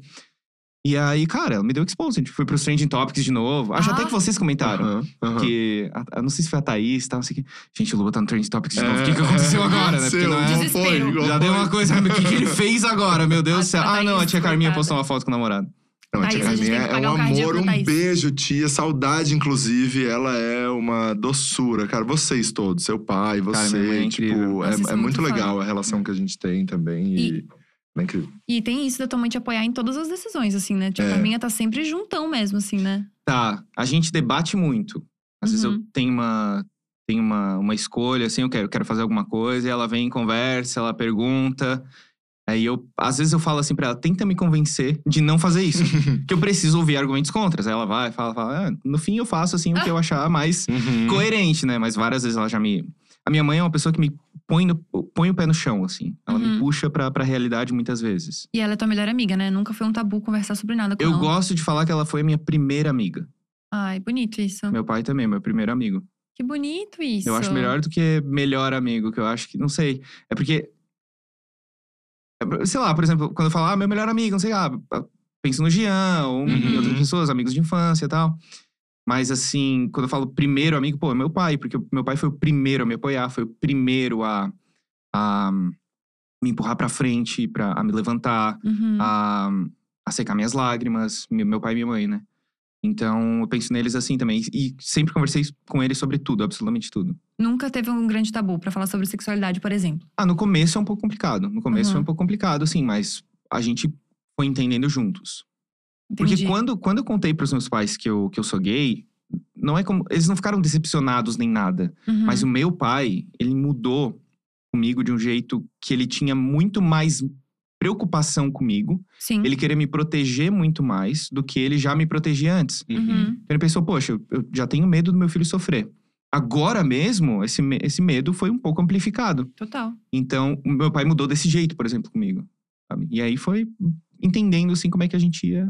[SPEAKER 3] E aí, cara, ela me deu expose. A gente foi pros Trending Topics de novo. Acho
[SPEAKER 1] Ah.
[SPEAKER 3] até que vocês comentaram.
[SPEAKER 2] Aham, aham.
[SPEAKER 3] Que, a- a- não sei se foi a Thaís, tá, não sei o que. Gente, o Luba tá no Trending Topics de
[SPEAKER 2] É,
[SPEAKER 3] novo. O que, que aconteceu
[SPEAKER 2] é,
[SPEAKER 3] agora, né? Porque
[SPEAKER 2] aconteceu,
[SPEAKER 3] não é...
[SPEAKER 2] igual
[SPEAKER 1] Desespero.
[SPEAKER 2] foi, igual
[SPEAKER 3] Já deu
[SPEAKER 2] foi.
[SPEAKER 3] uma coisa, o que, que ele fez agora, meu Deus do
[SPEAKER 1] A-
[SPEAKER 3] céu?
[SPEAKER 1] a
[SPEAKER 3] Ah, não, a
[SPEAKER 1] Thaís,
[SPEAKER 3] tia Carminha
[SPEAKER 1] coitada.
[SPEAKER 3] postou uma foto com o namorado.
[SPEAKER 2] Não, a tia
[SPEAKER 1] Thaís, a gente
[SPEAKER 2] Carminha
[SPEAKER 1] tem que
[SPEAKER 2] é um
[SPEAKER 1] pagar o cardíaco
[SPEAKER 2] amor,
[SPEAKER 1] da
[SPEAKER 2] um
[SPEAKER 1] Thaís.
[SPEAKER 2] beijo, tia. Saudade, inclusive. Ela é uma doçura, cara. Vocês todos, seu pai,
[SPEAKER 3] Cara,
[SPEAKER 2] você.
[SPEAKER 3] minha mãe é incrível.
[SPEAKER 2] tipo, é,
[SPEAKER 1] Nossa, isso é
[SPEAKER 2] é
[SPEAKER 1] muito
[SPEAKER 2] muito legal a relação que a gente tem também. E. É incrível.
[SPEAKER 1] E tem isso da tua mãe te apoiar em todas as decisões, assim, né? Tipo,
[SPEAKER 2] É.
[SPEAKER 1] a minha tá sempre juntão mesmo, assim, né?
[SPEAKER 3] Tá, a gente debate muito. Às vezes eu
[SPEAKER 1] Uhum.
[SPEAKER 3] tenho uma, tenho uma, uma escolha, assim, eu quero, quero fazer alguma coisa, e ela vem, conversa, ela pergunta. Aí eu, às vezes eu falo assim pra ela, tenta me convencer de não fazer isso. que eu preciso ouvir argumentos contras. Aí ela vai, fala, fala. "Ah, no fim eu faço, assim, o que eu achar mais
[SPEAKER 1] Uhum.
[SPEAKER 3] coerente, né? Mas várias vezes ela já me. A minha mãe é uma pessoa que me põe, no, põe o pé no chão, assim. Ela
[SPEAKER 1] Uhum.
[SPEAKER 3] me puxa pra, pra realidade muitas vezes.
[SPEAKER 1] E ela é tua melhor amiga, né? Nunca foi um tabu conversar sobre nada com
[SPEAKER 3] Eu
[SPEAKER 1] ela.
[SPEAKER 3] gosto de falar que ela foi a minha primeira amiga.
[SPEAKER 1] Ai, bonito isso.
[SPEAKER 3] Meu pai também, meu primeiro amigo.
[SPEAKER 1] Que bonito isso.
[SPEAKER 3] Eu acho melhor do que melhor amigo, que eu acho que. Não sei. É porque. é por- Sei lá, por exemplo, quando eu falo, ah, meu melhor amigo, não sei, ah, penso no Jean, ou em
[SPEAKER 2] Uhum.
[SPEAKER 3] outras pessoas, amigos de infância e tal. Mas assim, quando eu falo primeiro amigo, pô, é meu pai, porque o meu pai foi o primeiro a me apoiar, foi o primeiro a. a me empurrar pra frente, pra, a me levantar,
[SPEAKER 1] Uhum.
[SPEAKER 3] a, a secar minhas lágrimas, me- meu pai e minha mãe, né? Então, eu penso neles assim também. E sempre conversei com eles sobre tudo, absolutamente tudo.
[SPEAKER 1] Nunca teve um grande tabu pra falar sobre sexualidade, por exemplo.
[SPEAKER 3] Ah, no começo é um pouco complicado. No começo
[SPEAKER 1] Aham.
[SPEAKER 3] foi um pouco complicado, assim, mas a gente foi entendendo juntos.
[SPEAKER 1] Entendi.
[SPEAKER 3] Porque quando, quando eu contei pros meus pais que eu, que eu sou gay, não é como. Eles não ficaram decepcionados nem nada.
[SPEAKER 1] Uhum.
[SPEAKER 3] Mas o meu pai, ele mudou comigo de um jeito que ele tinha muito mais preocupação comigo.
[SPEAKER 1] Sim.
[SPEAKER 3] Ele queria me proteger muito mais do que ele já me protegia antes.
[SPEAKER 1] Uhum.
[SPEAKER 3] Então ele pensou, poxa, eu- eu já tenho medo do meu filho sofrer. Agora mesmo, esse, me- esse medo foi um pouco amplificado.
[SPEAKER 1] Total.
[SPEAKER 3] Então, o meu pai mudou desse jeito, por exemplo, comigo. sabe? E aí foi entendendo, assim, como é que a gente ia...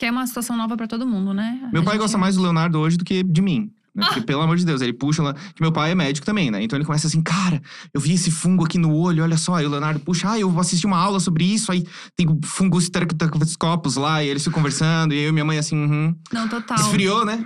[SPEAKER 1] Que é uma situação nova pra todo mundo, né?
[SPEAKER 3] Meu
[SPEAKER 1] A
[SPEAKER 3] pai
[SPEAKER 1] gente-
[SPEAKER 3] gosta mais do Leonardo hoje do que de mim. né? Porque, pelo amor de Deus, ele puxa lá. Que meu pai é médico também, né? Então ele começa assim, cara, eu vi esse fungo aqui no olho, olha só. Aí o Leonardo puxa, ah, eu vou assistir uma aula sobre isso. Aí tem fungos tercotacoscopos lá, e eles ficam conversando. E eu e minha mãe assim, uhum.
[SPEAKER 1] Não, total.
[SPEAKER 3] Esfriou, né?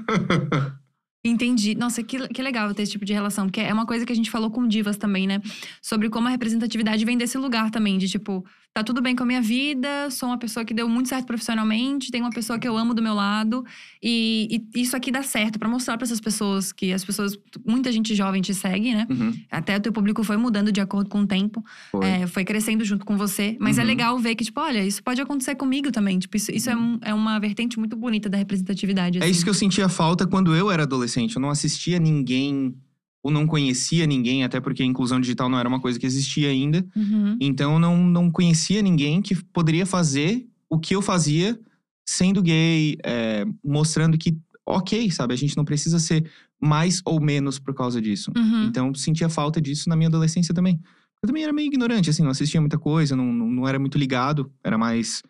[SPEAKER 1] Entendi. Nossa, que, que legal ter esse tipo de relação. Porque é uma coisa que a gente falou com divas também, né? Sobre como a representatividade vem desse lugar também. De tipo, tá tudo bem com a minha vida, sou uma pessoa que deu muito certo profissionalmente, tem uma pessoa que eu amo do meu lado. E, e isso aqui dá certo pra mostrar pra essas pessoas que as pessoas… Muita gente jovem te segue, né?
[SPEAKER 3] Uhum.
[SPEAKER 1] Até o teu público foi mudando de acordo com o tempo.
[SPEAKER 3] Foi.
[SPEAKER 1] É, foi crescendo junto com você. Mas é
[SPEAKER 3] Uhum.
[SPEAKER 1] legal ver que, tipo, olha, isso pode acontecer comigo também. Tipo, isso, isso é, um- é uma vertente muito bonita da representatividade. assim.
[SPEAKER 3] É isso que eu sentia falta quando eu era adolescente. Eu não assistia ninguém ou não conhecia ninguém, até porque a inclusão digital não era uma coisa que existia ainda.
[SPEAKER 1] eu. Uhum.
[SPEAKER 3] Então eu não, não conhecia ninguém que poderia fazer o que eu fazia sendo gay, é, mostrando que, ok, sabe, a gente não precisa ser mais ou menos por causa disso.
[SPEAKER 1] Uhum.
[SPEAKER 3] Então eu sentia falta disso na minha adolescência também. Eu também era meio ignorante, assim, não assistia muita coisa, não, não, não era muito ligado, era mais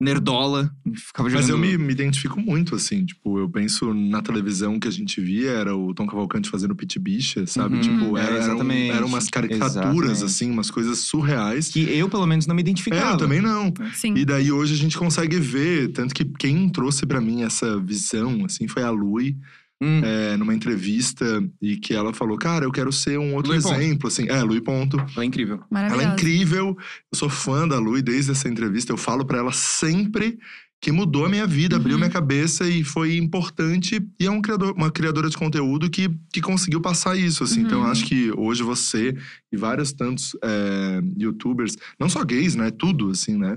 [SPEAKER 3] nerdola, ficava jogando.
[SPEAKER 2] Mas eu me, me identifico muito, assim. Tipo, eu penso na televisão que a gente via, era o Tom Cavalcante fazendo Pit Bicha, sabe?
[SPEAKER 3] Uhum,
[SPEAKER 2] tipo,
[SPEAKER 3] é,
[SPEAKER 2] era, eram-
[SPEAKER 3] exatamente,
[SPEAKER 2] eram umas caricaturas,
[SPEAKER 3] exatamente.
[SPEAKER 2] assim, umas coisas surreais.
[SPEAKER 3] Que eu, pelo menos, não me
[SPEAKER 2] É,
[SPEAKER 3] identificava.
[SPEAKER 2] eu também não.
[SPEAKER 1] Sim.
[SPEAKER 2] E daí hoje a gente consegue ver, tanto que quem trouxe pra mim essa visão, assim, foi a Lui,
[SPEAKER 3] Hum,
[SPEAKER 2] é, numa entrevista, e que ela falou, cara, eu quero ser um outro
[SPEAKER 3] Lui Ponto.
[SPEAKER 2] exemplo, assim. É, Lui Ponto.
[SPEAKER 3] Ela é incrível.
[SPEAKER 2] Ela
[SPEAKER 1] Maravilhosa.
[SPEAKER 2] é incrível. Eu sou fã da Lui desde essa entrevista. Eu falo pra ela sempre que mudou a minha vida, abriu
[SPEAKER 1] Uhum.
[SPEAKER 2] minha cabeça e foi importante. E é um criador, uma criadora de conteúdo que, que conseguiu passar isso. Assim. Então, eu
[SPEAKER 1] Uhum.
[SPEAKER 2] acho que hoje você e vários tantos é, youtubers, não só gays, né? Tudo, assim, né?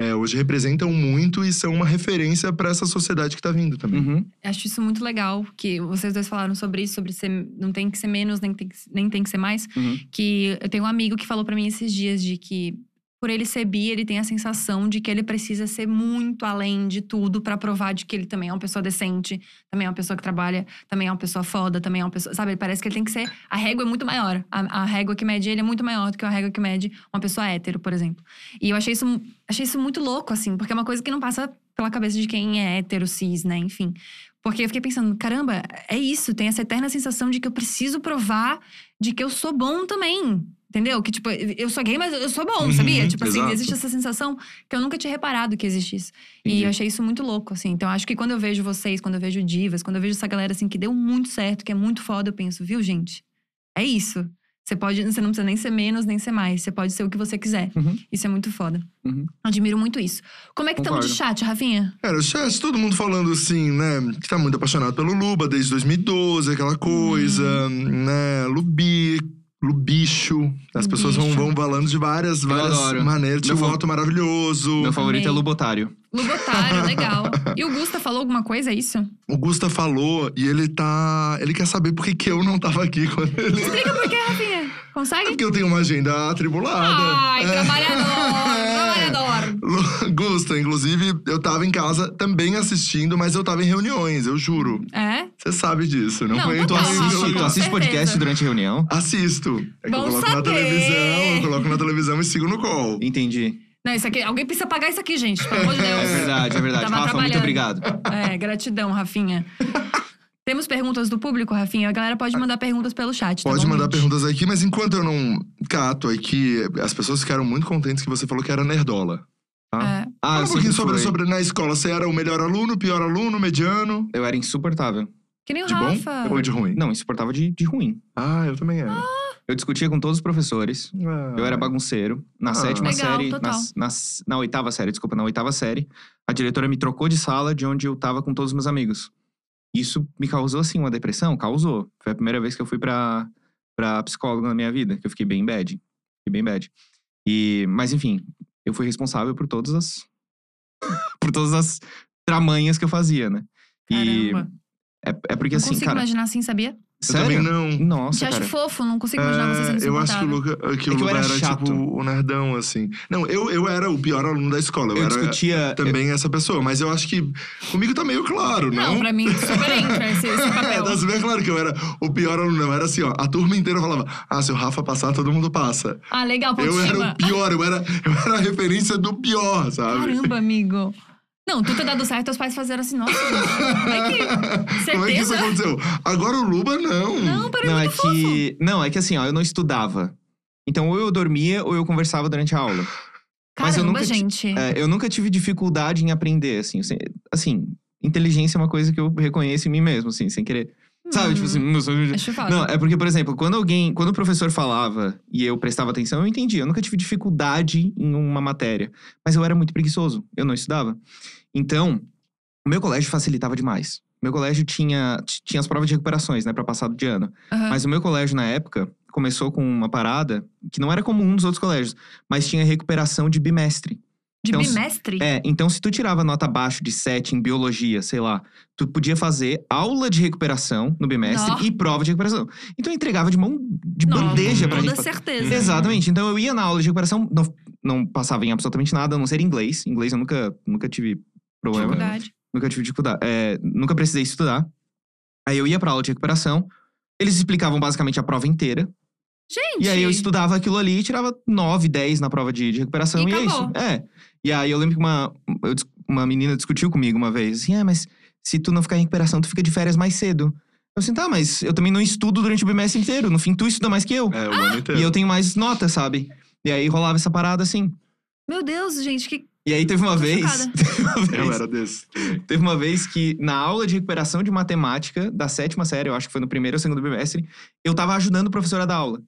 [SPEAKER 2] é, hoje representam muito e são uma referência pra essa sociedade que tá vindo também.
[SPEAKER 3] Uhum.
[SPEAKER 1] Acho isso muito legal que vocês dois falaram sobre isso, sobre ser, não tem que ser menos, nem tem que, nem tem que ser mais.
[SPEAKER 3] Uhum.
[SPEAKER 1] Que eu tenho um amigo que falou pra mim esses dias de que por ele ser bi, ele tem a sensação de que ele precisa ser muito além de tudo pra provar de que ele também é uma pessoa decente, também é uma pessoa que trabalha, também é uma pessoa foda, também é uma pessoa, sabe? Parece que ele tem que ser a régua é muito maior. A, a régua que mede ele é muito maior do que a régua que mede uma pessoa hétero, por exemplo. E eu achei isso mu- achei isso muito louco assim, porque é uma coisa que não passa pela cabeça de quem é hétero, cis, né, enfim. Porque eu fiquei pensando, caramba, é isso, tem essa eterna sensação de que eu preciso provar de que eu sou bom também. Entendeu? Que, tipo, eu sou gay, mas eu sou bom,
[SPEAKER 2] Uhum,
[SPEAKER 1] sabia? Tipo assim,
[SPEAKER 2] exato.
[SPEAKER 1] existe essa sensação que eu nunca tinha reparado que existe isso. E
[SPEAKER 3] Entendi.
[SPEAKER 1] eu achei isso muito louco, assim. Então, acho que quando eu vejo vocês, quando eu vejo divas, quando eu vejo essa galera, assim, que deu muito certo, que é muito foda, eu penso, viu, gente? É isso. Você pode, você não precisa nem ser menos, nem ser mais. Você pode ser o que você quiser.
[SPEAKER 3] Uhum.
[SPEAKER 1] Isso é muito foda.
[SPEAKER 3] Uhum.
[SPEAKER 1] Admiro muito isso. Como é que estamos de
[SPEAKER 3] Concordo.
[SPEAKER 1] chat, Rafinha?
[SPEAKER 2] Cara, o chat, todo mundo falando assim, né? Que tá muito apaixonado pelo Luba desde 2012, aquela coisa,
[SPEAKER 3] Uhum.
[SPEAKER 2] né? Lubi, Lubicho. As pessoas vão,
[SPEAKER 1] Lubicho.
[SPEAKER 2] vão falando de várias, várias
[SPEAKER 3] adoro.
[SPEAKER 2] maneiras. Tinha
[SPEAKER 3] Meu fa-
[SPEAKER 2] voto maravilhoso.
[SPEAKER 3] Meu favorito é
[SPEAKER 1] Amei.
[SPEAKER 3] Lubotário.
[SPEAKER 1] Lubotário, legal. E o Gusta falou alguma coisa, é isso?
[SPEAKER 2] O Gusta falou e ele tá. Ele quer saber por que que eu não tava aqui quando ele.
[SPEAKER 1] Explica por quê, Rafinha.
[SPEAKER 2] É
[SPEAKER 1] Consegue?
[SPEAKER 2] Porque eu tenho uma agenda atribulada.
[SPEAKER 1] Ai,
[SPEAKER 2] É.
[SPEAKER 1] trabalhador, trabalhador.
[SPEAKER 2] Lu- Gusta, inclusive, eu tava em casa também assistindo, mas eu tava em reuniões, eu juro.
[SPEAKER 1] É?
[SPEAKER 2] Você sabe disso, não,
[SPEAKER 1] Não,
[SPEAKER 2] foi em
[SPEAKER 3] Tu
[SPEAKER 1] Ah,
[SPEAKER 3] assiste,
[SPEAKER 1] com
[SPEAKER 3] tu
[SPEAKER 1] certeza.
[SPEAKER 3] assiste podcast durante a reunião?
[SPEAKER 2] Assisto. É que
[SPEAKER 1] Bom
[SPEAKER 2] eu coloco na
[SPEAKER 1] saber.
[SPEAKER 2] televisão, eu coloco na televisão e sigo no call.
[SPEAKER 3] Entendi.
[SPEAKER 1] Não, isso aqui, alguém precisa pagar isso aqui, gente, pelo amor de Deus.
[SPEAKER 3] É verdade, é verdade.
[SPEAKER 1] Tava
[SPEAKER 3] Rafa, muito
[SPEAKER 1] trabalhando.
[SPEAKER 3] obrigado.
[SPEAKER 1] É, gratidão, Rafinha. Temos perguntas do público, Rafinha? A galera pode mandar perguntas pelo chat. tá
[SPEAKER 2] Pode
[SPEAKER 1] bom,
[SPEAKER 2] mandar
[SPEAKER 1] gente?
[SPEAKER 2] perguntas aqui, mas enquanto eu não cato aqui, as pessoas ficaram muito contentes que você falou que era nerdola.
[SPEAKER 1] É.
[SPEAKER 2] Fala
[SPEAKER 3] Ah, eu
[SPEAKER 2] um pouquinho
[SPEAKER 3] sempre
[SPEAKER 2] sobre,
[SPEAKER 3] fui.
[SPEAKER 2] sobre na escola. Você era o melhor aluno, pior aluno, mediano?
[SPEAKER 3] Eu era insuportável.
[SPEAKER 1] Que nem o
[SPEAKER 2] De bom
[SPEAKER 1] Rafa.
[SPEAKER 2] ou de ruim?
[SPEAKER 3] Não, insuportável de, de ruim.
[SPEAKER 2] Ah, eu também era.
[SPEAKER 3] Eu Eu discutia com todos os professores. Eu era
[SPEAKER 2] Ah.
[SPEAKER 3] bagunceiro. Na
[SPEAKER 2] Ah.
[SPEAKER 3] sétima
[SPEAKER 1] Legal,
[SPEAKER 3] série.
[SPEAKER 1] total.
[SPEAKER 3] Na, na, na oitava série, desculpa, na oitava série, a diretora me trocou de sala de onde eu tava com todos os meus amigos. Isso me causou, assim, uma depressão? Causou. Foi a primeira vez que eu fui pra, pra psicólogo na minha vida, que eu fiquei bem bad. Fiquei bem bad. E, mas, enfim, eu fui responsável por todas as. por todas as tramanhas que eu fazia, né?
[SPEAKER 1] Caramba.
[SPEAKER 3] E é, é porque,
[SPEAKER 1] não
[SPEAKER 3] assim,
[SPEAKER 1] consigo
[SPEAKER 3] cara.
[SPEAKER 1] imaginar assim, sabia?
[SPEAKER 2] Eu também
[SPEAKER 3] Sério?
[SPEAKER 2] não.
[SPEAKER 1] Te
[SPEAKER 3] Nossa,
[SPEAKER 1] acho
[SPEAKER 3] cara.
[SPEAKER 1] fofo, não consigo imaginar você sendo
[SPEAKER 2] É, eu acho que o
[SPEAKER 1] insuportável.
[SPEAKER 2] Luca, que o
[SPEAKER 3] É que eu
[SPEAKER 2] Luba
[SPEAKER 3] era
[SPEAKER 2] era,
[SPEAKER 3] chato.
[SPEAKER 2] tipo o nerdão, assim. Não, eu, eu era o pior aluno da escola. Eu,
[SPEAKER 3] Eu
[SPEAKER 2] era
[SPEAKER 3] discutia.
[SPEAKER 2] também essa pessoa. Mas eu acho que comigo tá meio claro,
[SPEAKER 1] Não,
[SPEAKER 2] não?
[SPEAKER 1] pra mim super entra esse, esse
[SPEAKER 3] É,
[SPEAKER 1] papel.
[SPEAKER 2] Tá bem claro que eu era o pior aluno. não. Era assim, ó. A turma inteira falava: Ah, se o Rafa passar, todo mundo passa.
[SPEAKER 1] Ah, legal, ponto
[SPEAKER 2] Eu
[SPEAKER 1] de
[SPEAKER 2] era
[SPEAKER 1] cima.
[SPEAKER 2] o pior, eu era, eu era a referência do pior, sabe?
[SPEAKER 1] Caramba, amigo. Não, tu ter dado certo, teus pais fizeram assim, nossa, gente, vai que...
[SPEAKER 2] Como é que isso
[SPEAKER 1] Certeza?
[SPEAKER 2] aconteceu? Agora o Luba, não.
[SPEAKER 1] Não, peraí,
[SPEAKER 3] Não, é
[SPEAKER 1] muito fofo.
[SPEAKER 3] que. Não, é que assim, ó, eu não estudava. Então, ou eu dormia ou eu conversava durante a aula. Mas eu
[SPEAKER 1] Caramba,
[SPEAKER 3] nunca ti-
[SPEAKER 1] gente.
[SPEAKER 3] É, eu nunca tive dificuldade em aprender, assim. eu se- Assim, inteligência é uma coisa que eu reconheço em mim mesmo, assim, sem querer. Sabe?
[SPEAKER 1] Hum,
[SPEAKER 3] Tipo assim, não, sou-
[SPEAKER 1] Acho foda.
[SPEAKER 3] não, é porque, por exemplo, quando alguém. Quando o professor falava e eu prestava atenção, eu entendi. Eu nunca tive dificuldade em uma matéria. Mas eu era muito preguiçoso. Eu não estudava. Então, o meu colégio facilitava demais. Meu colégio tinha, tinha as provas de recuperações, né, pra passado de ano.
[SPEAKER 1] Aham.
[SPEAKER 3] Mas o meu colégio, na época, começou com uma parada que não era comum nos outros colégios, mas tinha recuperação de bimestre.
[SPEAKER 1] De
[SPEAKER 3] então,
[SPEAKER 1] bimestre?
[SPEAKER 3] É, então se tu tirava nota abaixo de 7 em biologia, sei lá, tu podia fazer aula de recuperação no bimestre
[SPEAKER 1] Nó.
[SPEAKER 3] e prova de recuperação. Então eu entregava de mão de
[SPEAKER 1] Não,
[SPEAKER 3] bandeja pra
[SPEAKER 1] Com
[SPEAKER 3] gente.
[SPEAKER 1] toda certeza.
[SPEAKER 3] Exatamente. Então eu ia na aula de recuperação, não, não passava em absolutamente nada, a não ser inglês. Inglês eu nunca, nunca tive problema. né?
[SPEAKER 1] Dificuldade.
[SPEAKER 3] Nunca tive dificuldade. é, nunca precisei estudar. Aí eu ia pra aula de recuperação. Eles explicavam basicamente a prova inteira.
[SPEAKER 1] Gente!
[SPEAKER 3] E aí eu estudava aquilo ali e tirava 9, 10 na prova de, de recuperação.
[SPEAKER 1] E
[SPEAKER 3] E, é isso.
[SPEAKER 1] acabou.
[SPEAKER 3] É. E aí eu lembro que uma, eu dis- uma menina discutiu comigo uma vez. Assim, é, mas se tu não ficar em recuperação, tu fica de férias mais cedo. Eu assim, tá, mas eu também não estudo durante o bimestre inteiro. No fim, tu estuda mais que eu.
[SPEAKER 2] É, o
[SPEAKER 1] Ah!
[SPEAKER 2] ano inteiro.
[SPEAKER 3] E eu tenho mais notas, sabe? E aí rolava essa parada assim.
[SPEAKER 1] Meu Deus, gente, que...
[SPEAKER 3] E aí teve uma
[SPEAKER 1] Tô
[SPEAKER 3] vez.
[SPEAKER 1] chocada.
[SPEAKER 3] Teve uma vez.
[SPEAKER 2] Eu era desse.
[SPEAKER 3] Teve uma vez que, na aula de recuperação de matemática da sétima série, eu acho que foi no primeiro ou segundo bimestre, eu tava ajudando o professor a dar aula.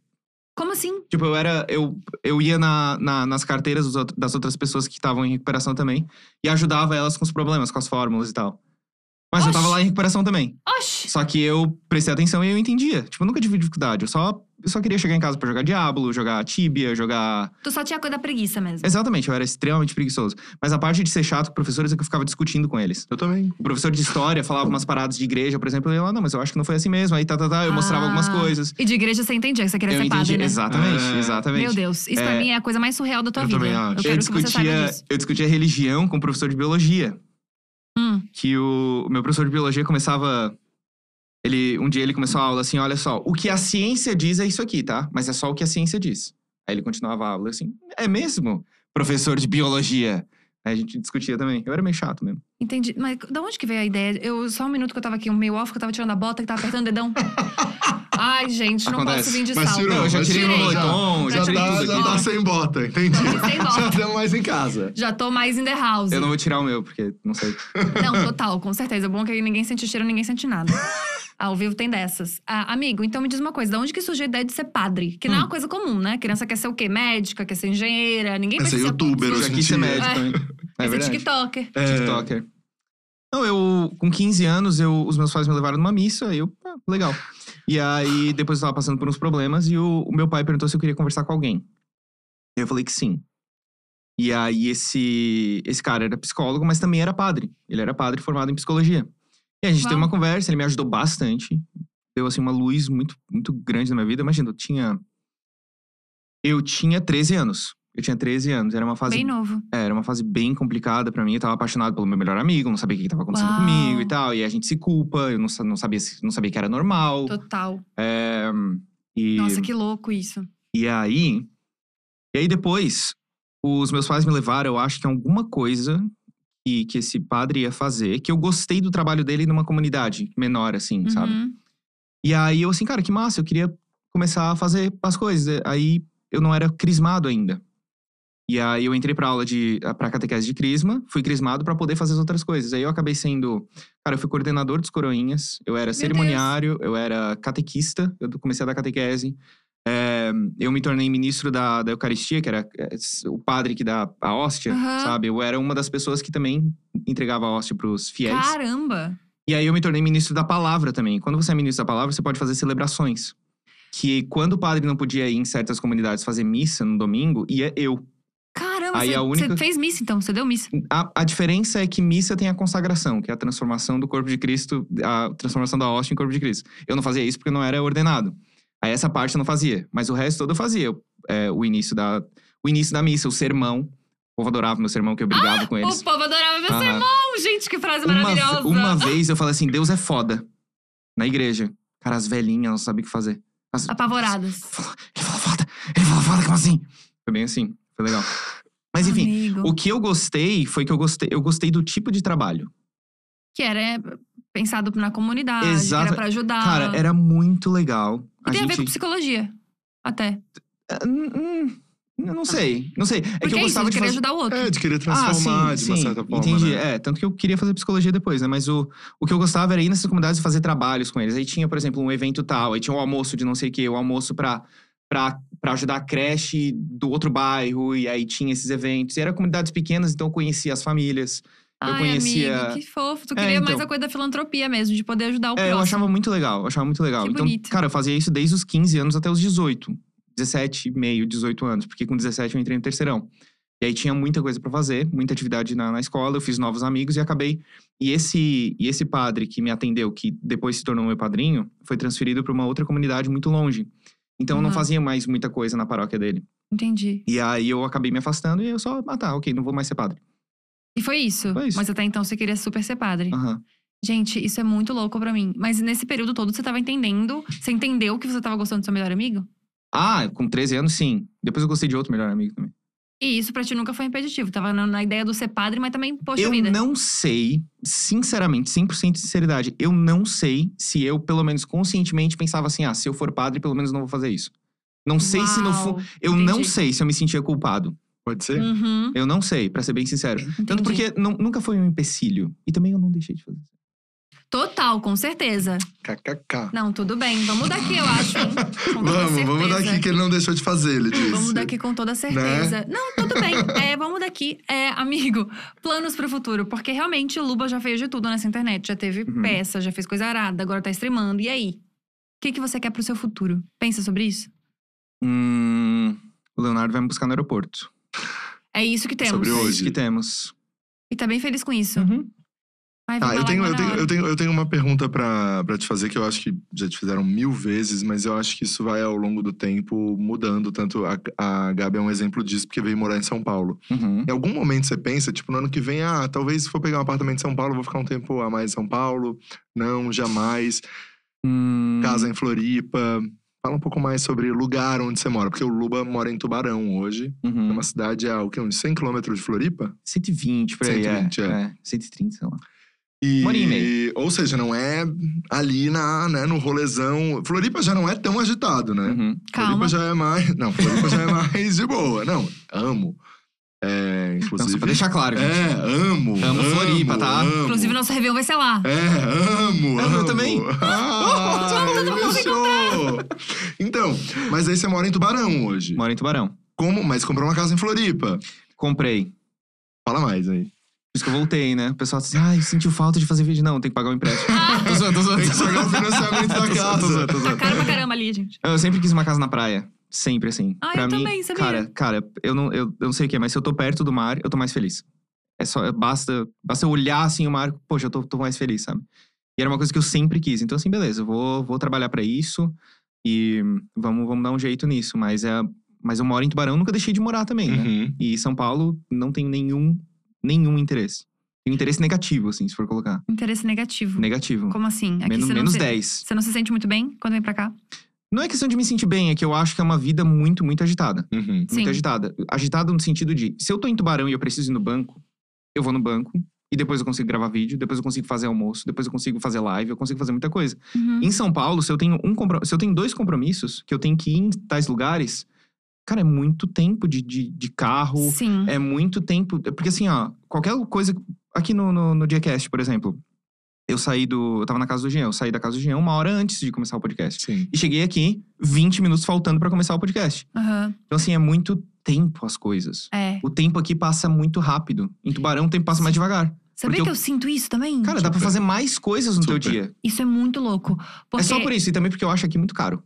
[SPEAKER 1] Como assim?
[SPEAKER 3] Tipo, eu era. Eu, eu ia na, na- nas carteiras dos outro- das outras pessoas que estavam em recuperação também e ajudava elas com os problemas, com as fórmulas e tal. Mas eu tava
[SPEAKER 1] Oxi.
[SPEAKER 3] lá em recuperação também.
[SPEAKER 1] Oxi!
[SPEAKER 3] Só que eu prestei atenção e eu entendia. Tipo, eu nunca tive dificuldade. Eu só, eu só queria chegar em casa pra jogar Diablo, jogar Tibia, jogar
[SPEAKER 1] Tu só tinha coisa da preguiça mesmo.
[SPEAKER 3] Exatamente, eu era extremamente preguiçoso. Mas a parte de ser chato com professores é que eu ficava discutindo com eles.
[SPEAKER 2] Eu também.
[SPEAKER 3] O professor de história falava umas paradas de igreja, por exemplo, e eu lá, não, mas eu acho que não foi assim mesmo. Aí tá, tá, tá, eu mostrava
[SPEAKER 1] Ah.
[SPEAKER 3] algumas coisas.
[SPEAKER 1] E de igreja você entendia que você queria
[SPEAKER 3] eu
[SPEAKER 1] ser
[SPEAKER 3] entendi,
[SPEAKER 1] padre, né?
[SPEAKER 3] exatamente,
[SPEAKER 2] Ah.
[SPEAKER 3] exatamente.
[SPEAKER 1] Meu Deus, isso pra
[SPEAKER 3] É.
[SPEAKER 1] mim é a coisa mais surreal da tua
[SPEAKER 2] Eu
[SPEAKER 1] vida.
[SPEAKER 2] também acho.
[SPEAKER 1] Eu
[SPEAKER 3] Eu
[SPEAKER 1] quero que você saiba
[SPEAKER 3] discutia,
[SPEAKER 1] disso.
[SPEAKER 3] eu discutia religião com o professor de biologia.
[SPEAKER 1] Hum.
[SPEAKER 3] Que o, o meu professor de biologia começava. Ele, um dia ele começou a aula assim: olha só, o que a ciência diz é isso aqui, tá? Mas é só o que a ciência diz. Aí ele continuava a aula assim: é mesmo? Professor de biologia. Aí a gente discutia também. Eu era meio chato mesmo.
[SPEAKER 1] Entendi. Mas da onde que veio a ideia? Eu, só um minuto que eu tava aqui, um meio off, que eu tava tirando a bota, que tava apertando o dedão. Ai, gente, não
[SPEAKER 3] Acontece.
[SPEAKER 1] posso vir de
[SPEAKER 2] Mas
[SPEAKER 1] salto.
[SPEAKER 2] tirou,
[SPEAKER 3] Não, eu já
[SPEAKER 2] mas
[SPEAKER 3] tirei
[SPEAKER 1] tirei,
[SPEAKER 3] meu
[SPEAKER 1] já.
[SPEAKER 3] moletom,
[SPEAKER 1] Já
[SPEAKER 3] já tirei
[SPEAKER 2] Tá,
[SPEAKER 3] tudo
[SPEAKER 2] já
[SPEAKER 3] aqui.
[SPEAKER 2] tá
[SPEAKER 1] né?
[SPEAKER 2] sem bota, entendi.
[SPEAKER 1] Sem bota.
[SPEAKER 2] Já estamos mais em casa.
[SPEAKER 1] Já tô mais in the house.
[SPEAKER 3] Eu não vou tirar o meu, porque não sei.
[SPEAKER 1] Não, total, com certeza. É Bom que ninguém sente cheiro, ninguém sente nada. Ao vivo tem dessas. Ah, amigo, então me diz uma coisa: de onde que surgiu a ideia de ser padre?
[SPEAKER 3] Hum.
[SPEAKER 1] Que não é uma coisa comum, né? Criança quer ser o quê? Médica, quer ser engenheira, ninguém
[SPEAKER 2] Quer ser
[SPEAKER 1] pensa
[SPEAKER 2] youtuber,
[SPEAKER 1] Quer
[SPEAKER 2] eu
[SPEAKER 3] Já quis ser
[SPEAKER 2] sentia.
[SPEAKER 3] médico
[SPEAKER 1] É.
[SPEAKER 3] também. É
[SPEAKER 1] ser
[SPEAKER 3] verdade.
[SPEAKER 1] TikToker.
[SPEAKER 2] É,
[SPEAKER 3] TikToker. Não, eu, com 15 anos, eu, os meus pais me levaram numa missa, aí eu, ah, legal. E aí, depois eu tava passando por uns problemas e o, o meu pai perguntou se eu queria conversar com alguém. E eu falei que sim. E aí, esse, esse cara era psicólogo, mas também era padre. Ele era padre formado em psicologia. E a gente teve
[SPEAKER 1] Uau.
[SPEAKER 3] uma conversa, ele me ajudou bastante. Deu, assim, uma luz muito, muito grande na minha vida. Imagina, eu tinha. Eu tinha 13 anos. Eu tinha 13 anos. Era uma fase
[SPEAKER 1] Bem novo.
[SPEAKER 3] é, era uma fase bem complicada pra mim. Eu tava apaixonado pelo meu melhor amigo, não sabia o que que tava acontecendo
[SPEAKER 1] Uau.
[SPEAKER 3] comigo e tal. E a gente se culpa, eu não, sa- não sabia, se- não sabia que era normal.
[SPEAKER 1] Total.
[SPEAKER 3] É, e,
[SPEAKER 1] Nossa, que louco isso.
[SPEAKER 3] e aí. E aí depois, os meus pais me levaram, eu acho que alguma coisa que, que esse padre ia fazer, que eu gostei do trabalho dele numa comunidade menor, assim, sabe?
[SPEAKER 1] Uhum.
[SPEAKER 3] E aí eu assim, cara, que massa, eu queria começar a fazer as coisas. Aí eu não era crismado ainda. E aí eu entrei pra aula de para catequese de crisma, fui crismado pra poder fazer as outras coisas. Aí eu acabei sendo, cara, eu fui coordenador dos coroinhas, eu era cerimoniário, eu era catequista, eu comecei a dar catequese. É, eu me tornei ministro da, da Eucaristia, que era é, o padre que dá a hóstia,
[SPEAKER 1] Aham.
[SPEAKER 3] sabe? Eu era uma das pessoas que também entregava a hóstia pros fiéis.
[SPEAKER 1] Caramba!
[SPEAKER 3] E aí eu me tornei ministro da palavra também. Quando você é ministro da palavra, você pode fazer celebrações. Que quando o padre não podia ir em certas comunidades fazer missa no domingo, ia eu.
[SPEAKER 1] Caramba,
[SPEAKER 3] Aí
[SPEAKER 1] você,
[SPEAKER 3] a única-
[SPEAKER 1] você fez missa então, você deu missa.
[SPEAKER 3] A, a diferença é que missa tem a consagração, que é a transformação do corpo de Cristo, a transformação da hóstia em corpo de Cristo. Eu não fazia isso porque eu não era ordenado. Aí essa parte eu não fazia, mas o resto todo eu fazia. Eu, é, o início da o início da missa, o sermão. O povo adorava meu sermão, que eu brigava com eles.
[SPEAKER 1] O povo adorava meu
[SPEAKER 3] Aham.
[SPEAKER 1] sermão, gente, que frase
[SPEAKER 3] Tá. Uma,
[SPEAKER 1] é maravilhosa.
[SPEAKER 3] ve- uma vez eu falei assim, Deus é foda. Na igreja. Cara, as velhinhas não sabem o que fazer. As-
[SPEAKER 1] Apavoradas.
[SPEAKER 3] Ele fala foda, ele fala foda, como assim? Foi bem assim, foi legal.
[SPEAKER 1] Ah,
[SPEAKER 3] Mas enfim,
[SPEAKER 1] Amigo.
[SPEAKER 3] o que eu gostei foi que eu gostei, eu gostei do tipo de trabalho.
[SPEAKER 1] Que era é, pensado na comunidade, que
[SPEAKER 3] Exato.
[SPEAKER 1] era pra ajudar.
[SPEAKER 3] Cara, é era muito legal.
[SPEAKER 1] Ah. E tem a, ver com
[SPEAKER 3] gente-
[SPEAKER 1] psicologia, até.
[SPEAKER 3] Ah, hum, hum, eu não sei, não sei. É
[SPEAKER 1] Ah. Porque
[SPEAKER 3] que eu
[SPEAKER 1] é isso,
[SPEAKER 3] gostava
[SPEAKER 1] de
[SPEAKER 3] de
[SPEAKER 1] querer
[SPEAKER 3] fazer...
[SPEAKER 1] ajudar o outro.
[SPEAKER 2] É, de querer
[SPEAKER 3] Ah,
[SPEAKER 2] transformar de uma certa forma.
[SPEAKER 3] entendi.
[SPEAKER 2] né?
[SPEAKER 3] É, tanto que eu queria fazer psicologia depois, né? Mas o, o que eu gostava era ir nessas comunidades e fazer trabalhos com eles. Aí tinha, por exemplo, um evento tal, aí tinha um almoço de não sei o quê, o almoço pra, pra, pra ajudar a creche do outro bairro, e aí tinha esses eventos. E eram comunidades pequenas, então eu conhecia as famílias. eu
[SPEAKER 1] Ai,
[SPEAKER 3] conhecia-
[SPEAKER 1] amigo, que fofo. Tu
[SPEAKER 3] É,
[SPEAKER 1] queria mais
[SPEAKER 3] então.
[SPEAKER 1] a coisa da filantropia mesmo, de poder ajudar o
[SPEAKER 3] É,
[SPEAKER 1] próximo.
[SPEAKER 3] eu achava muito legal, eu achava muito legal.
[SPEAKER 1] Que
[SPEAKER 3] então,
[SPEAKER 1] bonito.
[SPEAKER 3] cara, eu fazia isso desde os 15 anos até os 18. 17, meio, 18 anos, porque com 17 eu entrei no terceirão. E aí tinha muita coisa pra fazer, muita atividade na, na escola, eu fiz novos amigos e acabei. E esse, e esse padre que me atendeu, que depois se tornou meu padrinho, foi transferido pra uma outra comunidade muito longe. Então eu não
[SPEAKER 1] Uhum.
[SPEAKER 3] fazia mais muita coisa na paróquia dele.
[SPEAKER 1] Entendi.
[SPEAKER 3] E aí eu acabei me afastando e eu só, ah tá, ok, não vou mais ser padre.
[SPEAKER 1] E foi isso.
[SPEAKER 3] Foi isso.
[SPEAKER 1] Mas até então você queria super ser padre.
[SPEAKER 3] Aham.
[SPEAKER 1] Gente, isso é muito louco pra mim. Mas nesse período todo você tava entendendo, você entendeu que você tava gostando do seu melhor amigo?
[SPEAKER 3] Ah, com 13 anos sim. Depois eu gostei de outro melhor amigo também.
[SPEAKER 1] E isso pra ti nunca foi impeditivo. Tava na, na ideia do ser padre, mas também, poxa
[SPEAKER 3] eu
[SPEAKER 1] vida.
[SPEAKER 3] não sei, sinceramente, 100% de sinceridade, eu não sei se eu, pelo menos conscientemente, pensava assim: ah, se eu for padre, pelo menos não vou fazer isso. Não sei se no fundo.
[SPEAKER 1] Uau,
[SPEAKER 3] Eu não
[SPEAKER 1] entendi.
[SPEAKER 3] sei se eu me sentia culpado.
[SPEAKER 2] Pode ser?
[SPEAKER 1] Uhum,
[SPEAKER 3] Eu não sei, pra ser bem sincero. Tanto
[SPEAKER 1] entendi.
[SPEAKER 3] porque nu- nunca foi um empecilho. E também eu não deixei de fazer isso.
[SPEAKER 1] Total, com certeza.
[SPEAKER 2] KKK.
[SPEAKER 1] Não, tudo bem. Vamos daqui, eu acho. hein? Com toda
[SPEAKER 2] Vamos, vamos
[SPEAKER 1] certeza.
[SPEAKER 2] daqui que ele não deixou de fazer, ele disse.
[SPEAKER 1] Vamos daqui com
[SPEAKER 3] né?
[SPEAKER 1] toda certeza. Não, tudo bem. É, vamos daqui. É, amigo, planos pro futuro. Porque realmente o Luba já fez de tudo nessa internet. Já teve
[SPEAKER 3] Uhum.
[SPEAKER 1] peça, já fez coisa arada, agora tá streamando. E aí? O que, que você quer pro seu futuro? Pensa sobre isso?
[SPEAKER 3] Hum. O Leonardo vai me buscar no aeroporto.
[SPEAKER 1] É isso que temos.
[SPEAKER 2] Sobre
[SPEAKER 3] É
[SPEAKER 2] hoje.
[SPEAKER 3] isso que temos.
[SPEAKER 1] E tá bem feliz com isso.
[SPEAKER 3] Uhum.
[SPEAKER 1] Vai, vai
[SPEAKER 2] Tá, eu
[SPEAKER 1] lá
[SPEAKER 2] tenho,
[SPEAKER 1] agora
[SPEAKER 2] eu,
[SPEAKER 1] na
[SPEAKER 2] tenho,
[SPEAKER 1] hora.
[SPEAKER 2] eu, tenho, eu tenho uma pergunta pra, pra te fazer que eu acho que já te fizeram mil vezes, mas eu acho que isso vai ao longo do tempo mudando. Tanto a, a Gabi é um exemplo disso, porque veio morar em São Paulo.
[SPEAKER 3] Uhum.
[SPEAKER 2] Em algum momento você pensa, tipo, no ano que vem, ah, talvez se for pegar um apartamento em São Paulo, eu vou ficar um tempo a mais em São Paulo. Não, jamais.
[SPEAKER 3] Hum,
[SPEAKER 2] Casa em Floripa. Fala um pouco mais sobre lugar onde você mora, porque o Luba mora em Tubarão hoje. É
[SPEAKER 3] Uhum.
[SPEAKER 2] uma cidade a o quê? Uns 100 quilômetros de Floripa?
[SPEAKER 3] 120, por aí.
[SPEAKER 2] 120, é.
[SPEAKER 3] é. é. 130, sei lá.
[SPEAKER 2] E,
[SPEAKER 3] Uma hora e meia.
[SPEAKER 2] Ou seja, não é ali na, né, no rolezão. Floripa já não é tão agitado, né?
[SPEAKER 3] Uhum.
[SPEAKER 1] Calma.
[SPEAKER 2] Floripa já é mais. Não, Floripa já é mais de boa. Não, amo. É,
[SPEAKER 3] Não, só
[SPEAKER 2] inclusive.
[SPEAKER 3] pra deixar claro, gente.
[SPEAKER 2] É, amo.
[SPEAKER 3] Amo Floripa, tá?
[SPEAKER 2] amo.
[SPEAKER 1] Inclusive, nosso review vai ser lá.
[SPEAKER 2] É, amo,
[SPEAKER 3] Amo, eu
[SPEAKER 2] amo.
[SPEAKER 3] também.
[SPEAKER 2] Ah, fechou. Então, mas aí você mora em Tubarão hoje.
[SPEAKER 3] Moro em Tubarão.
[SPEAKER 2] Como? Mas comprou uma casa em Floripa.
[SPEAKER 3] Comprei.
[SPEAKER 2] Fala mais aí.
[SPEAKER 3] Por isso que eu voltei, né? O pessoal disse, ai, sentiu falta de fazer vídeo. Não, tem que pagar o empréstimo.
[SPEAKER 1] Ah.
[SPEAKER 3] tô zoando, tô zoando.
[SPEAKER 2] Tem que pagar o financiamento da
[SPEAKER 3] Tô zoando,
[SPEAKER 2] casa.
[SPEAKER 3] tô zoando, tô
[SPEAKER 1] Tá
[SPEAKER 3] zoando.
[SPEAKER 1] caro pra caramba ali, gente.
[SPEAKER 3] Eu sempre quis uma casa na praia. Sempre, assim.
[SPEAKER 1] Ah,
[SPEAKER 3] pra
[SPEAKER 1] eu
[SPEAKER 3] mim,
[SPEAKER 1] também, sabia?
[SPEAKER 3] Cara, cara, eu não, eu, eu não sei o que é, mas se eu tô perto do mar, eu tô mais feliz. É só, basta, basta eu olhar, assim, o mar, poxa, eu tô, tô mais feliz, sabe? E era uma coisa que eu sempre quis. Então, assim, beleza, eu vou, vou trabalhar pra isso. E vamos, vamos dar um jeito nisso. Mas, é, mas eu moro em Tubarão, nunca deixei de morar também, né?
[SPEAKER 2] Uhum.
[SPEAKER 3] E São Paulo não tenho nenhum, nenhum interesse. Tenho interesse negativo, assim, se for colocar.
[SPEAKER 1] Interesse negativo.
[SPEAKER 3] Negativo.
[SPEAKER 1] Como assim? Aqui
[SPEAKER 3] menos
[SPEAKER 1] você não
[SPEAKER 3] menos
[SPEAKER 1] se...
[SPEAKER 3] 10.
[SPEAKER 1] Você não se sente muito bem quando vem pra cá?
[SPEAKER 3] Não é questão de me sentir bem, é que eu acho que é uma vida muito, muito agitada.
[SPEAKER 2] Uhum.
[SPEAKER 1] Sim.
[SPEAKER 3] Muito agitada. Agitada no sentido de, se eu tô em Tubarão e eu preciso ir no banco, eu vou no banco. E depois eu consigo gravar vídeo, depois eu consigo fazer almoço, depois eu consigo fazer live, eu consigo fazer muita coisa.
[SPEAKER 1] Uhum.
[SPEAKER 3] Em São Paulo, se eu tenho um compro- se eu tenho dois compromissos, que eu tenho que ir em tais lugares, cara, é muito tempo de, de, de carro,
[SPEAKER 1] Sim.
[SPEAKER 3] É muito tempo. Porque assim, ó, qualquer coisa. Aqui no, no, no Diacast, por exemplo, Eu saí do. Eu tava na casa do Jean, eu saí da casa do Jean uma hora antes de começar o podcast.
[SPEAKER 2] Sim.
[SPEAKER 3] E cheguei aqui 20 minutos faltando pra começar o podcast.
[SPEAKER 1] Aham.
[SPEAKER 3] Então, assim, é muito tempo as coisas.
[SPEAKER 1] É.
[SPEAKER 3] O tempo aqui passa muito rápido. Em Tubarão, o tempo passa mais devagar.
[SPEAKER 1] Sabia
[SPEAKER 3] Porque
[SPEAKER 1] que
[SPEAKER 3] eu-
[SPEAKER 1] eu sinto isso também?
[SPEAKER 3] Cara, dá pra
[SPEAKER 2] Super.
[SPEAKER 3] fazer mais coisas no teu
[SPEAKER 2] Super.
[SPEAKER 3] dia.
[SPEAKER 1] Isso é muito louco. Porque,
[SPEAKER 3] É só por isso. E também porque eu acho aqui muito caro.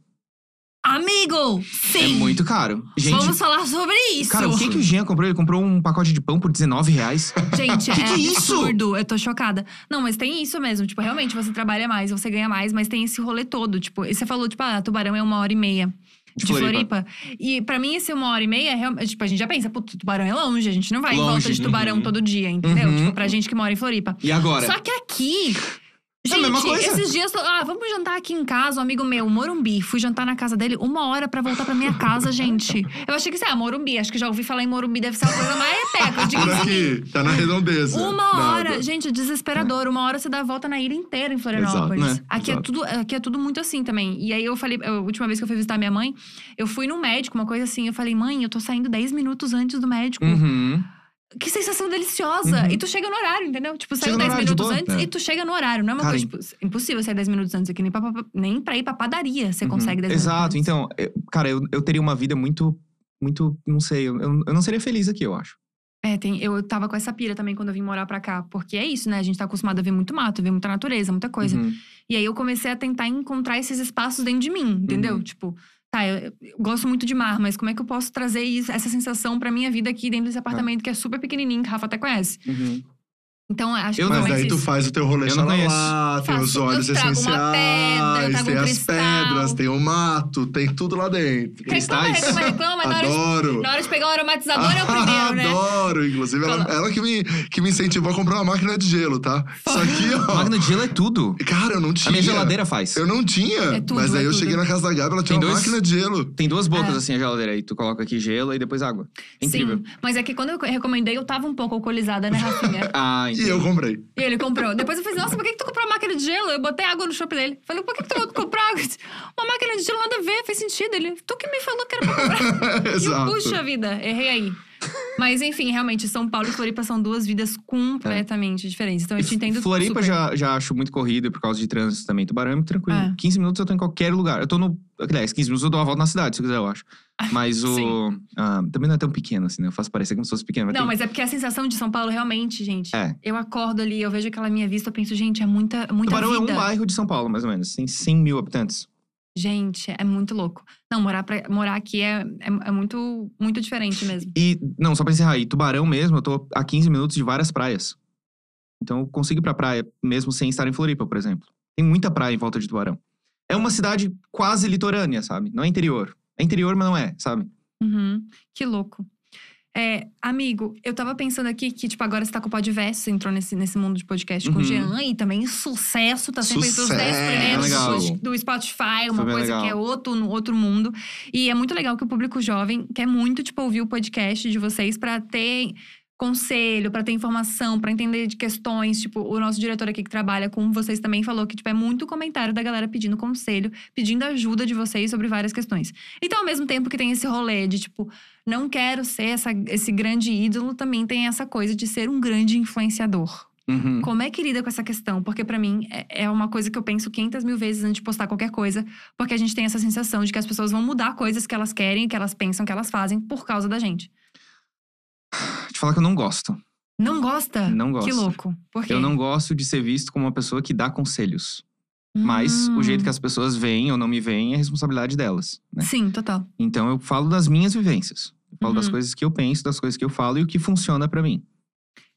[SPEAKER 1] amigo, sim.
[SPEAKER 3] É muito caro. Gente,
[SPEAKER 1] Vamos falar sobre isso.
[SPEAKER 3] cara, o que, que o Jean comprou? Ele comprou um pacote de pão por 19 reais.
[SPEAKER 1] Gente,
[SPEAKER 3] Que
[SPEAKER 1] é
[SPEAKER 3] que é isso?
[SPEAKER 1] absurdo. Eu tô chocada. Não, mas tem isso mesmo. Tipo, realmente você trabalha mais, você ganha mais, mas tem esse rolê todo. Tipo, e você falou, tipo, ah, Tubarão é uma hora e meia de,
[SPEAKER 3] De
[SPEAKER 1] Floripa. E pra mim, esse uma hora e meia, realmente, tipo, a gente já pensa, putz, Tubarão é longe, a gente não vai em volta
[SPEAKER 3] Longe,
[SPEAKER 1] de Tubarão
[SPEAKER 4] uhum.
[SPEAKER 1] todo dia, entendeu?
[SPEAKER 3] Uhum.
[SPEAKER 1] Tipo, pra gente que mora em Floripa.
[SPEAKER 3] E agora?
[SPEAKER 1] Só que aqui.
[SPEAKER 3] É a
[SPEAKER 1] Gente,
[SPEAKER 3] mesma coisa.
[SPEAKER 1] esses dias. eu- Ah, vamos jantar aqui em casa, um amigo meu, Morumbi. Fui jantar na casa dele uma hora pra voltar pra minha casa, gente. Eu achei que isso é ah, Morumbi. Acho que já ouvi falar em Morumbi, deve ser uma coisa mais é peca. de
[SPEAKER 2] Por aqui, tá na redondeza.
[SPEAKER 1] assim. uma hora,
[SPEAKER 2] Nada.
[SPEAKER 1] gente, é desesperador. Uma hora você dá a volta na ilha inteira em Florianópolis.
[SPEAKER 3] Exato, né?
[SPEAKER 1] Aqui, É
[SPEAKER 3] Exato.
[SPEAKER 1] tudo, aqui é tudo muito assim também. E aí eu falei, a última vez que eu fui visitar minha mãe, eu fui no médico, uma coisa assim. Eu falei, mãe, eu tô saindo 10 minutos antes do médico.
[SPEAKER 3] Uhum.
[SPEAKER 1] Que sensação deliciosa!
[SPEAKER 3] Uhum.
[SPEAKER 1] E tu chega no horário, entendeu? Tipo, saiu
[SPEAKER 3] Chega no
[SPEAKER 1] 10
[SPEAKER 3] horário, de
[SPEAKER 1] minutos
[SPEAKER 3] boa.
[SPEAKER 1] antes
[SPEAKER 2] É.
[SPEAKER 1] e tu chega no horário. Não é uma
[SPEAKER 3] Cara,
[SPEAKER 1] coisa, tipo, impossível sair 10 minutos antes aqui, nem pra, pra- nem pra ir pra padaria você
[SPEAKER 3] Uhum.
[SPEAKER 1] consegue 10
[SPEAKER 3] Exato.
[SPEAKER 1] minutos.
[SPEAKER 3] Então, eu- cara, eu, eu teria uma vida muito. Muito. Não sei. Eu, eu não seria feliz aqui, eu acho.
[SPEAKER 1] É, tem, eu tava com essa pira também quando eu vim morar pra cá, porque é isso, né? A gente tá acostumado a ver muito mato, ver muita natureza, muita coisa.
[SPEAKER 3] Uhum.
[SPEAKER 1] E aí eu comecei a tentar encontrar esses espaços dentro de mim, entendeu?
[SPEAKER 3] Uhum.
[SPEAKER 1] Tipo, tá, eu, eu gosto muito de mar, mas como é que eu posso trazer isso- essa sensação pra minha vida aqui dentro
[SPEAKER 3] Tá.
[SPEAKER 1] desse apartamento que é super pequenininho, que a Rafa até conhece?
[SPEAKER 3] Uhum.
[SPEAKER 1] Então, acho
[SPEAKER 3] Eu
[SPEAKER 1] que
[SPEAKER 3] não,
[SPEAKER 2] Mas
[SPEAKER 1] talvez
[SPEAKER 2] daí tu
[SPEAKER 1] isso-
[SPEAKER 2] faz o teu rolê
[SPEAKER 3] Eu não
[SPEAKER 2] lá, tem os
[SPEAKER 1] Faço,
[SPEAKER 2] óleos
[SPEAKER 1] eu trago uma pedra, eu
[SPEAKER 2] essenciais,
[SPEAKER 1] trago
[SPEAKER 2] tem
[SPEAKER 1] um
[SPEAKER 2] as
[SPEAKER 1] cristal.
[SPEAKER 2] pedras, tem o mato, tem tudo lá dentro.
[SPEAKER 1] Reclama,
[SPEAKER 3] cristais?
[SPEAKER 1] reclama, reclama, mas na hora de
[SPEAKER 2] Adoro.
[SPEAKER 1] Na hora de pegar o aromatizador é o primeiro, né?
[SPEAKER 2] Adoro, inclusive. Ela,
[SPEAKER 1] Fala.
[SPEAKER 2] ela que, me, que me incentivou a comprar uma máquina de gelo, tá? Isso aqui, ó.
[SPEAKER 3] Máquina de gelo é tudo.
[SPEAKER 2] Cara, eu não
[SPEAKER 3] A
[SPEAKER 2] tinha.
[SPEAKER 3] minha geladeira faz.
[SPEAKER 2] Eu não tinha.
[SPEAKER 1] É tudo,
[SPEAKER 2] mas aí
[SPEAKER 1] é
[SPEAKER 2] eu
[SPEAKER 1] tudo.
[SPEAKER 2] cheguei na casa da Gabi, ela tinha
[SPEAKER 3] Tem
[SPEAKER 2] uma
[SPEAKER 3] dois?
[SPEAKER 2] máquina de gelo.
[SPEAKER 3] Tem duas bocas
[SPEAKER 1] É.
[SPEAKER 3] assim a geladeira aí. Tu coloca aqui gelo e depois água. É incrível.
[SPEAKER 1] Sim, mas é que quando eu recomendei, eu tava um pouco alcoolizada, né, Rafinha?
[SPEAKER 3] Ah,
[SPEAKER 2] E eu comprei.
[SPEAKER 1] e ele comprou. Depois eu falei, nossa, por que, que tu comprou uma máquina de gelo? Eu botei água no shopping dele. Falei, por que, que tu comprou água? Uma máquina de gelo nada a ver, fez sentido. Ele, tu que me falou que era pra comprar. E eu,
[SPEAKER 2] Exato.
[SPEAKER 1] puxa vida, errei aí. Mas enfim, realmente, São Paulo e Floripa são duas vidas completamente diferentes. Então eu te entendo
[SPEAKER 3] Floripa
[SPEAKER 1] super.
[SPEAKER 3] já, já acho muito corrido por causa de trânsito também. Tubarão é muito tranquilo.
[SPEAKER 1] É.
[SPEAKER 3] 15 minutos eu tô em qualquer lugar. Eu tô no. Aliás, 15 minutos eu dou uma volta na cidade, se eu quiser, eu acho. Mas o. ah, também não é tão pequeno assim, né? Eu faço parecer como se fosse pequeno. mas
[SPEAKER 1] Não,
[SPEAKER 3] tem-
[SPEAKER 1] mas é porque a sensação de São Paulo, realmente, gente.
[SPEAKER 3] É.
[SPEAKER 1] Eu acordo ali, eu vejo aquela minha vista, eu penso, gente, é muita, muita
[SPEAKER 3] Tubarão
[SPEAKER 1] vida.
[SPEAKER 3] é um bairro de São Paulo, mais ou menos. Tem 100 mil habitantes.
[SPEAKER 1] Gente, é muito louco. Não, morar, pra, morar aqui é, é, é muito, muito diferente mesmo.
[SPEAKER 3] E, não, só pra encerrar aí, Tubarão mesmo, eu tô a 15 minutos de várias praias. Então eu consigo ir pra praia, mesmo sem estar em Floripa, por exemplo. Tem muita praia em volta de Tubarão. É uma cidade quase litorânea, sabe? Não é interior. É interior, mas não é, sabe?
[SPEAKER 1] Uhum, Que louco. É, amigo, eu tava pensando aqui que, tipo, agora você tá com o Podverso, você entrou nesse, nesse mundo de podcast com o
[SPEAKER 3] Uhum.
[SPEAKER 1] Jean e também sucesso, tá sempre entre os 10
[SPEAKER 2] Sucesso!
[SPEAKER 1] primeiros
[SPEAKER 3] Legal.
[SPEAKER 1] do- do Spotify,
[SPEAKER 3] Foi
[SPEAKER 1] uma
[SPEAKER 3] bem
[SPEAKER 1] coisa
[SPEAKER 3] legal.
[SPEAKER 1] que é outro, no outro mundo. E é muito legal que o público jovem quer muito, tipo, ouvir o podcast de vocês pra ter conselho, pra ter informação, pra entender de questões, tipo, o nosso diretor aqui que trabalha com vocês também falou que tipo é muito comentário da galera pedindo conselho, pedindo ajuda de vocês sobre várias questões. Então, ao mesmo tempo que tem esse rolê de tipo, não quero ser essa, esse grande ídolo, também tem essa coisa de ser um grande influenciador.
[SPEAKER 3] Uhum.
[SPEAKER 1] Como é que lida com essa questão? Porque pra mim é, é uma coisa que eu penso 500 mil vezes antes de postar qualquer coisa, porque a gente tem essa sensação de que as pessoas vão mudar coisas que elas querem, que elas pensam, que elas fazem por causa da gente.
[SPEAKER 3] Te falar que eu não gosto.
[SPEAKER 1] Não gosta?
[SPEAKER 3] Não
[SPEAKER 1] Ah, Que
[SPEAKER 3] gosto.
[SPEAKER 1] louco. Por quê?
[SPEAKER 3] Eu não gosto de ser visto como uma pessoa que dá conselhos. Mas o
[SPEAKER 1] Hum.
[SPEAKER 3] jeito que as pessoas veem ou não me veem é responsabilidade delas. Né?
[SPEAKER 1] Sim, total.
[SPEAKER 3] Então eu falo das minhas vivências. Eu falo das
[SPEAKER 1] Uhum.
[SPEAKER 3] coisas que eu penso, das coisas que eu falo e o que funciona pra mim.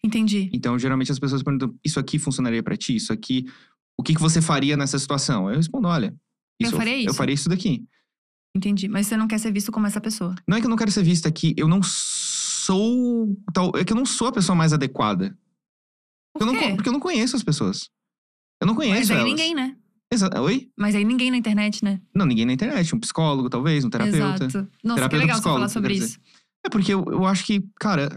[SPEAKER 1] Entendi.
[SPEAKER 3] Então, geralmente as pessoas perguntam: isso aqui funcionaria pra ti? Isso aqui. O que, que você faria nessa situação? Eu respondo: olha,
[SPEAKER 1] Eu faria
[SPEAKER 3] Eu
[SPEAKER 1] isso."
[SPEAKER 3] faria isso daqui.
[SPEAKER 1] Entendi. Mas você não quer ser visto como essa pessoa.
[SPEAKER 3] Não é que eu não quero ser vista aqui, eu não sou. Tal, é que eu não sou a pessoa mais adequada.
[SPEAKER 1] Por
[SPEAKER 3] eu não,
[SPEAKER 1] quê?
[SPEAKER 3] co- porque eu não conheço as pessoas. Eu não conheço
[SPEAKER 1] Mas aí
[SPEAKER 3] elas.
[SPEAKER 1] ninguém, né?
[SPEAKER 3] Exa- Oi?
[SPEAKER 1] Mas aí ninguém na internet, né?
[SPEAKER 3] Não, ninguém na internet. Um psicólogo, talvez, um terapeuta.
[SPEAKER 1] Exato. Nossa,
[SPEAKER 3] Terapeuta
[SPEAKER 1] que legal você
[SPEAKER 3] psicólogo,
[SPEAKER 1] falar
[SPEAKER 3] você
[SPEAKER 1] sobre
[SPEAKER 3] quer
[SPEAKER 1] isso.
[SPEAKER 3] É porque eu, eu acho que, cara,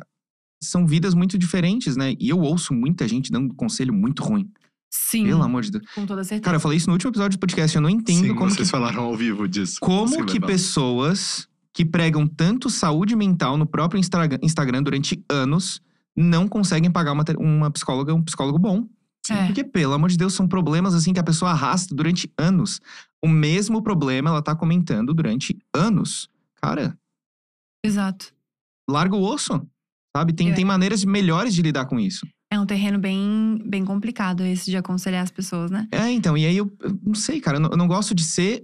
[SPEAKER 3] são vidas muito diferentes, né? E eu ouço muita gente dando conselho muito ruim.
[SPEAKER 1] Sim,
[SPEAKER 3] Pelo amor de Deus.
[SPEAKER 1] com toda certeza.
[SPEAKER 3] Cara, eu falei isso no último episódio do podcast. Eu não entendo
[SPEAKER 2] Sim,
[SPEAKER 3] como
[SPEAKER 2] vocês
[SPEAKER 3] que,
[SPEAKER 2] falaram ao vivo disso. é
[SPEAKER 3] como
[SPEAKER 2] Consigo
[SPEAKER 3] que
[SPEAKER 2] levar.
[SPEAKER 3] pessoas que pregam tanto saúde mental no próprio Instagram, Instagram durante anos não conseguem pagar uma, te- uma psicóloga, um psicólogo bom.
[SPEAKER 1] É.
[SPEAKER 3] Porque, pelo amor de Deus, são problemas assim que a pessoa arrasta durante anos. O mesmo problema ela tá comentando durante anos. Cara,
[SPEAKER 1] É, Exato.
[SPEAKER 3] larga o osso, sabe? Tem,
[SPEAKER 1] É.
[SPEAKER 3] tem maneiras melhores de lidar com isso.
[SPEAKER 1] É um terreno bem, bem complicado esse de aconselhar as pessoas, né?
[SPEAKER 3] É, então, e aí eu, eu não sei, cara, eu não, eu não gosto de ser.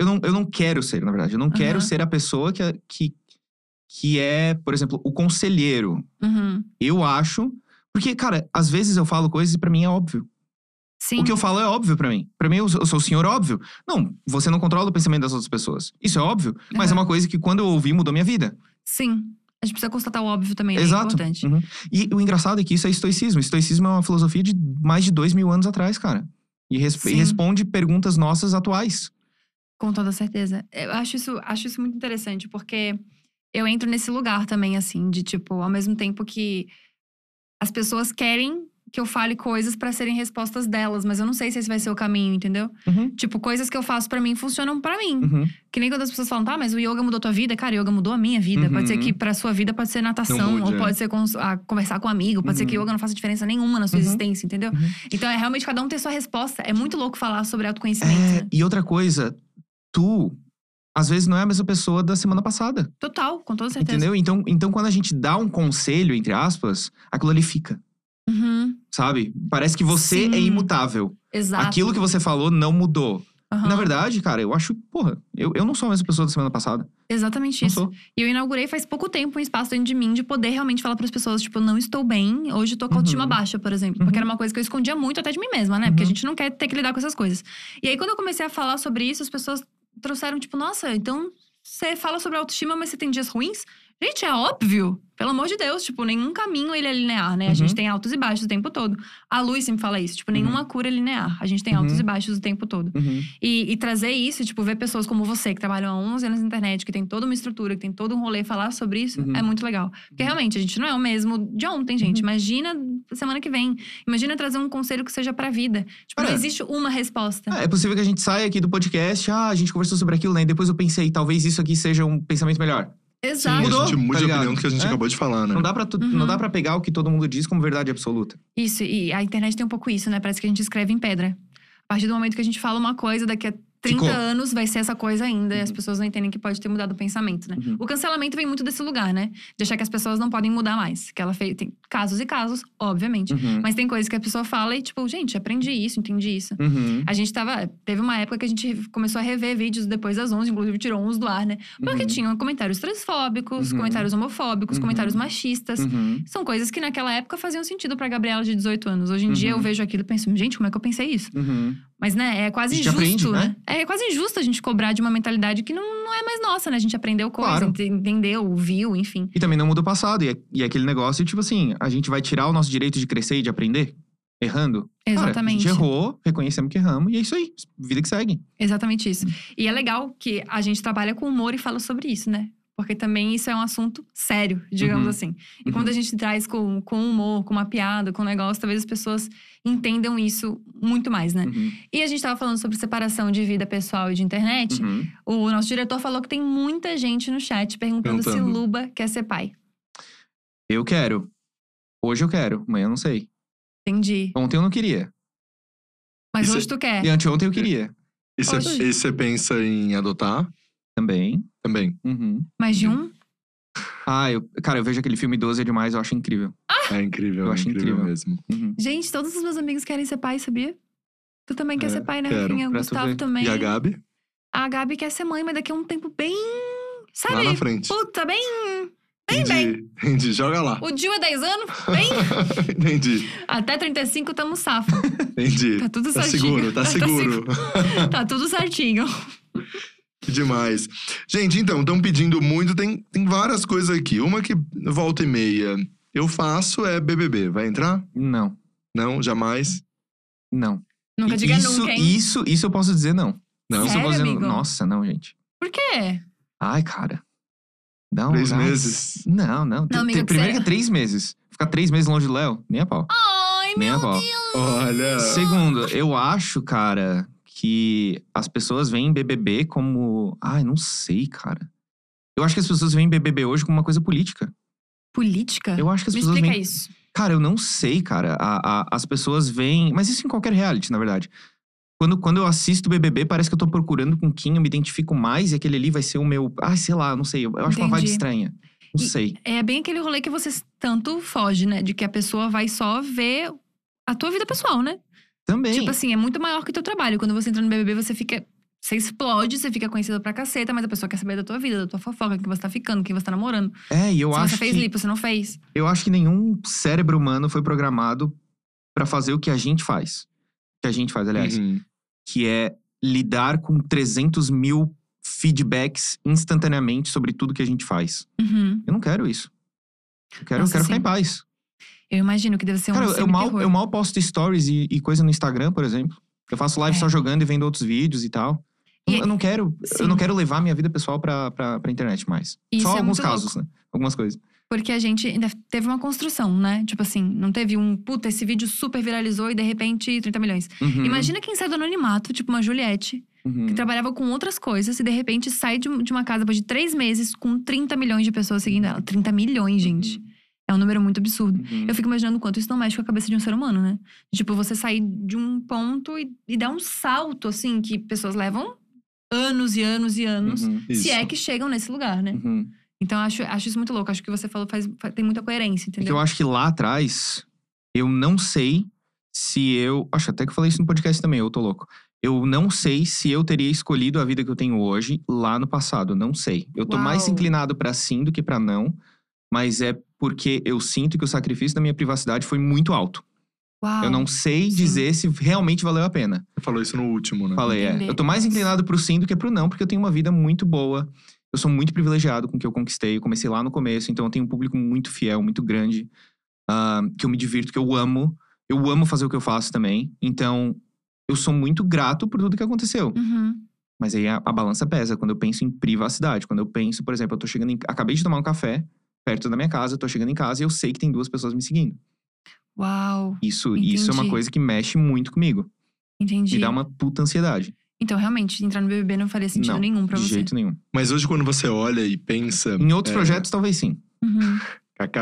[SPEAKER 3] Eu não, eu não quero ser, na verdade. Eu não quero
[SPEAKER 1] Aham.
[SPEAKER 3] ser a pessoa que, é- que, que é, por exemplo, o conselheiro.
[SPEAKER 1] Uhum.
[SPEAKER 3] Eu acho. Porque, cara, às vezes eu falo coisas e pra mim é óbvio.
[SPEAKER 1] Sim.
[SPEAKER 3] O que eu falo é óbvio pra mim. Pra mim, eu sou, eu sou o senhor óbvio. Não, você não controla o pensamento das outras pessoas. Isso é óbvio. Mas
[SPEAKER 1] Aham.
[SPEAKER 3] é uma coisa que quando eu ouvi mudou minha vida.
[SPEAKER 1] Sim. A gente precisa constatar o óbvio também, né? É
[SPEAKER 3] Exato.
[SPEAKER 1] importante.
[SPEAKER 3] Uhum. E o engraçado é que isso é estoicismo. Estoicismo é uma filosofia de mais de dois mil anos atrás, cara. E, resp- e
[SPEAKER 1] Sim.
[SPEAKER 3] responde perguntas nossas atuais.
[SPEAKER 1] Com toda certeza. Eu acho isso, acho isso muito interessante, porque eu entro nesse lugar também, assim, de tipo, ao mesmo tempo que as pessoas querem que eu fale coisas pra serem respostas delas, mas eu não sei se esse vai ser o caminho, entendeu?
[SPEAKER 3] Uhum.
[SPEAKER 1] Tipo, coisas que eu faço pra mim funcionam pra mim.
[SPEAKER 3] Uhum.
[SPEAKER 1] Que nem quando as pessoas falam, tá, mas o yoga mudou tua vida. Cara, yoga mudou a minha vida.
[SPEAKER 3] Uhum.
[SPEAKER 1] Pode ser que pra sua vida pode ser natação,
[SPEAKER 2] Não mude,
[SPEAKER 1] ou
[SPEAKER 2] é.
[SPEAKER 1] pode ser cons- ah, conversar com um amigo, pode ser que
[SPEAKER 3] Uhum.
[SPEAKER 1] yoga não faça diferença nenhuma na sua
[SPEAKER 3] Uhum.
[SPEAKER 1] existência, entendeu?
[SPEAKER 3] Uhum.
[SPEAKER 1] Então é realmente cada um ter sua resposta. É muito louco falar sobre autoconhecimento,
[SPEAKER 3] É,
[SPEAKER 1] né?
[SPEAKER 3] e outra coisa, tu às vezes não é a mesma pessoa da semana passada,
[SPEAKER 1] Total, com toda certeza.
[SPEAKER 3] entendeu? Então, então quando a gente dá um conselho entre aspas, aquilo ali fica,
[SPEAKER 1] Uhum,
[SPEAKER 3] sabe? Parece que você é
[SPEAKER 1] Sim.
[SPEAKER 3] imutável.
[SPEAKER 1] exato.
[SPEAKER 3] Aquilo que você falou não mudou.
[SPEAKER 1] Aham,
[SPEAKER 3] Na verdade, cara, eu acho, porra, eu, eu não sou a mesma pessoa da semana passada.
[SPEAKER 1] Exatamente
[SPEAKER 3] Não
[SPEAKER 1] isso.
[SPEAKER 3] sou.
[SPEAKER 1] E eu inaugurei faz pouco tempo um espaço dentro de mim de poder realmente falar pras pessoas, tipo, não estou bem, hoje eu tô com a autoestima
[SPEAKER 3] Uhum.
[SPEAKER 1] baixa, por exemplo. Porque era uma coisa que eu escondia muito até de mim mesma, né? Porque a gente não quer ter que lidar com essas coisas. E aí, quando eu comecei a falar sobre isso, as pessoas trouxeram, tipo, nossa, então você fala sobre autoestima, mas você tem dias ruins? Gente, é óbvio. Pelo amor de Deus, tipo, nenhum caminho ele é linear, né? A gente
[SPEAKER 3] Uhum.
[SPEAKER 1] tem altos e baixos o tempo todo. A Luz sempre fala isso, tipo,
[SPEAKER 3] Uhum.
[SPEAKER 1] nenhuma cura é linear. A gente tem altos
[SPEAKER 3] Uhum.
[SPEAKER 1] e baixos o tempo todo.
[SPEAKER 3] Uhum.
[SPEAKER 1] E, e trazer isso, tipo, ver pessoas como você, que trabalham há 11 anos na internet, que tem toda uma estrutura, que tem todo um rolê, falar sobre isso,
[SPEAKER 3] Uhum.
[SPEAKER 1] é muito legal. Porque
[SPEAKER 3] Uhum.
[SPEAKER 1] realmente, a gente não é o mesmo de ontem, gente. Imagina semana que vem. Imagina trazer um conselho que seja pra vida. Tipo, não
[SPEAKER 3] É.
[SPEAKER 1] existe uma resposta.
[SPEAKER 3] Ah, É possível que a gente saia aqui do podcast, ah, a gente conversou sobre aquilo, né? E depois eu pensei, talvez isso aqui seja um pensamento melhor.
[SPEAKER 2] Sim,
[SPEAKER 1] Exato.
[SPEAKER 2] a
[SPEAKER 3] Mudou,
[SPEAKER 2] gente
[SPEAKER 3] tá
[SPEAKER 2] muda a
[SPEAKER 3] ligado?
[SPEAKER 2] opinião do que a gente
[SPEAKER 3] É.
[SPEAKER 2] acabou de falar, né?
[SPEAKER 3] Não dá pra tu-
[SPEAKER 1] Uhum.
[SPEAKER 3] não dá para pegar o que todo mundo diz como verdade absoluta.
[SPEAKER 1] Isso, e a internet tem um pouco isso, né? Parece que a gente escreve em pedra. A partir do momento que a gente fala uma coisa, daqui a 30
[SPEAKER 3] Ficou.
[SPEAKER 1] anos vai ser essa coisa ainda. E as
[SPEAKER 3] Uhum.
[SPEAKER 1] pessoas não entendem que pode ter mudado o pensamento, né?
[SPEAKER 3] Uhum.
[SPEAKER 1] O cancelamento vem muito desse lugar, né? De achar que as pessoas não podem mudar mais. Que ela fez. Tem casos e casos, obviamente.
[SPEAKER 3] Uhum.
[SPEAKER 1] Mas tem coisas que a pessoa fala e, tipo, gente, aprendi isso, entendi isso.
[SPEAKER 3] Uhum.
[SPEAKER 1] A gente tava. Teve uma época que a gente começou a rever vídeos depois das 11, inclusive tirou uns do ar, né? Porque
[SPEAKER 3] Uhum.
[SPEAKER 1] tinham comentários transfóbicos,
[SPEAKER 3] Uhum.
[SPEAKER 1] comentários homofóbicos,
[SPEAKER 3] Uhum.
[SPEAKER 1] comentários machistas.
[SPEAKER 3] Uhum.
[SPEAKER 1] São coisas que naquela época faziam sentido pra Gabriela de 18 anos. Hoje em dia eu
[SPEAKER 3] Uhum.
[SPEAKER 1] vejo aquilo e penso, gente, como é que eu pensei isso?
[SPEAKER 3] Uhum.
[SPEAKER 1] Mas, né, é quase
[SPEAKER 3] A gente
[SPEAKER 1] injusto,
[SPEAKER 3] aprende,
[SPEAKER 1] né? É quase injusto a gente cobrar de uma mentalidade que não, não é mais nossa, né? A gente aprendeu coisa,
[SPEAKER 3] Claro.
[SPEAKER 1] ente- entendeu, viu, enfim.
[SPEAKER 3] E também não muda o passado. E, é- e é aquele negócio, tipo assim, a gente vai tirar o nosso direito de crescer e de aprender? Errando? Cara,
[SPEAKER 1] Exatamente.
[SPEAKER 3] a gente errou, reconhecemos que erramos, e é isso aí. Vida que segue.
[SPEAKER 1] Exatamente
[SPEAKER 3] Hum.
[SPEAKER 1] isso. E é legal que a gente trabalha com humor e fala sobre isso, né? Porque também isso é um assunto sério, digamos
[SPEAKER 3] Uhum.
[SPEAKER 1] assim. E quando a gente traz com, com humor, com uma piada, com um negócio, talvez as pessoas entendam isso muito mais, né?
[SPEAKER 3] Uhum.
[SPEAKER 1] E a gente tava falando sobre separação de vida pessoal e de internet.
[SPEAKER 3] Uhum.
[SPEAKER 1] O nosso diretor falou que tem muita gente no chat perguntando se
[SPEAKER 2] Perguntando.
[SPEAKER 1] Luba quer ser pai.
[SPEAKER 3] Eu quero. Hoje eu quero, amanhã eu não sei.
[SPEAKER 1] Entendi.
[SPEAKER 3] Ontem eu não queria.
[SPEAKER 1] Mas
[SPEAKER 2] Isso- é
[SPEAKER 1] hoje tu quer.
[SPEAKER 3] E anteontem eu queria.
[SPEAKER 2] E
[SPEAKER 1] Oxe.
[SPEAKER 2] você pensa em adotar
[SPEAKER 3] Também.
[SPEAKER 2] também?
[SPEAKER 3] Uhum.
[SPEAKER 1] Mais de um?
[SPEAKER 3] Ah, eu, cara, eu vejo aquele filme 12 é demais, eu acho incrível.
[SPEAKER 2] É incrível,
[SPEAKER 3] Ah! Eu
[SPEAKER 2] é
[SPEAKER 3] acho
[SPEAKER 2] incrível,
[SPEAKER 3] incrível.
[SPEAKER 2] mesmo.
[SPEAKER 3] Uhum.
[SPEAKER 1] Gente, todos os meus amigos querem ser pai, sabia? Tu também quer
[SPEAKER 2] É,
[SPEAKER 1] ser pai, né,
[SPEAKER 2] quero,
[SPEAKER 1] Rafinha? O
[SPEAKER 3] pra tu
[SPEAKER 1] Gustavo
[SPEAKER 3] ver.
[SPEAKER 1] também.
[SPEAKER 2] E a Gabi,
[SPEAKER 1] A Gabi quer ser mãe, mas daqui a um tempo bem.
[SPEAKER 3] tá
[SPEAKER 2] lá na
[SPEAKER 1] Sabe?
[SPEAKER 2] frente.
[SPEAKER 1] Puta, bem.
[SPEAKER 2] Entendi, entendi. Joga lá.
[SPEAKER 1] O Gil é 10 anos, bem.
[SPEAKER 2] entendi,
[SPEAKER 1] Até 35 tamo safo.
[SPEAKER 2] entendi.
[SPEAKER 1] Tá tudo
[SPEAKER 2] Tá
[SPEAKER 1] certinho.
[SPEAKER 2] seguro, tá seguro.
[SPEAKER 1] segu- tá tudo certinho.
[SPEAKER 2] Que Demais. Gente, então, estão pedindo muito. Tem, tem várias coisas aqui. Uma que volta e meia eu faço é BBB. Vai entrar?
[SPEAKER 3] Não,
[SPEAKER 2] Não, jamais.
[SPEAKER 3] não.
[SPEAKER 1] Nunca
[SPEAKER 3] E
[SPEAKER 1] diga
[SPEAKER 3] isso,
[SPEAKER 1] nunca, hein?
[SPEAKER 3] Isso, isso eu posso dizer não.
[SPEAKER 2] Não.
[SPEAKER 3] Isso eu posso dizer
[SPEAKER 1] Sério,
[SPEAKER 3] não.
[SPEAKER 1] amigo?
[SPEAKER 3] Nossa, não, gente.
[SPEAKER 1] Por quê?
[SPEAKER 3] Ai, cara. um Não,
[SPEAKER 2] Três
[SPEAKER 3] não.
[SPEAKER 2] meses.
[SPEAKER 3] Não, não. Te-
[SPEAKER 1] amigo,
[SPEAKER 3] te-
[SPEAKER 1] que
[SPEAKER 3] primeiro
[SPEAKER 1] você-
[SPEAKER 3] que é três meses. Ficar três meses longe do Léo, nem a pau.
[SPEAKER 1] Ai,
[SPEAKER 2] Né?
[SPEAKER 3] nem a
[SPEAKER 1] meu
[SPEAKER 3] pau.
[SPEAKER 2] Olha.
[SPEAKER 3] Segundo, eu acho, cara, que as pessoas veem BBB como. Ai, não sei, cara. Eu acho que as pessoas veem BBB hoje como uma coisa política.
[SPEAKER 1] Política?
[SPEAKER 3] Eu acho que as
[SPEAKER 1] Tá. Me
[SPEAKER 3] pessoas
[SPEAKER 1] explica
[SPEAKER 3] veem.
[SPEAKER 1] isso.
[SPEAKER 3] Cara, eu não sei, cara. A- a- as pessoas veem. Mas isso em qualquer reality, na verdade. Quando, quando eu assisto o BBB, parece que eu tô procurando com quem eu me identifico mais e aquele ali vai ser o meu. Ah, sei lá, não sei. Eu acho uma vibe
[SPEAKER 1] Entendi.
[SPEAKER 3] estranha. Não
[SPEAKER 1] E-
[SPEAKER 3] sei.
[SPEAKER 1] É bem aquele rolê que você tanto foge, né? De que a pessoa vai só ver a tua vida pessoal, né?
[SPEAKER 3] Também.
[SPEAKER 1] Tipo assim, é muito maior que o teu trabalho. Quando você entra no BBB, você fica. Você explode, você fica conhecido pra caceta, mas a pessoa quer saber da tua vida, da tua fofoca, que você tá ficando, quem você tá namorando.
[SPEAKER 3] é, e eu
[SPEAKER 1] se
[SPEAKER 3] acho.
[SPEAKER 1] você fez
[SPEAKER 3] que...
[SPEAKER 1] lipo, você não fez.
[SPEAKER 3] Eu acho que nenhum cérebro humano foi programado pra fazer o que a gente faz. O que a gente faz, aliás.
[SPEAKER 2] Uhum.
[SPEAKER 3] Que é lidar com 300 mil feedbacks instantaneamente sobre tudo que a gente faz.
[SPEAKER 1] Uhum.
[SPEAKER 3] Eu não quero isso. Eu quero,
[SPEAKER 1] Nossa,
[SPEAKER 3] eu quero ficar
[SPEAKER 1] sim.
[SPEAKER 3] em paz.
[SPEAKER 1] Eu imagino que deve ser um
[SPEAKER 3] Cara, eu- eu mal,
[SPEAKER 1] semi-terror.
[SPEAKER 3] eu mal posto stories e, e coisa no Instagram, por exemplo. Eu faço live
[SPEAKER 1] É.
[SPEAKER 3] só jogando e vendo outros vídeos e tal. Eu,
[SPEAKER 1] E-
[SPEAKER 3] eu não quero,
[SPEAKER 1] sim.
[SPEAKER 3] eu não quero levar minha vida pessoal pra, pra, pra internet mais.
[SPEAKER 1] Isso
[SPEAKER 3] só
[SPEAKER 1] é
[SPEAKER 3] alguns
[SPEAKER 1] muito
[SPEAKER 3] casos, né? Algumas coisas.
[SPEAKER 1] Porque a gente ainda teve uma construção, né? Tipo assim, não teve um puta, esse vídeo super viralizou e de repente 30 milhões.
[SPEAKER 3] Uhum,
[SPEAKER 1] Imagina quem sai do anonimato, tipo uma Juliette,
[SPEAKER 3] uhum.
[SPEAKER 1] que trabalhava com outras coisas e de repente sai de, um- de uma casa depois de três meses com 30 milhões de pessoas seguindo ela. 30 milhões, gente. É um número muito absurdo.
[SPEAKER 3] Uhum.
[SPEAKER 1] Eu fico imaginando o quanto isso não mexe com a cabeça de um ser humano, né? Tipo, você sair de um ponto e, e dar um salto, assim, que pessoas levam anos e anos e anos,
[SPEAKER 3] Uhum.
[SPEAKER 1] se
[SPEAKER 2] Isso.
[SPEAKER 1] é que chegam nesse lugar, né?
[SPEAKER 3] Uhum.
[SPEAKER 1] Então, acho, acho isso muito louco. Acho que você falou faz, fa- tem muita coerência,
[SPEAKER 3] É que
[SPEAKER 1] entendeu?
[SPEAKER 3] eu acho que lá atrás, eu não sei se eu. Acho até que eu falei isso no podcast também, eu tô louco. Eu não sei se eu teria escolhido a vida que eu tenho hoje lá no passado. Não sei. Eu tô mais
[SPEAKER 1] Uau.
[SPEAKER 3] inclinado pra sim do que pra não, mas é porque eu sinto que o sacrifício da minha privacidade foi muito alto.
[SPEAKER 1] Uau.
[SPEAKER 3] eu não sei
[SPEAKER 1] Ah, sim.
[SPEAKER 3] dizer se realmente valeu a pena.
[SPEAKER 2] Você falou isso no último, né?
[SPEAKER 3] Falei, é.
[SPEAKER 1] Entendi.
[SPEAKER 3] Eu tô mais inclinado pro sim do que pro não, porque eu tenho uma vida muito boa. Eu sou muito privilegiado com o que eu conquistei. Eu comecei lá no começo, então eu tenho um público muito fiel, muito grande, ah, que eu me divirto, que eu amo. Eu amo fazer o que eu faço também. Então, eu sou muito grato por tudo que aconteceu.
[SPEAKER 1] Uhum.
[SPEAKER 3] Mas aí a, a balança pesa quando eu penso em privacidade. Quando eu penso, por exemplo, eu tô chegando em. Acabei de tomar um café perto da minha casa, eu tô chegando em casa e eu sei que tem duas pessoas me seguindo.
[SPEAKER 1] Uau.
[SPEAKER 3] Isso, isso é uma
[SPEAKER 1] Entendi.
[SPEAKER 3] coisa que mexe muito comigo.
[SPEAKER 1] Entendi.
[SPEAKER 3] Me dá uma puta ansiedade.
[SPEAKER 1] Então, realmente, entrar no BBB não faria sentido
[SPEAKER 3] Não,
[SPEAKER 1] nenhum pra
[SPEAKER 3] de
[SPEAKER 1] você.
[SPEAKER 3] jeito nenhum.
[SPEAKER 2] Mas hoje, quando você olha e pensa.
[SPEAKER 3] Em outros
[SPEAKER 2] é,
[SPEAKER 3] projetos, talvez sim.
[SPEAKER 1] Uhum.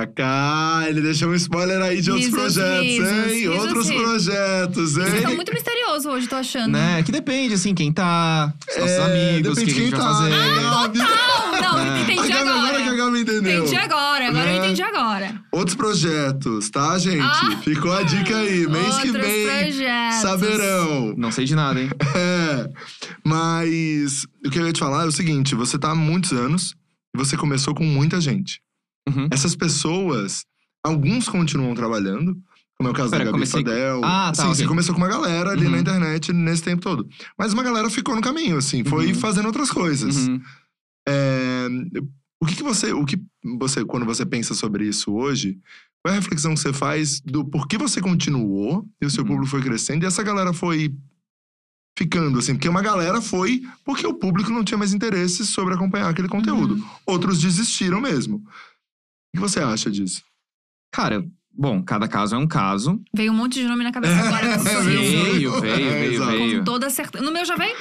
[SPEAKER 2] KKK, ele deixou um spoiler aí de outros
[SPEAKER 1] Risos,
[SPEAKER 2] projetos,
[SPEAKER 1] risos,
[SPEAKER 2] hein?
[SPEAKER 1] risos,
[SPEAKER 2] outros
[SPEAKER 1] risos.
[SPEAKER 2] projetos,
[SPEAKER 1] Vocês
[SPEAKER 2] hein?
[SPEAKER 1] estão tá muito misterioso hoje, tô achando.
[SPEAKER 3] Né? Que depende, assim, quem tá, os nossos amigos, o
[SPEAKER 2] É, depende
[SPEAKER 3] que, a gente
[SPEAKER 2] quem
[SPEAKER 3] vai
[SPEAKER 2] tá,
[SPEAKER 3] fazer.
[SPEAKER 2] né, Gabi?
[SPEAKER 1] Não, não,
[SPEAKER 3] É.
[SPEAKER 1] Ah, entendi
[SPEAKER 2] A Gabi,
[SPEAKER 1] agora.
[SPEAKER 2] agora que a Gabi entendeu.
[SPEAKER 1] Entendi agora, agora eu
[SPEAKER 2] Né?
[SPEAKER 1] entendi agora.
[SPEAKER 2] Outros projetos, tá, gente?
[SPEAKER 1] Ah!
[SPEAKER 2] Ficou a dica aí. Mês que
[SPEAKER 1] Outros
[SPEAKER 2] vem
[SPEAKER 1] projetos.
[SPEAKER 2] saberão.
[SPEAKER 3] Não sei de nada, hein?
[SPEAKER 2] É. Mas o que eu ia te falar é o seguinte: você tá há muitos anos e você começou com muita gente.
[SPEAKER 3] Uhum.
[SPEAKER 2] Essas pessoas, alguns continuam trabalhando, como é o caso
[SPEAKER 3] Pera,
[SPEAKER 2] da Gabi
[SPEAKER 3] comecei com-
[SPEAKER 2] Fadel.
[SPEAKER 3] Ah, tá,
[SPEAKER 2] Sim,
[SPEAKER 3] ok.
[SPEAKER 2] você começou com uma galera ali
[SPEAKER 3] Uhum.
[SPEAKER 2] na internet nesse tempo todo. Mas uma galera ficou no caminho, assim, foi
[SPEAKER 3] Uhum.
[SPEAKER 2] fazendo outras coisas.
[SPEAKER 3] Uhum.
[SPEAKER 2] É, o que, que você, o que você, quando você pensa sobre isso hoje, qual é a reflexão que você faz do por que você continuou e o seu
[SPEAKER 3] Uhum.
[SPEAKER 2] público foi crescendo e essa galera foi ficando assim? Porque uma galera foi porque o público não tinha mais interesse sobre acompanhar aquele conteúdo.
[SPEAKER 3] Uhum.
[SPEAKER 2] Outros desistiram mesmo. O que você acha disso?
[SPEAKER 3] Cara, bom, cada caso é um caso.
[SPEAKER 1] Veio um monte de nome na cabeça agora. com
[SPEAKER 2] É,
[SPEAKER 1] sorriso.
[SPEAKER 2] veio.
[SPEAKER 3] veio, veio,
[SPEAKER 2] É,
[SPEAKER 3] veio,
[SPEAKER 2] exato.
[SPEAKER 3] veio.
[SPEAKER 1] Com toda certeza. No meu já veio?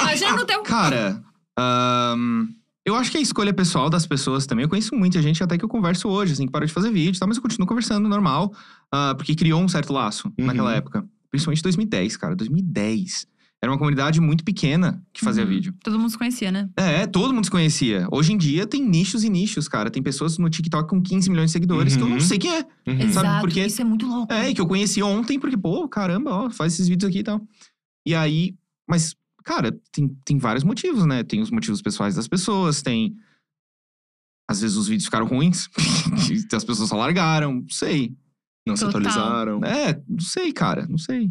[SPEAKER 1] Imagina no teu.
[SPEAKER 3] Cara, ahn, eu acho que a escolha pessoal das pessoas também. Eu conheço muita gente até que eu converso hoje, assim, que parou de fazer vídeo e tal, mas eu continuo conversando normal, ah, porque criou um certo laço
[SPEAKER 2] Uhum.
[SPEAKER 3] naquela época. Principalmente 2010, cara, 2010. Era uma comunidade muito pequena que fazia
[SPEAKER 1] Uhum.
[SPEAKER 3] vídeo.
[SPEAKER 1] Todo mundo se conhecia, né?
[SPEAKER 3] É, todo mundo se conhecia. Hoje em dia tem nichos e nichos, cara. Tem pessoas no TikTok com 15 milhões de seguidores que eu não
[SPEAKER 2] Uhum.
[SPEAKER 3] sei quem é.
[SPEAKER 2] Uhum.
[SPEAKER 1] Exato.
[SPEAKER 3] por quê?
[SPEAKER 1] Isso é muito louco.
[SPEAKER 3] É, e que eu conheci ontem porque, pô, caramba, ó, faz esses vídeos aqui e tal. E aí, mas, cara, tem, tem vários motivos, né? Tem os motivos pessoais das pessoas, tem. Às vezes os vídeos ficaram ruins, e as pessoas só largaram, não sei.
[SPEAKER 2] Não se
[SPEAKER 1] Total.
[SPEAKER 2] atualizaram.
[SPEAKER 3] É, não sei, cara, não sei.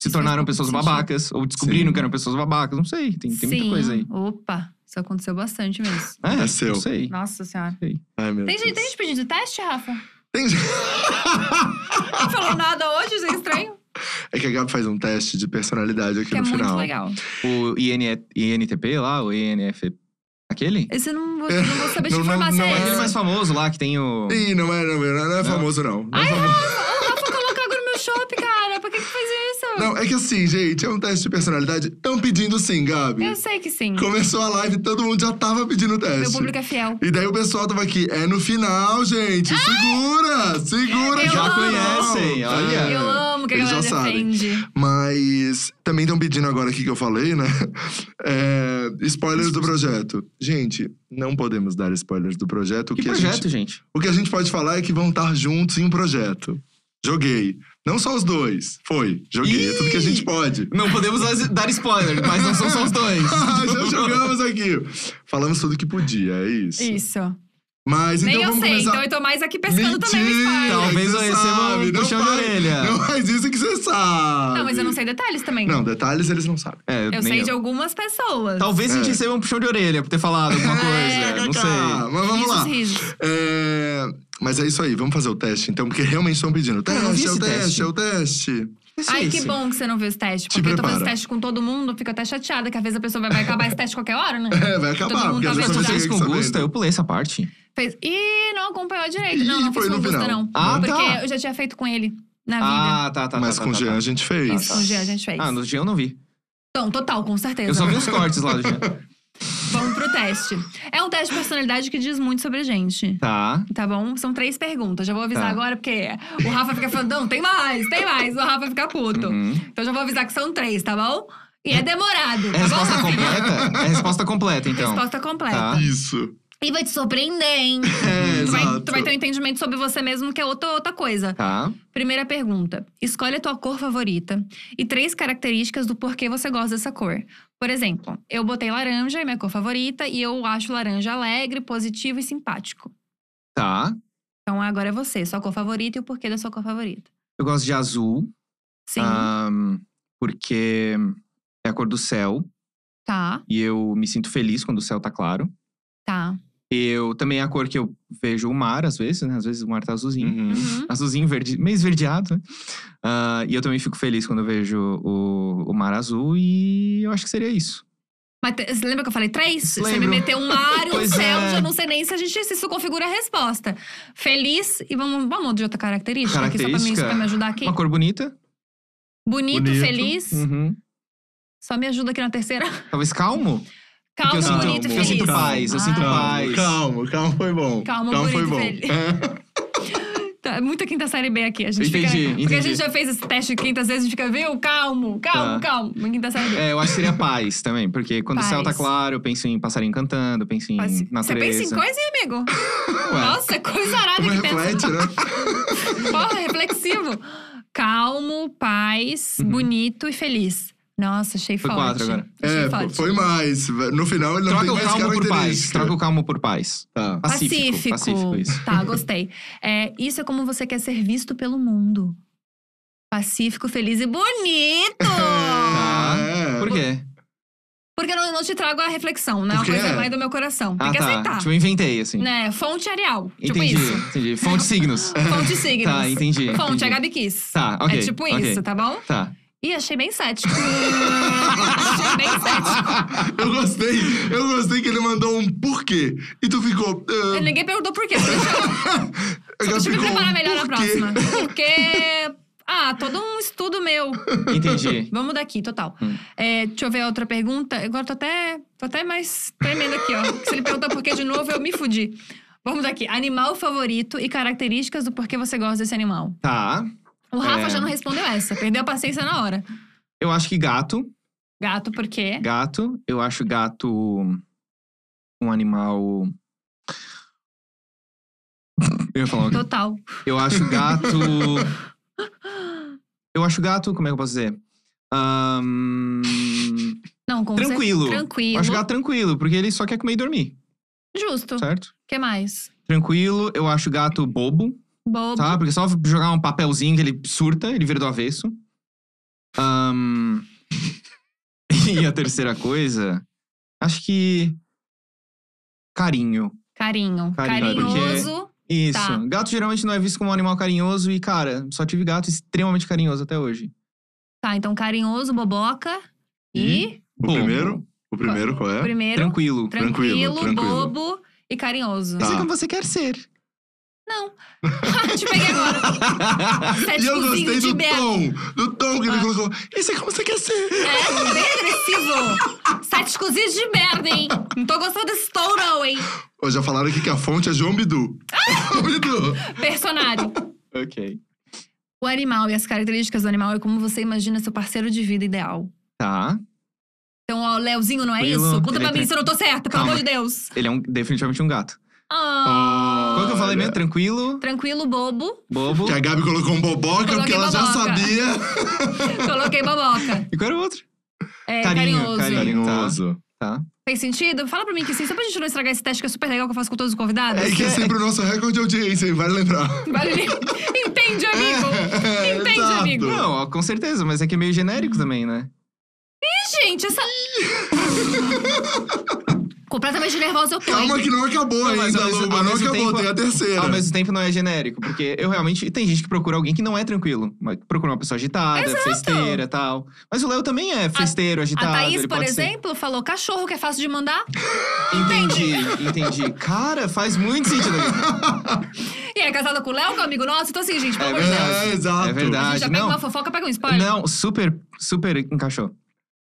[SPEAKER 3] Se
[SPEAKER 1] Isso faz
[SPEAKER 3] tornaram
[SPEAKER 1] pouco
[SPEAKER 3] pessoas
[SPEAKER 1] sentido.
[SPEAKER 3] babacas, ou descobriram
[SPEAKER 2] Sim.
[SPEAKER 3] que eram pessoas babacas, não sei. Tem, tem
[SPEAKER 1] Sim.
[SPEAKER 3] muita coisa aí.
[SPEAKER 1] Opa, isso aconteceu bastante mesmo.
[SPEAKER 3] É,
[SPEAKER 2] Aconteceu.
[SPEAKER 3] não sei.
[SPEAKER 1] Nossa senhora.
[SPEAKER 2] Ai, meu
[SPEAKER 1] Tem gente, tem
[SPEAKER 2] Deus.
[SPEAKER 1] gente pedindo teste, Rafa? Não
[SPEAKER 2] Tem gente-
[SPEAKER 1] falou nada hoje, isso é estranho.
[SPEAKER 2] É que a Gabi faz um teste de personalidade aqui
[SPEAKER 1] Que é
[SPEAKER 2] no
[SPEAKER 1] muito
[SPEAKER 2] final.
[SPEAKER 1] legal.
[SPEAKER 3] O INE INTP lá, o INF. Aquele?
[SPEAKER 1] Esse eu não vou, não vou saber te
[SPEAKER 2] Não, não,
[SPEAKER 1] informar se
[SPEAKER 2] não
[SPEAKER 1] é
[SPEAKER 2] é
[SPEAKER 3] Aquele
[SPEAKER 1] esse.
[SPEAKER 3] mais famoso lá que tem o.
[SPEAKER 2] Ih, não é, não é, não é famoso, não. Não é
[SPEAKER 1] Ai,
[SPEAKER 2] famoso.
[SPEAKER 1] Rafa, o Rafa colocou água no meu chopp, cara. Por que que fez isso?
[SPEAKER 2] Não, é que assim, gente, é um teste de personalidade. Estão pedindo sim, Gabi.
[SPEAKER 1] Eu sei que sim.
[SPEAKER 2] Começou a live, todo mundo já tava pedindo o teste.
[SPEAKER 1] Meu público é fiel.
[SPEAKER 2] E daí o pessoal tava aqui, é no final, gente. Segura! Segura,
[SPEAKER 1] Eu
[SPEAKER 2] já
[SPEAKER 1] amo.
[SPEAKER 3] conhecem, olha.
[SPEAKER 2] É.
[SPEAKER 1] Eu amo que a
[SPEAKER 2] Eles
[SPEAKER 1] galera
[SPEAKER 2] já sabem.
[SPEAKER 1] defende.
[SPEAKER 2] Mas também estão pedindo agora aqui que eu falei, né? É, spoilers do projeto. Gente, não podemos dar spoilers do projeto. O
[SPEAKER 3] Que
[SPEAKER 2] que, a gente,
[SPEAKER 3] projeto, gente?
[SPEAKER 2] o que a gente pode falar é que vão estar juntos em um projeto. Joguei. Não só os dois. Foi. Joguei. É tudo que a gente pode. Ah,
[SPEAKER 3] Não podemos dar spoiler, mas não são só os dois.
[SPEAKER 2] Já jogamos aqui. Falamos tudo que podia, é isso.
[SPEAKER 1] Isso.
[SPEAKER 2] Mas então
[SPEAKER 1] Nem eu
[SPEAKER 2] vamos
[SPEAKER 1] sei,
[SPEAKER 2] começar.
[SPEAKER 1] então eu tô mais aqui pescando também no
[SPEAKER 2] Mentira!
[SPEAKER 1] spoiler.
[SPEAKER 3] Talvez eu
[SPEAKER 2] Você
[SPEAKER 3] receba
[SPEAKER 2] sabe,
[SPEAKER 3] um
[SPEAKER 2] não
[SPEAKER 3] puxão de
[SPEAKER 2] faz-
[SPEAKER 3] orelha.
[SPEAKER 2] Não faz isso que você sabe.
[SPEAKER 1] Não, mas eu não sei detalhes também.
[SPEAKER 2] Não, detalhes eles não sabem.
[SPEAKER 3] É,
[SPEAKER 1] Eu
[SPEAKER 3] nem
[SPEAKER 1] sei de algumas pessoas.
[SPEAKER 3] Talvez a gente
[SPEAKER 2] É.
[SPEAKER 3] receba um puxão de orelha por ter falado alguma coisa.
[SPEAKER 1] É,
[SPEAKER 3] não sei.
[SPEAKER 2] Mas vamos lá.
[SPEAKER 1] Risos, risos.
[SPEAKER 2] É, Mas é isso aí, vamos fazer o teste então, porque realmente estão pedindo.
[SPEAKER 3] Cara, eu não vi
[SPEAKER 2] Teste, é o
[SPEAKER 3] esse
[SPEAKER 2] teste,
[SPEAKER 3] teste.
[SPEAKER 2] é o teste.
[SPEAKER 1] Ai, que
[SPEAKER 3] Esse.
[SPEAKER 1] bom que você não viu esse teste.
[SPEAKER 2] Te
[SPEAKER 1] Porque eu tô
[SPEAKER 2] prepara.
[SPEAKER 1] fazendo teste com todo mundo, fico até chateada que às vezes a pessoa vai, vai acabar esse teste qualquer hora, né?
[SPEAKER 2] É, vai acabar,
[SPEAKER 1] mundo
[SPEAKER 2] porque
[SPEAKER 1] tá vendo
[SPEAKER 2] às vezes a
[SPEAKER 3] Você
[SPEAKER 1] já.
[SPEAKER 2] pessoa
[SPEAKER 3] fez
[SPEAKER 2] fica
[SPEAKER 3] com
[SPEAKER 2] sabendo.
[SPEAKER 3] Gusta, eu pulei essa parte.
[SPEAKER 1] Fez. Ih, não acompanhou direito. não,
[SPEAKER 2] Ih,
[SPEAKER 1] não fiz
[SPEAKER 2] foi
[SPEAKER 1] com
[SPEAKER 2] no
[SPEAKER 1] o Gusta,
[SPEAKER 2] final.
[SPEAKER 1] não.
[SPEAKER 3] Ah,
[SPEAKER 1] porque
[SPEAKER 3] tá.
[SPEAKER 1] eu já tinha feito com ele na vida. É
[SPEAKER 3] Ah, tá, tá.
[SPEAKER 2] Mas
[SPEAKER 3] tá,
[SPEAKER 2] com o
[SPEAKER 3] tá,
[SPEAKER 2] Jean
[SPEAKER 3] tá.
[SPEAKER 2] a gente fez.
[SPEAKER 1] Isso, com o Jean a gente fez.
[SPEAKER 3] Ah, no Jean eu não vi.
[SPEAKER 1] Então, total, com certeza.
[SPEAKER 3] Eu só vi uns cortes lá do Jean.
[SPEAKER 1] Vamos pro teste. É um teste de personalidade que diz muito sobre a gente.
[SPEAKER 3] Tá.
[SPEAKER 1] Tá bom? São três perguntas. Já vou avisar
[SPEAKER 3] Tá.
[SPEAKER 1] agora, porque o Rafa fica falando, não, tem mais, tem mais. O Rafa fica puto.
[SPEAKER 3] Uhum.
[SPEAKER 1] Então já vou avisar que são três, tá bom? E é demorado,
[SPEAKER 3] É
[SPEAKER 1] tá bom?
[SPEAKER 3] resposta
[SPEAKER 1] Rafa?
[SPEAKER 3] completa? É resposta completa, então.
[SPEAKER 1] Resposta completa.
[SPEAKER 3] Tá.
[SPEAKER 2] Ah, Isso.
[SPEAKER 1] E vai te surpreender, hein?
[SPEAKER 2] É,
[SPEAKER 1] tu, vai,
[SPEAKER 2] exato.
[SPEAKER 1] tu vai ter um entendimento sobre você mesmo, que é outra, outra coisa.
[SPEAKER 3] Tá.
[SPEAKER 1] Primeira pergunta. Escolhe a tua cor favorita e três características do porquê você gosta dessa cor. Por exemplo, eu botei laranja, é minha cor favorita, e eu acho laranja alegre, positivo e simpático.
[SPEAKER 3] Tá.
[SPEAKER 1] Então agora é você, sua cor favorita e o porquê da sua cor favorita.
[SPEAKER 3] Eu gosto de azul,
[SPEAKER 1] Sim,
[SPEAKER 3] Ah, ahn, porque é a cor do céu
[SPEAKER 1] tá,
[SPEAKER 3] e eu me sinto feliz quando o céu tá claro.
[SPEAKER 1] tá.
[SPEAKER 3] Eu também é a cor que eu vejo o mar às vezes, né? Às vezes o mar tá azulzinho.
[SPEAKER 2] Uhum.
[SPEAKER 1] Uhum.
[SPEAKER 3] Azulzinho, verde, meio esverdeado, né? Ah, e eu também fico feliz quando eu vejo o, o mar azul e eu acho que seria isso.
[SPEAKER 1] Mas te- você lembra que eu falei três? Você me
[SPEAKER 3] Lembro.
[SPEAKER 1] meteu um mar e um
[SPEAKER 3] Pois
[SPEAKER 1] céu,
[SPEAKER 3] é.
[SPEAKER 1] já não sei nem se a gente se isso configura a resposta. Feliz e vamos, vamos de outra característica, aqui só pra mim,
[SPEAKER 3] Característica.
[SPEAKER 1] só pra me ajudar aqui.
[SPEAKER 3] Uma cor bonita.
[SPEAKER 1] Bonito,
[SPEAKER 2] Bonito.
[SPEAKER 1] feliz.
[SPEAKER 3] Uhum.
[SPEAKER 1] Só me ajuda aqui na terceira.
[SPEAKER 3] Talvez calmo.
[SPEAKER 1] Calmo,
[SPEAKER 3] eu sinto-
[SPEAKER 1] bonito,
[SPEAKER 3] porque
[SPEAKER 1] feliz.
[SPEAKER 3] eu sinto paz, eu sinto
[SPEAKER 1] Ah.
[SPEAKER 3] paz.
[SPEAKER 2] Calmo, calmo foi bom.
[SPEAKER 1] Calmo,
[SPEAKER 2] foi
[SPEAKER 1] bonito,
[SPEAKER 2] bom.
[SPEAKER 1] velho.
[SPEAKER 2] É.
[SPEAKER 1] Tá, é muita quinta série B aqui. A gente
[SPEAKER 3] Entendi,
[SPEAKER 1] fica, Porque a
[SPEAKER 3] entendi.
[SPEAKER 1] gente já fez esse teste quintas vezes, a gente fica, viu? Calmo, calmo,
[SPEAKER 3] Tá.
[SPEAKER 1] calmo. Quinta série B.
[SPEAKER 3] É, eu acho que seria paz também, porque quando o céu tá
[SPEAKER 1] Paz.
[SPEAKER 3] claro, eu penso em passarinho cantando, eu penso em
[SPEAKER 1] Mas Você
[SPEAKER 3] natureza.
[SPEAKER 1] pensa em coisa, hein, amigo?
[SPEAKER 3] Ué.
[SPEAKER 1] Nossa, é coisa arada
[SPEAKER 2] Como
[SPEAKER 1] que pensa.
[SPEAKER 2] reflete, né?
[SPEAKER 1] Porra, reflexivo. Calmo, paz, bonito e feliz. Nossa, achei
[SPEAKER 3] Uhum. Foi
[SPEAKER 1] forte.
[SPEAKER 3] quatro agora.
[SPEAKER 1] Achei
[SPEAKER 2] É,
[SPEAKER 1] forte.
[SPEAKER 2] foi mais. No final ele não
[SPEAKER 3] Troca
[SPEAKER 2] tem
[SPEAKER 3] o
[SPEAKER 2] mais
[SPEAKER 3] calmo por paz.
[SPEAKER 2] característica.
[SPEAKER 3] Troca o calmo por paz.
[SPEAKER 2] Tá.
[SPEAKER 3] Pacífico. Pacífico, isso.
[SPEAKER 1] Tá, gostei. É, isso é como você quer ser visto pelo mundo. Pacífico, feliz e bonito!
[SPEAKER 3] Tá.
[SPEAKER 2] É.
[SPEAKER 3] Por quê?
[SPEAKER 1] Porque eu não, não te trago a reflexão, né? É uma
[SPEAKER 2] Porque
[SPEAKER 1] coisa
[SPEAKER 2] é.
[SPEAKER 1] mais do meu coração. Tem
[SPEAKER 3] ah,
[SPEAKER 1] que
[SPEAKER 3] tá.
[SPEAKER 1] aceitar.
[SPEAKER 3] Tipo, eu inventei, assim.
[SPEAKER 1] Né? Fonte Arial.
[SPEAKER 3] Entendi,
[SPEAKER 1] Tipo isso.
[SPEAKER 3] entendi. Fonte signos.
[SPEAKER 1] Fonte signos.
[SPEAKER 3] Tá, entendi.
[SPEAKER 1] Fonte, a
[SPEAKER 3] entendi.
[SPEAKER 1] Gabi Kiss.
[SPEAKER 3] Tá, ok.
[SPEAKER 1] é tipo
[SPEAKER 3] ok.
[SPEAKER 1] isso, tá bom?
[SPEAKER 3] Tá.
[SPEAKER 1] Ih, achei bem cético. achei bem cético.
[SPEAKER 2] Eu gostei, eu gostei que ele mandou um porquê. E tu ficou. ah,
[SPEAKER 1] Ninguém perguntou por quê. Deixa eu,
[SPEAKER 2] Ela
[SPEAKER 1] deixa eu me
[SPEAKER 2] ficou,
[SPEAKER 1] preparar melhor na
[SPEAKER 2] "Por quê?"
[SPEAKER 1] próxima. Porque. Ah, todo um estudo meu.
[SPEAKER 3] Entendi.
[SPEAKER 1] Vamos daqui, total.
[SPEAKER 3] Hum.
[SPEAKER 1] É, deixa eu ver a outra pergunta. Agora tô até, tô até mais tremendo aqui, ó. Se ele perguntar por quê de novo, eu me fudi. Vamos daqui. Animal favorito e características do porquê você gosta desse animal.
[SPEAKER 3] Tá.
[SPEAKER 1] O Rafa
[SPEAKER 3] É.
[SPEAKER 1] já não respondeu essa. Perdeu a paciência na hora.
[SPEAKER 3] Eu acho que gato.
[SPEAKER 1] Gato, por quê?
[SPEAKER 3] Gato. Eu acho gato um animal. Eu ia falar uma
[SPEAKER 1] Total.
[SPEAKER 3] Eu acho gato. eu acho gato, como é que eu posso dizer? Ahn,
[SPEAKER 1] Não, com certeza.
[SPEAKER 3] tranquilo. Eu
[SPEAKER 1] Tranquilo.
[SPEAKER 3] acho gato tranquilo, porque ele só quer comer e dormir,
[SPEAKER 1] Justo. O
[SPEAKER 3] certo?
[SPEAKER 1] que mais?
[SPEAKER 3] Tranquilo, eu acho gato bobo,
[SPEAKER 1] Bobo.
[SPEAKER 3] tá? Porque só jogar um papelzinho que ele surta, ele vira do avesso. Ahn, e a terceira coisa, acho que. Carinho.
[SPEAKER 1] Carinho.
[SPEAKER 3] Carinho,
[SPEAKER 1] Carinhoso.
[SPEAKER 3] Isso.
[SPEAKER 1] Tá.
[SPEAKER 3] Gato geralmente não é visto como um animal carinhoso, e cara, só tive gato extremamente carinhoso até hoje.
[SPEAKER 1] Tá, então carinhoso, boboca. E.
[SPEAKER 2] O primeiro? O primeiro qual é?
[SPEAKER 1] Primeiro.
[SPEAKER 3] Tranquilo.
[SPEAKER 1] Tranquilo,
[SPEAKER 2] Tranquilo, tranquilo.
[SPEAKER 1] bobo e carinhoso.
[SPEAKER 2] Tá.
[SPEAKER 3] Isso é como você quer ser.
[SPEAKER 1] Não. Te peguei agora. Sete
[SPEAKER 2] e eu
[SPEAKER 1] cozinhos
[SPEAKER 2] gostei
[SPEAKER 1] É tipo de
[SPEAKER 2] do
[SPEAKER 1] Beto.
[SPEAKER 2] tom, do tom que ele
[SPEAKER 1] Ah.
[SPEAKER 2] colocou. Esse é como você quer ser.
[SPEAKER 1] É, bem agressivo. Sete cozinhos de merda, hein? Não tô gostando desse tom, não, hein?
[SPEAKER 2] Ó, já falaram aqui que a fonte é João Bidu. João Bidu.
[SPEAKER 1] Personagem.
[SPEAKER 3] Ok.
[SPEAKER 1] O animal e as características do animal é como você imagina seu parceiro de vida ideal.
[SPEAKER 3] Tá.
[SPEAKER 1] Então, ó, Leozinho, não é
[SPEAKER 3] Tranquilo,
[SPEAKER 1] isso? Conta pra
[SPEAKER 3] tranquilo.
[SPEAKER 1] mim se eu não tô certa, pelo
[SPEAKER 3] Calma.
[SPEAKER 1] amor de Deus.
[SPEAKER 3] Ele é um, definitivamente um gato.
[SPEAKER 1] Ah,
[SPEAKER 3] Qual que eu falei mesmo? Tranquilo,
[SPEAKER 1] Tranquilo, bobo.
[SPEAKER 3] bobo.
[SPEAKER 2] Que a Gabi colocou um boboca
[SPEAKER 1] Coloquei
[SPEAKER 2] porque ela já
[SPEAKER 1] boboca.
[SPEAKER 2] sabia.
[SPEAKER 1] Coloquei boboca.
[SPEAKER 3] E qual era o outro?
[SPEAKER 1] É, carinhoso.
[SPEAKER 3] Carinho, carinho. Tá.
[SPEAKER 1] Fez sentido? Fala pra mim que sim, só pra gente não estragar esse teste que é super legal que eu faço com todos os convidados.
[SPEAKER 2] É que é sempre o nosso recorde de audiência, hein? vale lembrar.
[SPEAKER 1] Vale. Entende, amigo?
[SPEAKER 2] É,
[SPEAKER 1] Entende,
[SPEAKER 2] exato.
[SPEAKER 1] amigo?
[SPEAKER 3] Não, ó, com certeza, mas é que é meio genérico também, né?
[SPEAKER 1] Ih, gente, essa. Completamente nervosa eu tô. hein?
[SPEAKER 2] Calma que não acabou
[SPEAKER 3] Não, mas
[SPEAKER 2] ainda,
[SPEAKER 3] ao mesmo-
[SPEAKER 2] Luba.
[SPEAKER 3] ao
[SPEAKER 2] Não
[SPEAKER 3] mesmo
[SPEAKER 2] acabou,
[SPEAKER 3] tempo-
[SPEAKER 2] tem a terceira.
[SPEAKER 3] Ao mesmo tempo não é genérico, porque eu realmente. Tem gente que procura alguém que não é tranquilo. mas Procura uma pessoa agitada, festeira e tal. Mas o Léo também é festeiro, agitado.
[SPEAKER 1] A Thaís,
[SPEAKER 3] ele
[SPEAKER 1] por
[SPEAKER 3] pode ser.
[SPEAKER 1] exemplo, falou cachorro que é fácil de mandar.
[SPEAKER 3] Entendi, entendi. Cara, faz muito sentido.
[SPEAKER 1] E é casada com o Léo, que é um amigo nosso. Então, assim, gente, pelo
[SPEAKER 3] É
[SPEAKER 1] amor de Deus.
[SPEAKER 2] É, exato.
[SPEAKER 3] É
[SPEAKER 1] A gente
[SPEAKER 3] verdade.
[SPEAKER 1] já pega
[SPEAKER 3] Não,
[SPEAKER 1] uma fofoca, pega um spoiler.
[SPEAKER 3] não, super, super encaixou.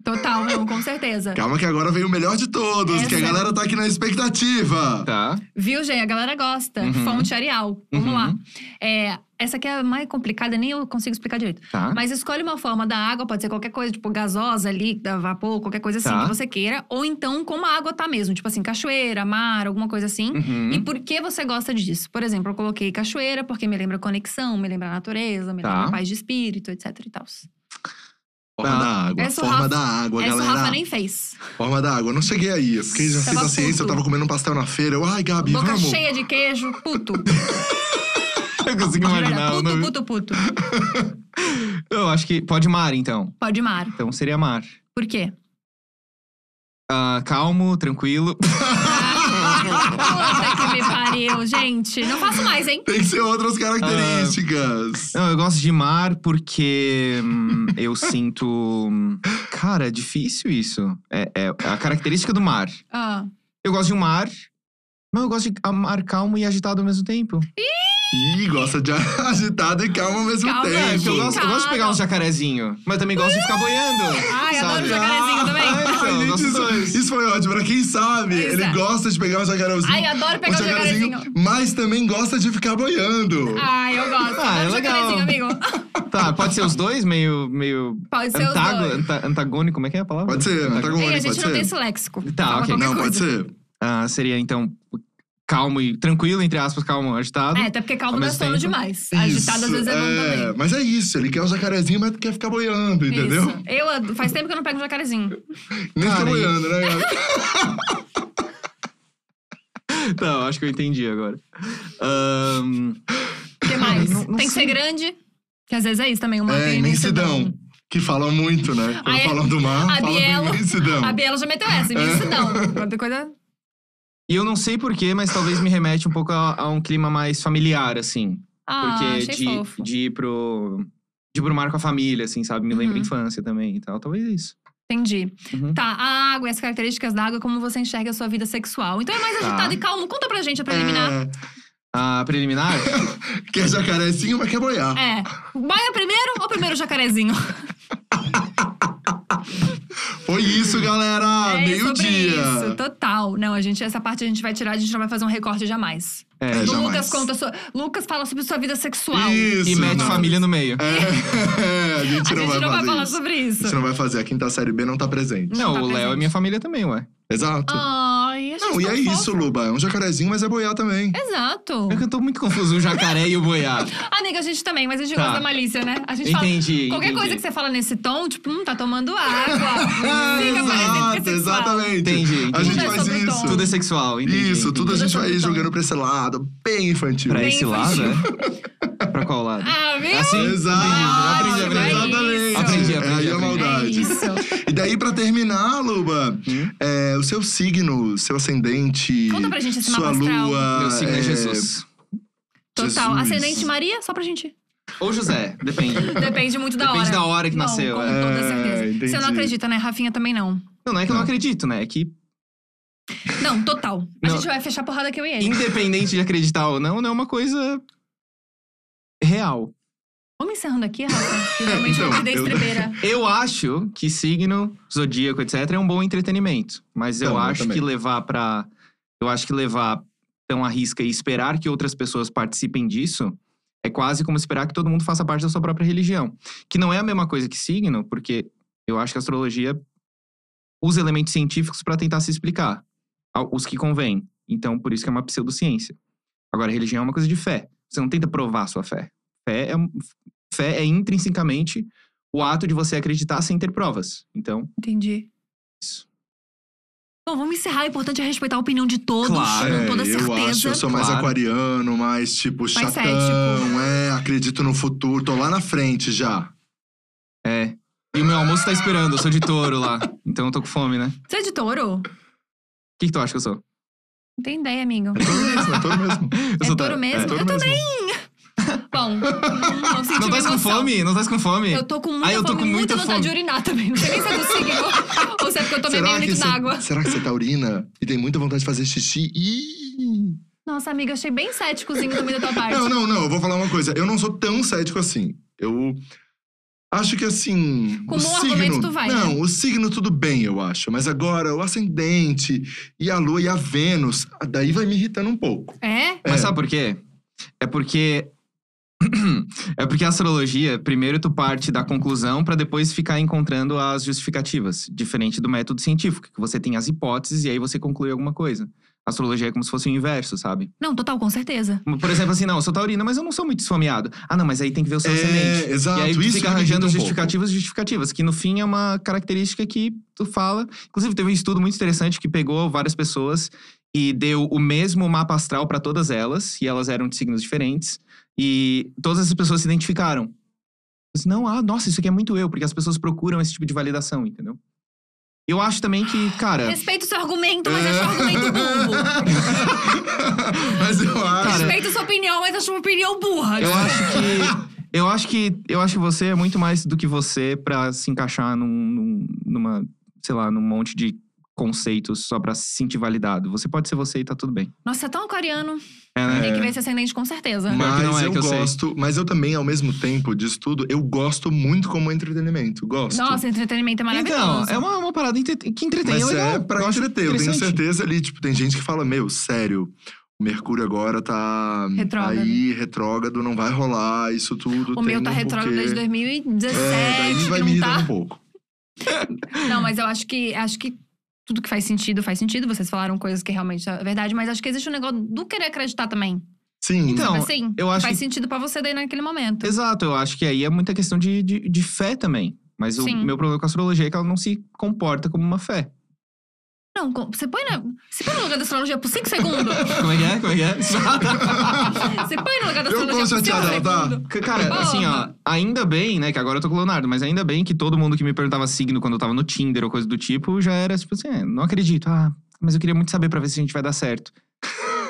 [SPEAKER 1] Total, não, com certeza.
[SPEAKER 2] Calma que agora vem o melhor de todos, que a
[SPEAKER 1] Essa-
[SPEAKER 2] galera tá aqui na expectativa.
[SPEAKER 3] Tá.
[SPEAKER 1] Viu, gente? A galera gosta.
[SPEAKER 3] Uhum.
[SPEAKER 1] Fonte Arial. Vamos
[SPEAKER 3] Uhum.
[SPEAKER 1] lá. É, essa aqui é a mais complicada, nem eu consigo explicar direito.
[SPEAKER 3] Tá.
[SPEAKER 1] Mas escolhe uma forma da água, pode ser qualquer coisa, tipo gasosa, líquida, vapor, qualquer coisa assim
[SPEAKER 3] Tá.
[SPEAKER 1] que você queira. Ou então como a água tá mesmo, tipo assim, cachoeira, mar, alguma coisa assim.
[SPEAKER 3] Uhum.
[SPEAKER 1] E por que você gosta disso? Por exemplo, eu coloquei cachoeira porque me lembra conexão, me lembra natureza, me
[SPEAKER 3] Tá.
[SPEAKER 1] lembra paz de espírito, etc e tal.
[SPEAKER 2] Forma
[SPEAKER 3] Tá.
[SPEAKER 2] da água,
[SPEAKER 1] Essa o
[SPEAKER 2] forma
[SPEAKER 1] Rafa-
[SPEAKER 2] da água,
[SPEAKER 1] Essa o
[SPEAKER 2] galera.
[SPEAKER 1] Rafa nem fez.
[SPEAKER 2] Forma da água, eu não cheguei aí. Eu fiquei já
[SPEAKER 1] Tava
[SPEAKER 2] sem paciência, eu
[SPEAKER 1] puto.
[SPEAKER 2] tava comendo um pastel na feira. Eu, ai, Gabi,
[SPEAKER 1] Boca
[SPEAKER 2] vamos.
[SPEAKER 1] cheia de queijo, puto.
[SPEAKER 3] Eu consigo
[SPEAKER 1] De verdade,
[SPEAKER 3] imaginar o
[SPEAKER 1] puto,
[SPEAKER 3] nome.
[SPEAKER 1] puto, puto.
[SPEAKER 3] Eu acho que pode mar, então.
[SPEAKER 1] Pode mar.
[SPEAKER 3] Então seria mar.
[SPEAKER 1] Por quê?
[SPEAKER 3] Ah, calmo, tranquilo.
[SPEAKER 1] Puta que me pariu, gente. Não faço mais, hein?
[SPEAKER 2] Tem que ser
[SPEAKER 3] Ah.
[SPEAKER 2] outras características.
[SPEAKER 3] Não, eu gosto de mar porque hum, eu sinto. hum, Cara, é difícil isso. É, é a característica do mar.
[SPEAKER 1] Ah,
[SPEAKER 3] Eu gosto de um mar, mas eu gosto de a- mar calmo e agitado ao mesmo tempo.
[SPEAKER 2] Ih, gosta de agitado e calma ao mesmo
[SPEAKER 1] Calma,
[SPEAKER 3] É, porque eu
[SPEAKER 2] tempo.
[SPEAKER 3] gosto, eu gosto de pegar um jacarezinho, mas também gosto de ficar boiando.
[SPEAKER 1] Ah! Ai,
[SPEAKER 3] sabe?
[SPEAKER 1] adoro jacarezinho
[SPEAKER 3] Ah,
[SPEAKER 1] um também.
[SPEAKER 3] então, eu
[SPEAKER 2] Ai, gente,
[SPEAKER 3] gosto dos
[SPEAKER 2] isso, é
[SPEAKER 3] dois.
[SPEAKER 2] isso foi ótimo. Pra quem sabe,
[SPEAKER 1] Pois
[SPEAKER 2] ele
[SPEAKER 1] é.
[SPEAKER 2] gosta de pegar um jacarãozinho.
[SPEAKER 1] Ai, adoro pegar um o jacarezinho.
[SPEAKER 2] Mas também gosta de ficar boiando.
[SPEAKER 1] Ai, eu gosto.
[SPEAKER 3] Ah, é
[SPEAKER 1] adoro jacarezinho, amigo.
[SPEAKER 3] Tá, pode ser os dois, meio. meio
[SPEAKER 1] Pode é- ser os
[SPEAKER 3] antago,
[SPEAKER 1] dois.
[SPEAKER 3] anta- antagônico, como é que é a palavra?
[SPEAKER 2] Pode ser, né? antagônico,
[SPEAKER 1] Ei, a gente
[SPEAKER 2] pode
[SPEAKER 1] não tem
[SPEAKER 2] ser.
[SPEAKER 1] esse léxico.
[SPEAKER 3] Tá,
[SPEAKER 1] Fala
[SPEAKER 3] ok.
[SPEAKER 1] qualquer
[SPEAKER 2] Não,
[SPEAKER 1] coisa.
[SPEAKER 2] pode ser.
[SPEAKER 3] Ah, seria então calmo e tranquilo, entre aspas, calmo, agitado.
[SPEAKER 1] É, até porque calmo
[SPEAKER 3] Ao
[SPEAKER 1] não é
[SPEAKER 3] mesmo
[SPEAKER 1] sono
[SPEAKER 3] tempo.
[SPEAKER 1] demais. Agitado às vezes é bom
[SPEAKER 2] é,
[SPEAKER 1] também.
[SPEAKER 2] Mas é isso, ele quer o jacarezinho, mas quer ficar boiando, entendeu?
[SPEAKER 1] Isso. Eu, ad- faz tempo que eu não pego um jacarezinho.
[SPEAKER 2] Nem fica
[SPEAKER 3] Cara,
[SPEAKER 2] boiando, né?
[SPEAKER 3] Então, acho que eu entendi agora. Ahn,
[SPEAKER 1] O que mais?
[SPEAKER 3] não- não
[SPEAKER 1] Tem que ser
[SPEAKER 3] sei.
[SPEAKER 1] grande, que às vezes é isso também. Uma
[SPEAKER 2] É, imensidão. Que falam muito, né? Quando
[SPEAKER 1] Aí,
[SPEAKER 2] falam do mar,
[SPEAKER 1] a
[SPEAKER 2] falam
[SPEAKER 1] Bielo-
[SPEAKER 2] do imensidão.
[SPEAKER 1] A Biela já meteu
[SPEAKER 3] É.
[SPEAKER 1] essa, imensidão. Outra coisa...
[SPEAKER 3] e eu não sei porquê, mas talvez me remete um pouco a, a um clima mais familiar, assim.
[SPEAKER 1] Ah,
[SPEAKER 3] Porque
[SPEAKER 1] achei
[SPEAKER 3] de,
[SPEAKER 1] fofo.
[SPEAKER 3] de ir pro. De ir pro mar com a família, assim, sabe? Me lembra
[SPEAKER 1] Uhum.
[SPEAKER 3] infância também e tal. Talvez é isso.
[SPEAKER 1] Entendi.
[SPEAKER 3] Uhum.
[SPEAKER 1] Tá, a água e as características da água, como você enxerga a sua vida sexual. Então é mais
[SPEAKER 3] Tá. É.
[SPEAKER 1] agitado e calmo. Conta pra gente a preliminar.
[SPEAKER 3] A preliminar?
[SPEAKER 2] É, quer jacarezinho, mas quer boiar.
[SPEAKER 1] É. Baia primeiro ou primeiro o jacarezinho?
[SPEAKER 2] Foi isso, galera!
[SPEAKER 1] é
[SPEAKER 2] Meio
[SPEAKER 1] sobre
[SPEAKER 2] dia!
[SPEAKER 1] isso, total. Não, a gente, essa parte a gente vai tirar, a gente não vai fazer um recorte jamais.
[SPEAKER 3] É.
[SPEAKER 2] É,
[SPEAKER 1] O
[SPEAKER 2] jamais.
[SPEAKER 1] Lucas conta sua, Lucas fala sobre sua vida sexual.
[SPEAKER 2] Isso,
[SPEAKER 3] e mete
[SPEAKER 2] não.
[SPEAKER 3] família no meio.
[SPEAKER 2] É, a
[SPEAKER 1] A
[SPEAKER 2] gente
[SPEAKER 1] gente
[SPEAKER 2] não vai fazer
[SPEAKER 1] falar
[SPEAKER 2] isso.
[SPEAKER 1] sobre
[SPEAKER 2] A
[SPEAKER 1] isso.
[SPEAKER 2] gente não vai fazer. A quinta série B não tá presente.
[SPEAKER 3] Não,
[SPEAKER 1] tá
[SPEAKER 3] o Léo é
[SPEAKER 1] presente.
[SPEAKER 3] minha família também, ué.
[SPEAKER 2] Exato.
[SPEAKER 1] Ah, Ai, achei
[SPEAKER 2] não, e
[SPEAKER 1] tão
[SPEAKER 2] é
[SPEAKER 1] fofo.
[SPEAKER 2] isso, Luba. É um jacarezinho, mas é boiar também.
[SPEAKER 1] Exato. Ah,
[SPEAKER 3] É que eu tô muito confuso, o jacaré e o boiado.
[SPEAKER 1] Amiga, a gente também, mas a gente
[SPEAKER 3] Tá.
[SPEAKER 1] gosta da malícia, né? A gente fala.
[SPEAKER 3] Entendi.
[SPEAKER 1] Qualquer
[SPEAKER 3] entendi.
[SPEAKER 1] coisa que você fala nesse tom, tipo, hum, tá tomando água. É, Fica parecendo que é
[SPEAKER 2] Exato,
[SPEAKER 1] sexual.
[SPEAKER 2] exatamente.
[SPEAKER 3] Entendi,
[SPEAKER 2] A
[SPEAKER 3] entendi.
[SPEAKER 2] gente
[SPEAKER 1] Tudo é
[SPEAKER 2] faz
[SPEAKER 1] sobre o
[SPEAKER 2] isso.
[SPEAKER 1] tom.
[SPEAKER 3] Tudo é sexual, entendi.
[SPEAKER 2] Isso, tudo
[SPEAKER 1] Tudo
[SPEAKER 2] a
[SPEAKER 3] entendi.
[SPEAKER 1] é
[SPEAKER 2] gente vai
[SPEAKER 1] sobre o tom.
[SPEAKER 2] jogando pra esse lado, bem infantil.
[SPEAKER 3] Pra
[SPEAKER 1] Bem
[SPEAKER 3] esse lado, é? pra qual lado?
[SPEAKER 1] Ah,
[SPEAKER 2] É
[SPEAKER 1] viu?
[SPEAKER 3] Assim?
[SPEAKER 2] Exato.
[SPEAKER 3] Entendi, aprendi,
[SPEAKER 1] Ah,
[SPEAKER 3] aprendi.
[SPEAKER 2] Exatamente.
[SPEAKER 3] Aprendi,
[SPEAKER 2] É aí
[SPEAKER 3] aprendi,
[SPEAKER 2] a
[SPEAKER 3] aprendi.
[SPEAKER 1] É
[SPEAKER 2] maldade.
[SPEAKER 1] isso.
[SPEAKER 2] E daí, pra terminar, Luba,
[SPEAKER 3] Hum?
[SPEAKER 2] é, o seu signo, seu ascendente.
[SPEAKER 1] Conta pra gente esse
[SPEAKER 2] sua
[SPEAKER 1] mapa astral.
[SPEAKER 2] lua.
[SPEAKER 3] Meu signo é
[SPEAKER 2] é,
[SPEAKER 3] Jesus.
[SPEAKER 1] Total.
[SPEAKER 2] Jesus.
[SPEAKER 1] Ascendente Maria, só pra gente.
[SPEAKER 3] Ou José, depende.
[SPEAKER 1] Depende muito da hora.
[SPEAKER 3] Depende da hora que
[SPEAKER 1] Não,
[SPEAKER 3] nasceu,
[SPEAKER 1] Com
[SPEAKER 3] é.
[SPEAKER 1] toda
[SPEAKER 2] É,
[SPEAKER 1] certeza. Você não
[SPEAKER 2] entendi.
[SPEAKER 1] acredita, né? Rafinha também não.
[SPEAKER 3] Não, não é que eu não
[SPEAKER 2] Não.
[SPEAKER 3] acredito, né? É que
[SPEAKER 1] Não, Não, total. A
[SPEAKER 3] Não.
[SPEAKER 1] gente vai fechar a porrada que eu e ele.
[SPEAKER 3] Independente de acreditar ou não, não é uma coisa real.
[SPEAKER 1] Vamos encerrando aqui, Rafa. Que realmente
[SPEAKER 2] Então,
[SPEAKER 1] eu te dei
[SPEAKER 2] eu-
[SPEAKER 1] estrebeira.
[SPEAKER 3] Eu acho que signo, zodíaco, etc, é um bom entretenimento, mas eu
[SPEAKER 2] Então, eu
[SPEAKER 3] acho
[SPEAKER 2] também.
[SPEAKER 3] que levar pra. eu acho que levar tão à risca e esperar que outras pessoas participem disso é quase como esperar que todo mundo faça parte da sua própria religião, que não é a mesma coisa que signo, porque eu acho que a astrologia usa elementos científicos pra tentar se explicar, ao- os que convêm. Então, por isso que é uma pseudociência. Agora, religião é uma coisa de fé. Você não tenta provar a sua fé. Fé é, um- fé é intrinsecamente o ato de você acreditar sem ter provas. Então,
[SPEAKER 1] Entendi.
[SPEAKER 3] Isso.
[SPEAKER 1] Bom, vamos encerrar. O importante é respeitar a opinião de todos,
[SPEAKER 3] Claro,
[SPEAKER 1] com
[SPEAKER 2] É,
[SPEAKER 1] toda certeza.
[SPEAKER 2] Eu acho, eu sou mais
[SPEAKER 3] Claro.
[SPEAKER 2] aquariano, mais tipo chatão,
[SPEAKER 1] cético.
[SPEAKER 2] é, acredito no futuro, tô lá na frente já.
[SPEAKER 3] é. E o meu almoço tá esperando, eu sou de touro lá. Então eu tô com fome, né? O
[SPEAKER 1] Você é de touro?
[SPEAKER 3] que, que tu acha que eu sou?
[SPEAKER 1] Não tem ideia, amigo.
[SPEAKER 2] É todo mesmo, é todo mesmo.
[SPEAKER 3] Eu
[SPEAKER 1] É
[SPEAKER 3] sou
[SPEAKER 1] touro mesmo?
[SPEAKER 2] É todo
[SPEAKER 1] eu
[SPEAKER 2] mesmo.
[SPEAKER 1] também. Bom, não senti
[SPEAKER 3] Não tá com
[SPEAKER 1] emoção.
[SPEAKER 3] fome? Não tá com fome?
[SPEAKER 1] Eu tô com muita
[SPEAKER 3] Ah, eu tô
[SPEAKER 1] fome,
[SPEAKER 3] com muita
[SPEAKER 1] vontade de
[SPEAKER 3] fome.
[SPEAKER 1] urinar também. Não sei nem se é do signo. ou se é porque eu tomei meio litro
[SPEAKER 2] você,
[SPEAKER 1] d'água.
[SPEAKER 2] será que você tá urina e tem muita vontade de fazer xixi? Ih!
[SPEAKER 1] Nossa, amiga, achei bem céticozinho também da tua parte.
[SPEAKER 2] Não, não, não, eu vou falar uma coisa. Eu não sou tão cético assim. Eu acho que assim.
[SPEAKER 1] Com
[SPEAKER 2] o
[SPEAKER 1] bom
[SPEAKER 2] signo,
[SPEAKER 1] argumento tu vai, né?
[SPEAKER 2] Não, o signo tudo bem, eu acho. Mas agora, o ascendente e a lua e a Vênus, ah, daí vai me irritando um pouco.
[SPEAKER 1] É?
[SPEAKER 2] É.
[SPEAKER 3] Mas sabe por quê? É porque. é porque a astrologia, primeiro tu parte da conclusão pra depois ficar encontrando as justificativas. Diferente do método científico, que você tem as hipóteses e aí você conclui alguma coisa. A astrologia é como se fosse o inverso, sabe?
[SPEAKER 1] Não, total, com certeza.
[SPEAKER 3] Por exemplo, assim, não, eu sou taurina, mas eu não sou muito esfomeado. Ah, não, mas aí tem que ver o seu ascendente.
[SPEAKER 2] é, exato,
[SPEAKER 3] e aí
[SPEAKER 2] isso
[SPEAKER 3] tu fica
[SPEAKER 2] que me irrita
[SPEAKER 3] arranjando
[SPEAKER 2] um
[SPEAKER 3] justificativas e justificativas, que no fim é uma característica que tu fala. Inclusive, teve um estudo muito interessante que pegou várias pessoas e deu o mesmo mapa astral pra todas elas, e elas eram de signos diferentes, e todas essas pessoas se identificaram. Mas não, ah, nossa, isso aqui é muito eu, porque as pessoas procuram esse tipo de validação, entendeu? Eu acho também que, cara,
[SPEAKER 1] Respeita o seu argumento, mas acho um argumento burro.
[SPEAKER 2] pouco. mas eu acho.
[SPEAKER 3] Cara, é
[SPEAKER 1] Respeita a sua opinião, mas acho uma opinião burra.
[SPEAKER 3] eu acho que. Eu acho que. Eu acho que você é muito mais do que você pra se encaixar num, num- numa, sei lá, num monte de conceitos só pra se sentir validado. Você pode ser você e tá tudo bem.
[SPEAKER 1] Nossa, você é tão aquariano.
[SPEAKER 3] É, né?
[SPEAKER 1] Tem que ver esse ascendente com certeza.
[SPEAKER 3] Pior que
[SPEAKER 2] Mas
[SPEAKER 3] não é
[SPEAKER 2] eu,
[SPEAKER 3] que eu sei.
[SPEAKER 2] gosto, mas eu também, ao mesmo tempo disso tudo, eu gosto muito como entretenimento. Gosto.
[SPEAKER 1] Nossa, um entretenimento é
[SPEAKER 3] Então,
[SPEAKER 1] maravilhoso.
[SPEAKER 3] é uma, uma parada entre- que entretém.
[SPEAKER 2] Mas
[SPEAKER 3] é legal.
[SPEAKER 2] é pra
[SPEAKER 3] gosto,
[SPEAKER 2] entreter, eu tenho
[SPEAKER 3] interessante.
[SPEAKER 2] certeza ali. Tipo, tem gente que fala, meu, sério, o Mercúrio agora tá
[SPEAKER 1] Retrógrado.
[SPEAKER 2] aí, retrógrado, não vai rolar isso tudo.
[SPEAKER 1] O
[SPEAKER 2] tem
[SPEAKER 1] meu tá
[SPEAKER 2] um
[SPEAKER 1] retrógrado
[SPEAKER 2] porquê.
[SPEAKER 1] desde 2017,
[SPEAKER 2] É, daí vai
[SPEAKER 1] que
[SPEAKER 2] me
[SPEAKER 1] não
[SPEAKER 2] irritando um
[SPEAKER 1] tá.
[SPEAKER 2] pouco.
[SPEAKER 1] Não, mas eu acho que acho que tudo que faz sentido faz sentido. Vocês falaram coisas que realmente é verdade, mas acho que existe um negócio do querer acreditar também.
[SPEAKER 2] Sim,
[SPEAKER 3] Então, Não,
[SPEAKER 1] Tipo assim,
[SPEAKER 3] eu acho
[SPEAKER 1] faz
[SPEAKER 3] que-
[SPEAKER 1] sentido pra você daí naquele momento.
[SPEAKER 3] Exato, eu acho que aí é muita questão de, de, de fé também. Mas o
[SPEAKER 1] Sim.
[SPEAKER 3] meu problema com a astrologia é que ela não se comporta como uma fé.
[SPEAKER 1] Não, com- você põe na. Você põe no lugar da astrologia por 5 segundos.
[SPEAKER 3] Como é que é? Como é que é?
[SPEAKER 1] Você põe no lugar da
[SPEAKER 2] Eu
[SPEAKER 1] astrologia por
[SPEAKER 2] tô
[SPEAKER 1] 5
[SPEAKER 2] chateado,
[SPEAKER 1] segundos.
[SPEAKER 2] tá?
[SPEAKER 3] C- Cara, assim, ó, ainda bem, né, que agora eu tô com o Leonardo, mas ainda bem que todo mundo que me perguntava signo quando eu tava no Tinder ou coisa do tipo, já era tipo assim, é, não acredito, ah, mas eu queria muito saber pra ver se a gente vai dar certo.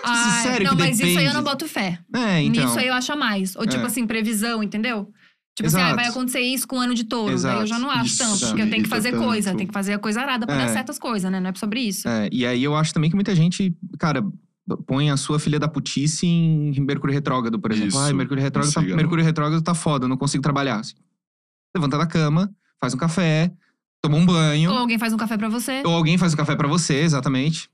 [SPEAKER 1] Ai,
[SPEAKER 3] é sério
[SPEAKER 1] não,
[SPEAKER 3] que
[SPEAKER 1] mas isso aí eu
[SPEAKER 3] depende?
[SPEAKER 1] não boto fé.
[SPEAKER 3] É, então.
[SPEAKER 1] Nisso aí eu acho a mais. Ou tipo
[SPEAKER 3] É.
[SPEAKER 1] assim, previsão, entendeu? Tipo assim, ah,
[SPEAKER 3] Exato.
[SPEAKER 1] vai acontecer isso com o ano de touro. Daí eu já não
[SPEAKER 2] Exato.
[SPEAKER 1] acho
[SPEAKER 2] Isso
[SPEAKER 1] tanto,
[SPEAKER 2] me
[SPEAKER 1] porque eu tenho que
[SPEAKER 2] irrita
[SPEAKER 1] fazer
[SPEAKER 2] tanto.
[SPEAKER 1] coisa, tem que fazer a coisa arada pra
[SPEAKER 3] É.
[SPEAKER 1] dar certas coisas, né? Não é sobre isso.
[SPEAKER 3] É, e aí eu acho também que muita gente, cara, põe a sua filha da putice em Mercúrio Retrógrado, por exemplo.
[SPEAKER 2] Isso, né?"
[SPEAKER 3] Ai, Mercúrio Retrógrado, tá,
[SPEAKER 2] siga, não.
[SPEAKER 3] Mercúrio Retrógrado tá foda, eu não consigo trabalhar. Assim, Levanta da cama, faz um café, toma um banho,
[SPEAKER 1] Ou alguém faz um café pra você.
[SPEAKER 3] ou alguém faz o café pra você, exatamente.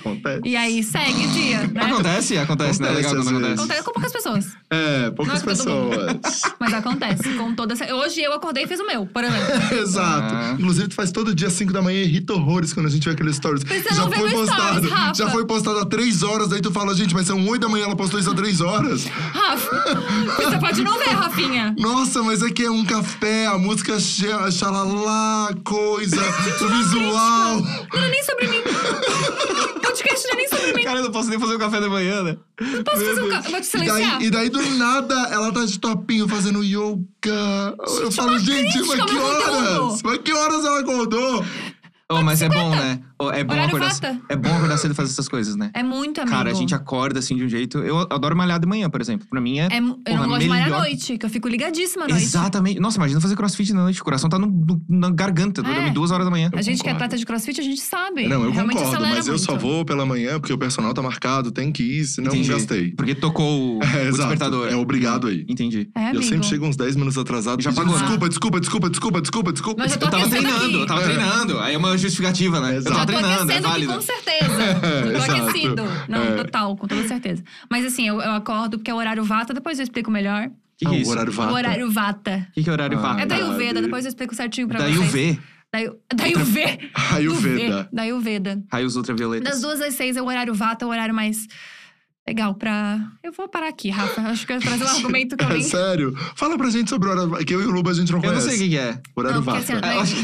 [SPEAKER 2] acontece.
[SPEAKER 1] E aí segue o dia, né?
[SPEAKER 3] Acontece, acontece, né? É legal
[SPEAKER 2] Acontece
[SPEAKER 3] quando
[SPEAKER 2] às
[SPEAKER 3] acontece.
[SPEAKER 1] Acontece com poucas pessoas,
[SPEAKER 2] É, poucas
[SPEAKER 1] Não é todo mundo.
[SPEAKER 2] pessoas.
[SPEAKER 1] mas acontece com toda essa... Hoje eu acordei e fiz o meu, por exemplo.
[SPEAKER 2] Exato.
[SPEAKER 3] Ah.
[SPEAKER 2] Inclusive, tu faz todo dia 5 da manhã e irrita horrores quando a gente vê aquele stories.
[SPEAKER 1] Você não vê no stories, Rafa.
[SPEAKER 2] já foi postado há 3 horas, daí tu fala, gente, mas são 8 da manhã, ela postou isso há 3 horas.
[SPEAKER 1] Rafa, você pode não ver, Rafinha.
[SPEAKER 2] Nossa, mas aqui é um café, a música xa- xalalá, coisa,
[SPEAKER 1] Tipo,
[SPEAKER 2] o visual.
[SPEAKER 1] Não é nem sobre mim. O podcast não é nem sobre mim.
[SPEAKER 3] Cara, eu não posso nem fazer o café da manhã, né?
[SPEAKER 1] Eu posso fazer um... ca- Vou te
[SPEAKER 2] E
[SPEAKER 1] silenciar.
[SPEAKER 2] daí, e daí, do nada, ela tá de topinho fazendo yoga.
[SPEAKER 1] é
[SPEAKER 2] Eu falo, gente,
[SPEAKER 1] crítica
[SPEAKER 2] mas
[SPEAKER 1] ao
[SPEAKER 2] que
[SPEAKER 1] meu
[SPEAKER 2] horas?
[SPEAKER 1] conteúdo.
[SPEAKER 2] Mas que horas ela acordou?
[SPEAKER 3] Oh, mas é bom, né? Ó, É bom,
[SPEAKER 1] Horário
[SPEAKER 3] acordar,
[SPEAKER 1] vata.
[SPEAKER 3] é bom acordar cedo e fazer essas coisas, né?
[SPEAKER 1] É muito amigo.
[SPEAKER 3] Cara, a gente acorda assim de um jeito. Eu adoro malhar de manhã, por exemplo. Pra mim é.
[SPEAKER 1] É mu- eu
[SPEAKER 3] Porra,
[SPEAKER 1] não gosto de malhar à
[SPEAKER 3] melhor.
[SPEAKER 1] noite, que eu fico ligadíssima à noite.
[SPEAKER 3] Exatamente. Nossa, imagina fazer crossfit na noite. O coração tá no- no- na garganta.
[SPEAKER 1] É.
[SPEAKER 3] Dorme duas horas da manhã.
[SPEAKER 1] A gente que é
[SPEAKER 2] concordo.
[SPEAKER 1] atleta de crossfit, a gente sabe.
[SPEAKER 2] Não, eu
[SPEAKER 1] Realmente
[SPEAKER 2] concordo,
[SPEAKER 1] acelera
[SPEAKER 2] mas eu só
[SPEAKER 1] muito.
[SPEAKER 2] vou pela manhã porque o personal tá marcado, tem que ir, senão
[SPEAKER 3] Entendi.
[SPEAKER 2] gastei.
[SPEAKER 3] Porque tocou o,
[SPEAKER 2] É,
[SPEAKER 3] o
[SPEAKER 2] exato.
[SPEAKER 3] despertador.
[SPEAKER 2] É obrigado aí.
[SPEAKER 3] Entendi.
[SPEAKER 1] É, amigo.
[SPEAKER 2] eu sempre chego uns 10 minutos atrasado.
[SPEAKER 3] Já
[SPEAKER 2] pedindo
[SPEAKER 3] pagou, né?
[SPEAKER 2] desculpa, desculpa, desculpa, desculpa, desculpa, desculpa.
[SPEAKER 1] Mas eu tô
[SPEAKER 3] Tava
[SPEAKER 1] aquecendo
[SPEAKER 3] treinando,
[SPEAKER 1] aqui.
[SPEAKER 3] eu tava
[SPEAKER 2] É.
[SPEAKER 3] treinando. Aí é uma justificativa, né?
[SPEAKER 1] Eu
[SPEAKER 2] Exato.
[SPEAKER 3] Eu tava
[SPEAKER 1] tô
[SPEAKER 3] treinando, é
[SPEAKER 1] aquecendo aqui
[SPEAKER 3] válido.
[SPEAKER 1] com certeza. Eu tô
[SPEAKER 2] Exato.
[SPEAKER 1] aquecido. Não,
[SPEAKER 2] É.
[SPEAKER 1] total, com toda certeza. Mas assim, eu, eu acordo porque é o horário vata, depois eu explico melhor.
[SPEAKER 3] Que que é
[SPEAKER 2] Ah,
[SPEAKER 3] isso?
[SPEAKER 2] o horário vata.
[SPEAKER 1] O horário vata.
[SPEAKER 3] O que, que é horário
[SPEAKER 2] Ah,
[SPEAKER 3] vaca?
[SPEAKER 1] É da
[SPEAKER 2] daí o-
[SPEAKER 1] Ayurveda,
[SPEAKER 2] Verdade.
[SPEAKER 1] depois eu explico certinho pra
[SPEAKER 3] Da
[SPEAKER 1] vocês.
[SPEAKER 3] UV.
[SPEAKER 1] Da, Ayu- da Ayurveda.
[SPEAKER 2] Ayurveda.
[SPEAKER 1] Da Ayurveda.
[SPEAKER 3] Raios
[SPEAKER 1] Das
[SPEAKER 3] ultravioletas.
[SPEAKER 1] duas às seis é o horário vata, é o horário mais legal pra... Eu vou parar aqui, Rafa. Acho que eu ia trazer um argumento que eu
[SPEAKER 2] É
[SPEAKER 1] nem...
[SPEAKER 2] sério. Fala pra gente sobre o horário vata, que eu e o Luba a gente não
[SPEAKER 3] Eu
[SPEAKER 2] conhece.
[SPEAKER 3] não sei o que, que é.
[SPEAKER 2] Horário
[SPEAKER 1] Não, porque
[SPEAKER 2] vata.
[SPEAKER 1] assim,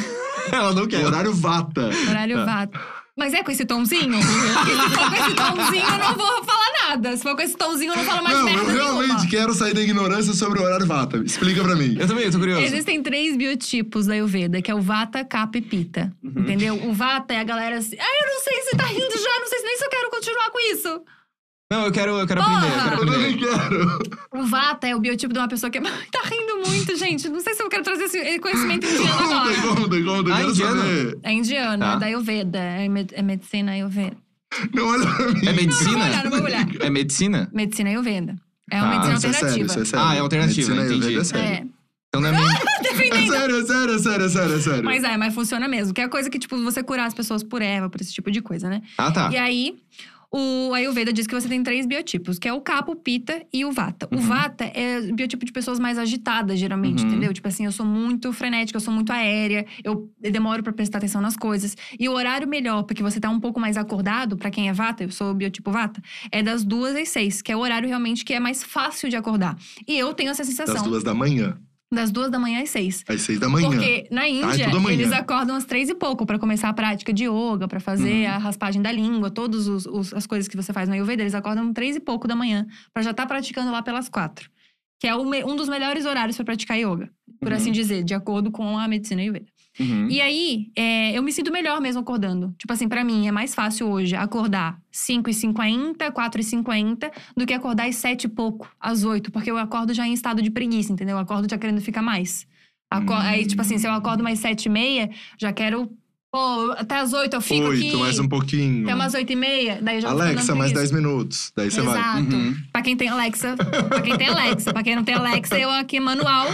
[SPEAKER 3] Ela, ela não quer.
[SPEAKER 2] O horário vata.
[SPEAKER 1] Horário
[SPEAKER 2] Tá.
[SPEAKER 1] vata. Mas é com esse tomzinho? Porque se for com esse tomzinho, eu não vou falar nada. Se for com esse tomzinho, eu não falo mais
[SPEAKER 2] não, eu
[SPEAKER 1] merda
[SPEAKER 2] realmente
[SPEAKER 1] nenhuma.
[SPEAKER 2] quero sair da ignorância sobre o horário vata. Explica pra mim.
[SPEAKER 3] Eu também, eu tô
[SPEAKER 2] é
[SPEAKER 3] curioso.
[SPEAKER 1] Existem três biotipos da Ayurveda, que é o Vata, Kapha e Pita.
[SPEAKER 2] Uhum.
[SPEAKER 1] Entendeu? O Vata é a galera assim... Ah, eu não sei se tá rindo já, não sei se nem se eu quero continuar com isso.
[SPEAKER 3] Não, eu quero, eu quero
[SPEAKER 1] Porra!
[SPEAKER 3] aprender, eu quero
[SPEAKER 2] Eu também
[SPEAKER 3] aprender.
[SPEAKER 2] quero.
[SPEAKER 1] O Vata é o biotipo de uma pessoa que... tá rindo muito, gente. Não sei se eu quero trazer esse conhecimento indiano
[SPEAKER 2] Não
[SPEAKER 1] agora.
[SPEAKER 2] tem como, não tem como, eu
[SPEAKER 3] Ah,
[SPEAKER 2] quero
[SPEAKER 3] indiano.
[SPEAKER 2] saber.
[SPEAKER 1] É indiana,
[SPEAKER 3] Tá.
[SPEAKER 1] é da Ayurveda. É, med- é medicina Ayurveda.
[SPEAKER 2] Não olha pra mim.
[SPEAKER 3] É
[SPEAKER 1] Não
[SPEAKER 3] medicina?
[SPEAKER 1] vou olhar, não vou olhar.
[SPEAKER 3] É medicina?
[SPEAKER 1] Medicina Ayurveda. É
[SPEAKER 3] Tá.
[SPEAKER 1] uma medicina
[SPEAKER 2] Isso é sério,
[SPEAKER 1] alternativa.
[SPEAKER 2] isso é sério.
[SPEAKER 3] Ah, é alternativa,
[SPEAKER 2] Medicina
[SPEAKER 3] entendi.
[SPEAKER 2] Ayurveda
[SPEAKER 1] é.
[SPEAKER 3] Então não é medicina.
[SPEAKER 2] É
[SPEAKER 1] Defendendo.
[SPEAKER 2] sério, é sério, é sério, é sério, é sério.
[SPEAKER 1] Mas é, mas funciona mesmo. Que é coisa que, tipo, você curar as pessoas por erva, por esse tipo de coisa, né?
[SPEAKER 3] Ah, tá.
[SPEAKER 1] E aí, o Ayurveda diz que você tem três biotipos, que é o Kapha, o Pita e o Vata. O
[SPEAKER 3] Uhum.
[SPEAKER 1] Vata é o biotipo de pessoas mais agitadas, geralmente,
[SPEAKER 3] Uhum.
[SPEAKER 1] entendeu? Tipo assim, eu sou muito frenética, eu sou muito aérea, eu demoro pra prestar atenção nas coisas. E o horário melhor, porque você tá um pouco mais acordado, pra quem é Vata, eu sou o biotipo Vata, é das duas às seis, que é o horário realmente que é mais fácil de acordar. E eu tenho essa sensação das
[SPEAKER 2] Das
[SPEAKER 1] duas,
[SPEAKER 2] duas da manhã,
[SPEAKER 1] da manhã às seis.
[SPEAKER 2] às seis da manhã. Tá, é
[SPEAKER 1] Porque na Índia,
[SPEAKER 2] tudo amanhã.
[SPEAKER 1] eles acordam às três e pouco pra começar a prática de yoga, pra fazer
[SPEAKER 3] Uhum.
[SPEAKER 1] a raspagem da língua, todas os, os- as coisas que você faz no Ayurveda, eles acordam três e pouco da manhã pra já estar praticando lá pelas quatro. Que é o me- um dos melhores horários pra praticar yoga, por
[SPEAKER 3] Uhum.
[SPEAKER 1] assim dizer, de acordo com a medicina Ayurveda.
[SPEAKER 3] Uhum.
[SPEAKER 1] E aí, é, eu me sinto melhor mesmo acordando. Tipo assim, pra mim é mais fácil hoje acordar 5h50, 4h50, do que acordar às 7 e pouco, às 8, porque eu acordo já em estado de preguiça, entendeu? Eu acordo já querendo ficar mais. Aco-
[SPEAKER 2] Hum.
[SPEAKER 1] Aí, tipo assim, se eu acordo mais 7 e meia, já quero. Pô, até às 8 eu fico
[SPEAKER 2] Oito,
[SPEAKER 1] aqui.
[SPEAKER 2] mais um pouquinho.
[SPEAKER 1] Até umas 8 e meia, daí eu já vou ficando
[SPEAKER 2] Alexa,
[SPEAKER 1] dando
[SPEAKER 2] mais
[SPEAKER 1] preguiça.
[SPEAKER 2] 10 minutos. Daí você vai.
[SPEAKER 1] Exato.
[SPEAKER 3] Uhum.
[SPEAKER 1] Pra quem tem Alexa, pra quem tem Alexa, pra quem não tem Alexa, eu aqui manual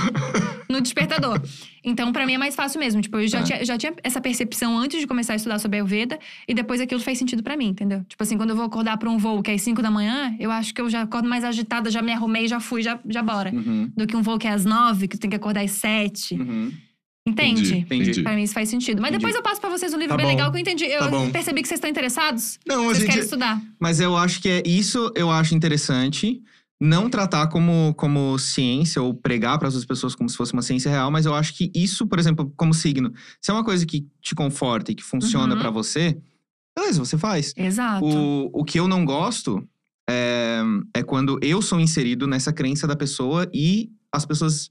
[SPEAKER 1] no despertador. Então, pra mim é mais fácil mesmo. Tipo, eu já,
[SPEAKER 3] Tá.
[SPEAKER 1] tinha, eu já tinha essa percepção antes de começar a estudar sobre a Ayurveda e depois aquilo fez sentido pra mim, entendeu? Tipo assim, quando eu vou acordar pra um voo que é às 5 da manhã, eu acho que eu já acordo mais agitada, já me arrumei, já fui, já, já bora.
[SPEAKER 3] Uhum.
[SPEAKER 1] Do que um voo que é às 9, que tu tem que acordar às 7.
[SPEAKER 3] Uhum.
[SPEAKER 1] Entende?
[SPEAKER 3] Entendi.
[SPEAKER 1] Pra mim isso faz sentido. Mas
[SPEAKER 3] Entendi.
[SPEAKER 1] depois eu passo pra vocês um livro
[SPEAKER 2] Tá
[SPEAKER 1] bem
[SPEAKER 2] bom.
[SPEAKER 1] legal que eu entendi. Eu
[SPEAKER 2] Tá bom.
[SPEAKER 1] percebi que vocês estão interessados.
[SPEAKER 2] Não, a
[SPEAKER 1] Vocês querem
[SPEAKER 2] gente.
[SPEAKER 1] estudar.
[SPEAKER 3] Mas eu acho que é isso, eu acho interessante não tratar como, como ciência ou pregar para as pessoas como se fosse uma ciência real, mas eu acho que isso, por exemplo, como signo, se é uma coisa que te conforta e que funciona
[SPEAKER 1] Uhum.
[SPEAKER 3] pra você, beleza, você faz.
[SPEAKER 1] Exato.
[SPEAKER 3] O, o que eu não gosto é, é quando eu sou inserido nessa crença da pessoa e as pessoas.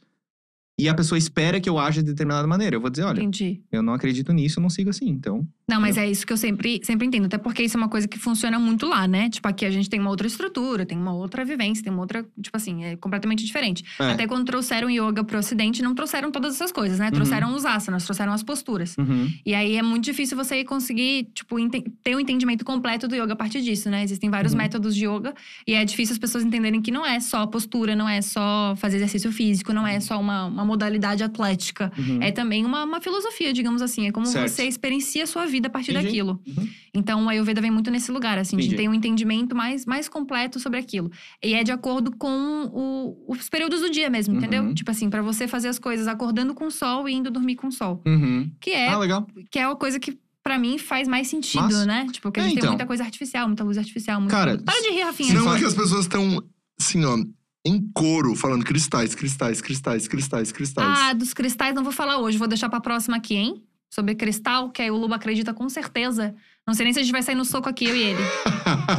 [SPEAKER 3] E a pessoa espera que eu aja de determinada maneira. Eu vou dizer, olha,
[SPEAKER 1] Entendi.
[SPEAKER 3] eu não acredito nisso, eu não sigo assim, então.
[SPEAKER 1] Não, mas é isso que eu sempre, sempre entendo. Até porque isso é uma coisa que funciona muito lá, né? Tipo, aqui a gente tem uma outra estrutura, tem uma outra vivência, tem uma outra. Tipo assim, é completamente diferente.
[SPEAKER 3] É.
[SPEAKER 1] Até quando trouxeram yoga pro ocidente, não trouxeram todas essas coisas, né? Trouxeram os asanas, trouxeram as posturas.
[SPEAKER 3] Uhum.
[SPEAKER 1] E aí é muito difícil você conseguir, tipo, enten- ter um entendimento completo do yoga a partir disso, né? Existem vários
[SPEAKER 3] Uhum.
[SPEAKER 1] métodos de yoga e é difícil as pessoas entenderem que não é só postura, não é só fazer exercício físico, não é só uma, uma modalidade atlética.
[SPEAKER 3] uhum.
[SPEAKER 1] É também uma, uma filosofia, digamos assim. É como
[SPEAKER 3] Certo.
[SPEAKER 1] você experiencia a sua vida a partir
[SPEAKER 3] Entendi.
[SPEAKER 1] daquilo.
[SPEAKER 3] Uhum.
[SPEAKER 1] Então, o Ayurveda vem muito nesse lugar, assim, de
[SPEAKER 3] Entendi.
[SPEAKER 1] ter um entendimento mais, mais completo sobre aquilo. E é de acordo com o- os períodos do dia mesmo, entendeu?
[SPEAKER 3] Uhum.
[SPEAKER 1] Tipo assim, pra você fazer as coisas acordando com o sol e indo dormir com o sol.
[SPEAKER 3] Uhum.
[SPEAKER 1] Que é,
[SPEAKER 3] Ah, legal.
[SPEAKER 1] que é uma coisa que, pra mim, faz mais sentido,
[SPEAKER 3] Massa.
[SPEAKER 1] né? Tipo, que a
[SPEAKER 3] É,
[SPEAKER 1] gente tem
[SPEAKER 3] então.
[SPEAKER 1] muita coisa artificial, muita luz artificial. Muito...
[SPEAKER 3] Cara,
[SPEAKER 1] Para de rir, Rafinha.
[SPEAKER 2] Não
[SPEAKER 3] Fala.
[SPEAKER 2] é que as pessoas estão, assim, ó, em coro, falando cristais, cristais, cristais, cristais,
[SPEAKER 3] É
[SPEAKER 2] cristais.
[SPEAKER 1] Ah, dos cristais não vou falar hoje, vou deixar pra próxima aqui, hein? Sobre cristal, que aí o Luba acredita com certeza. Não sei nem se a gente vai sair no soco aqui, eu e ele.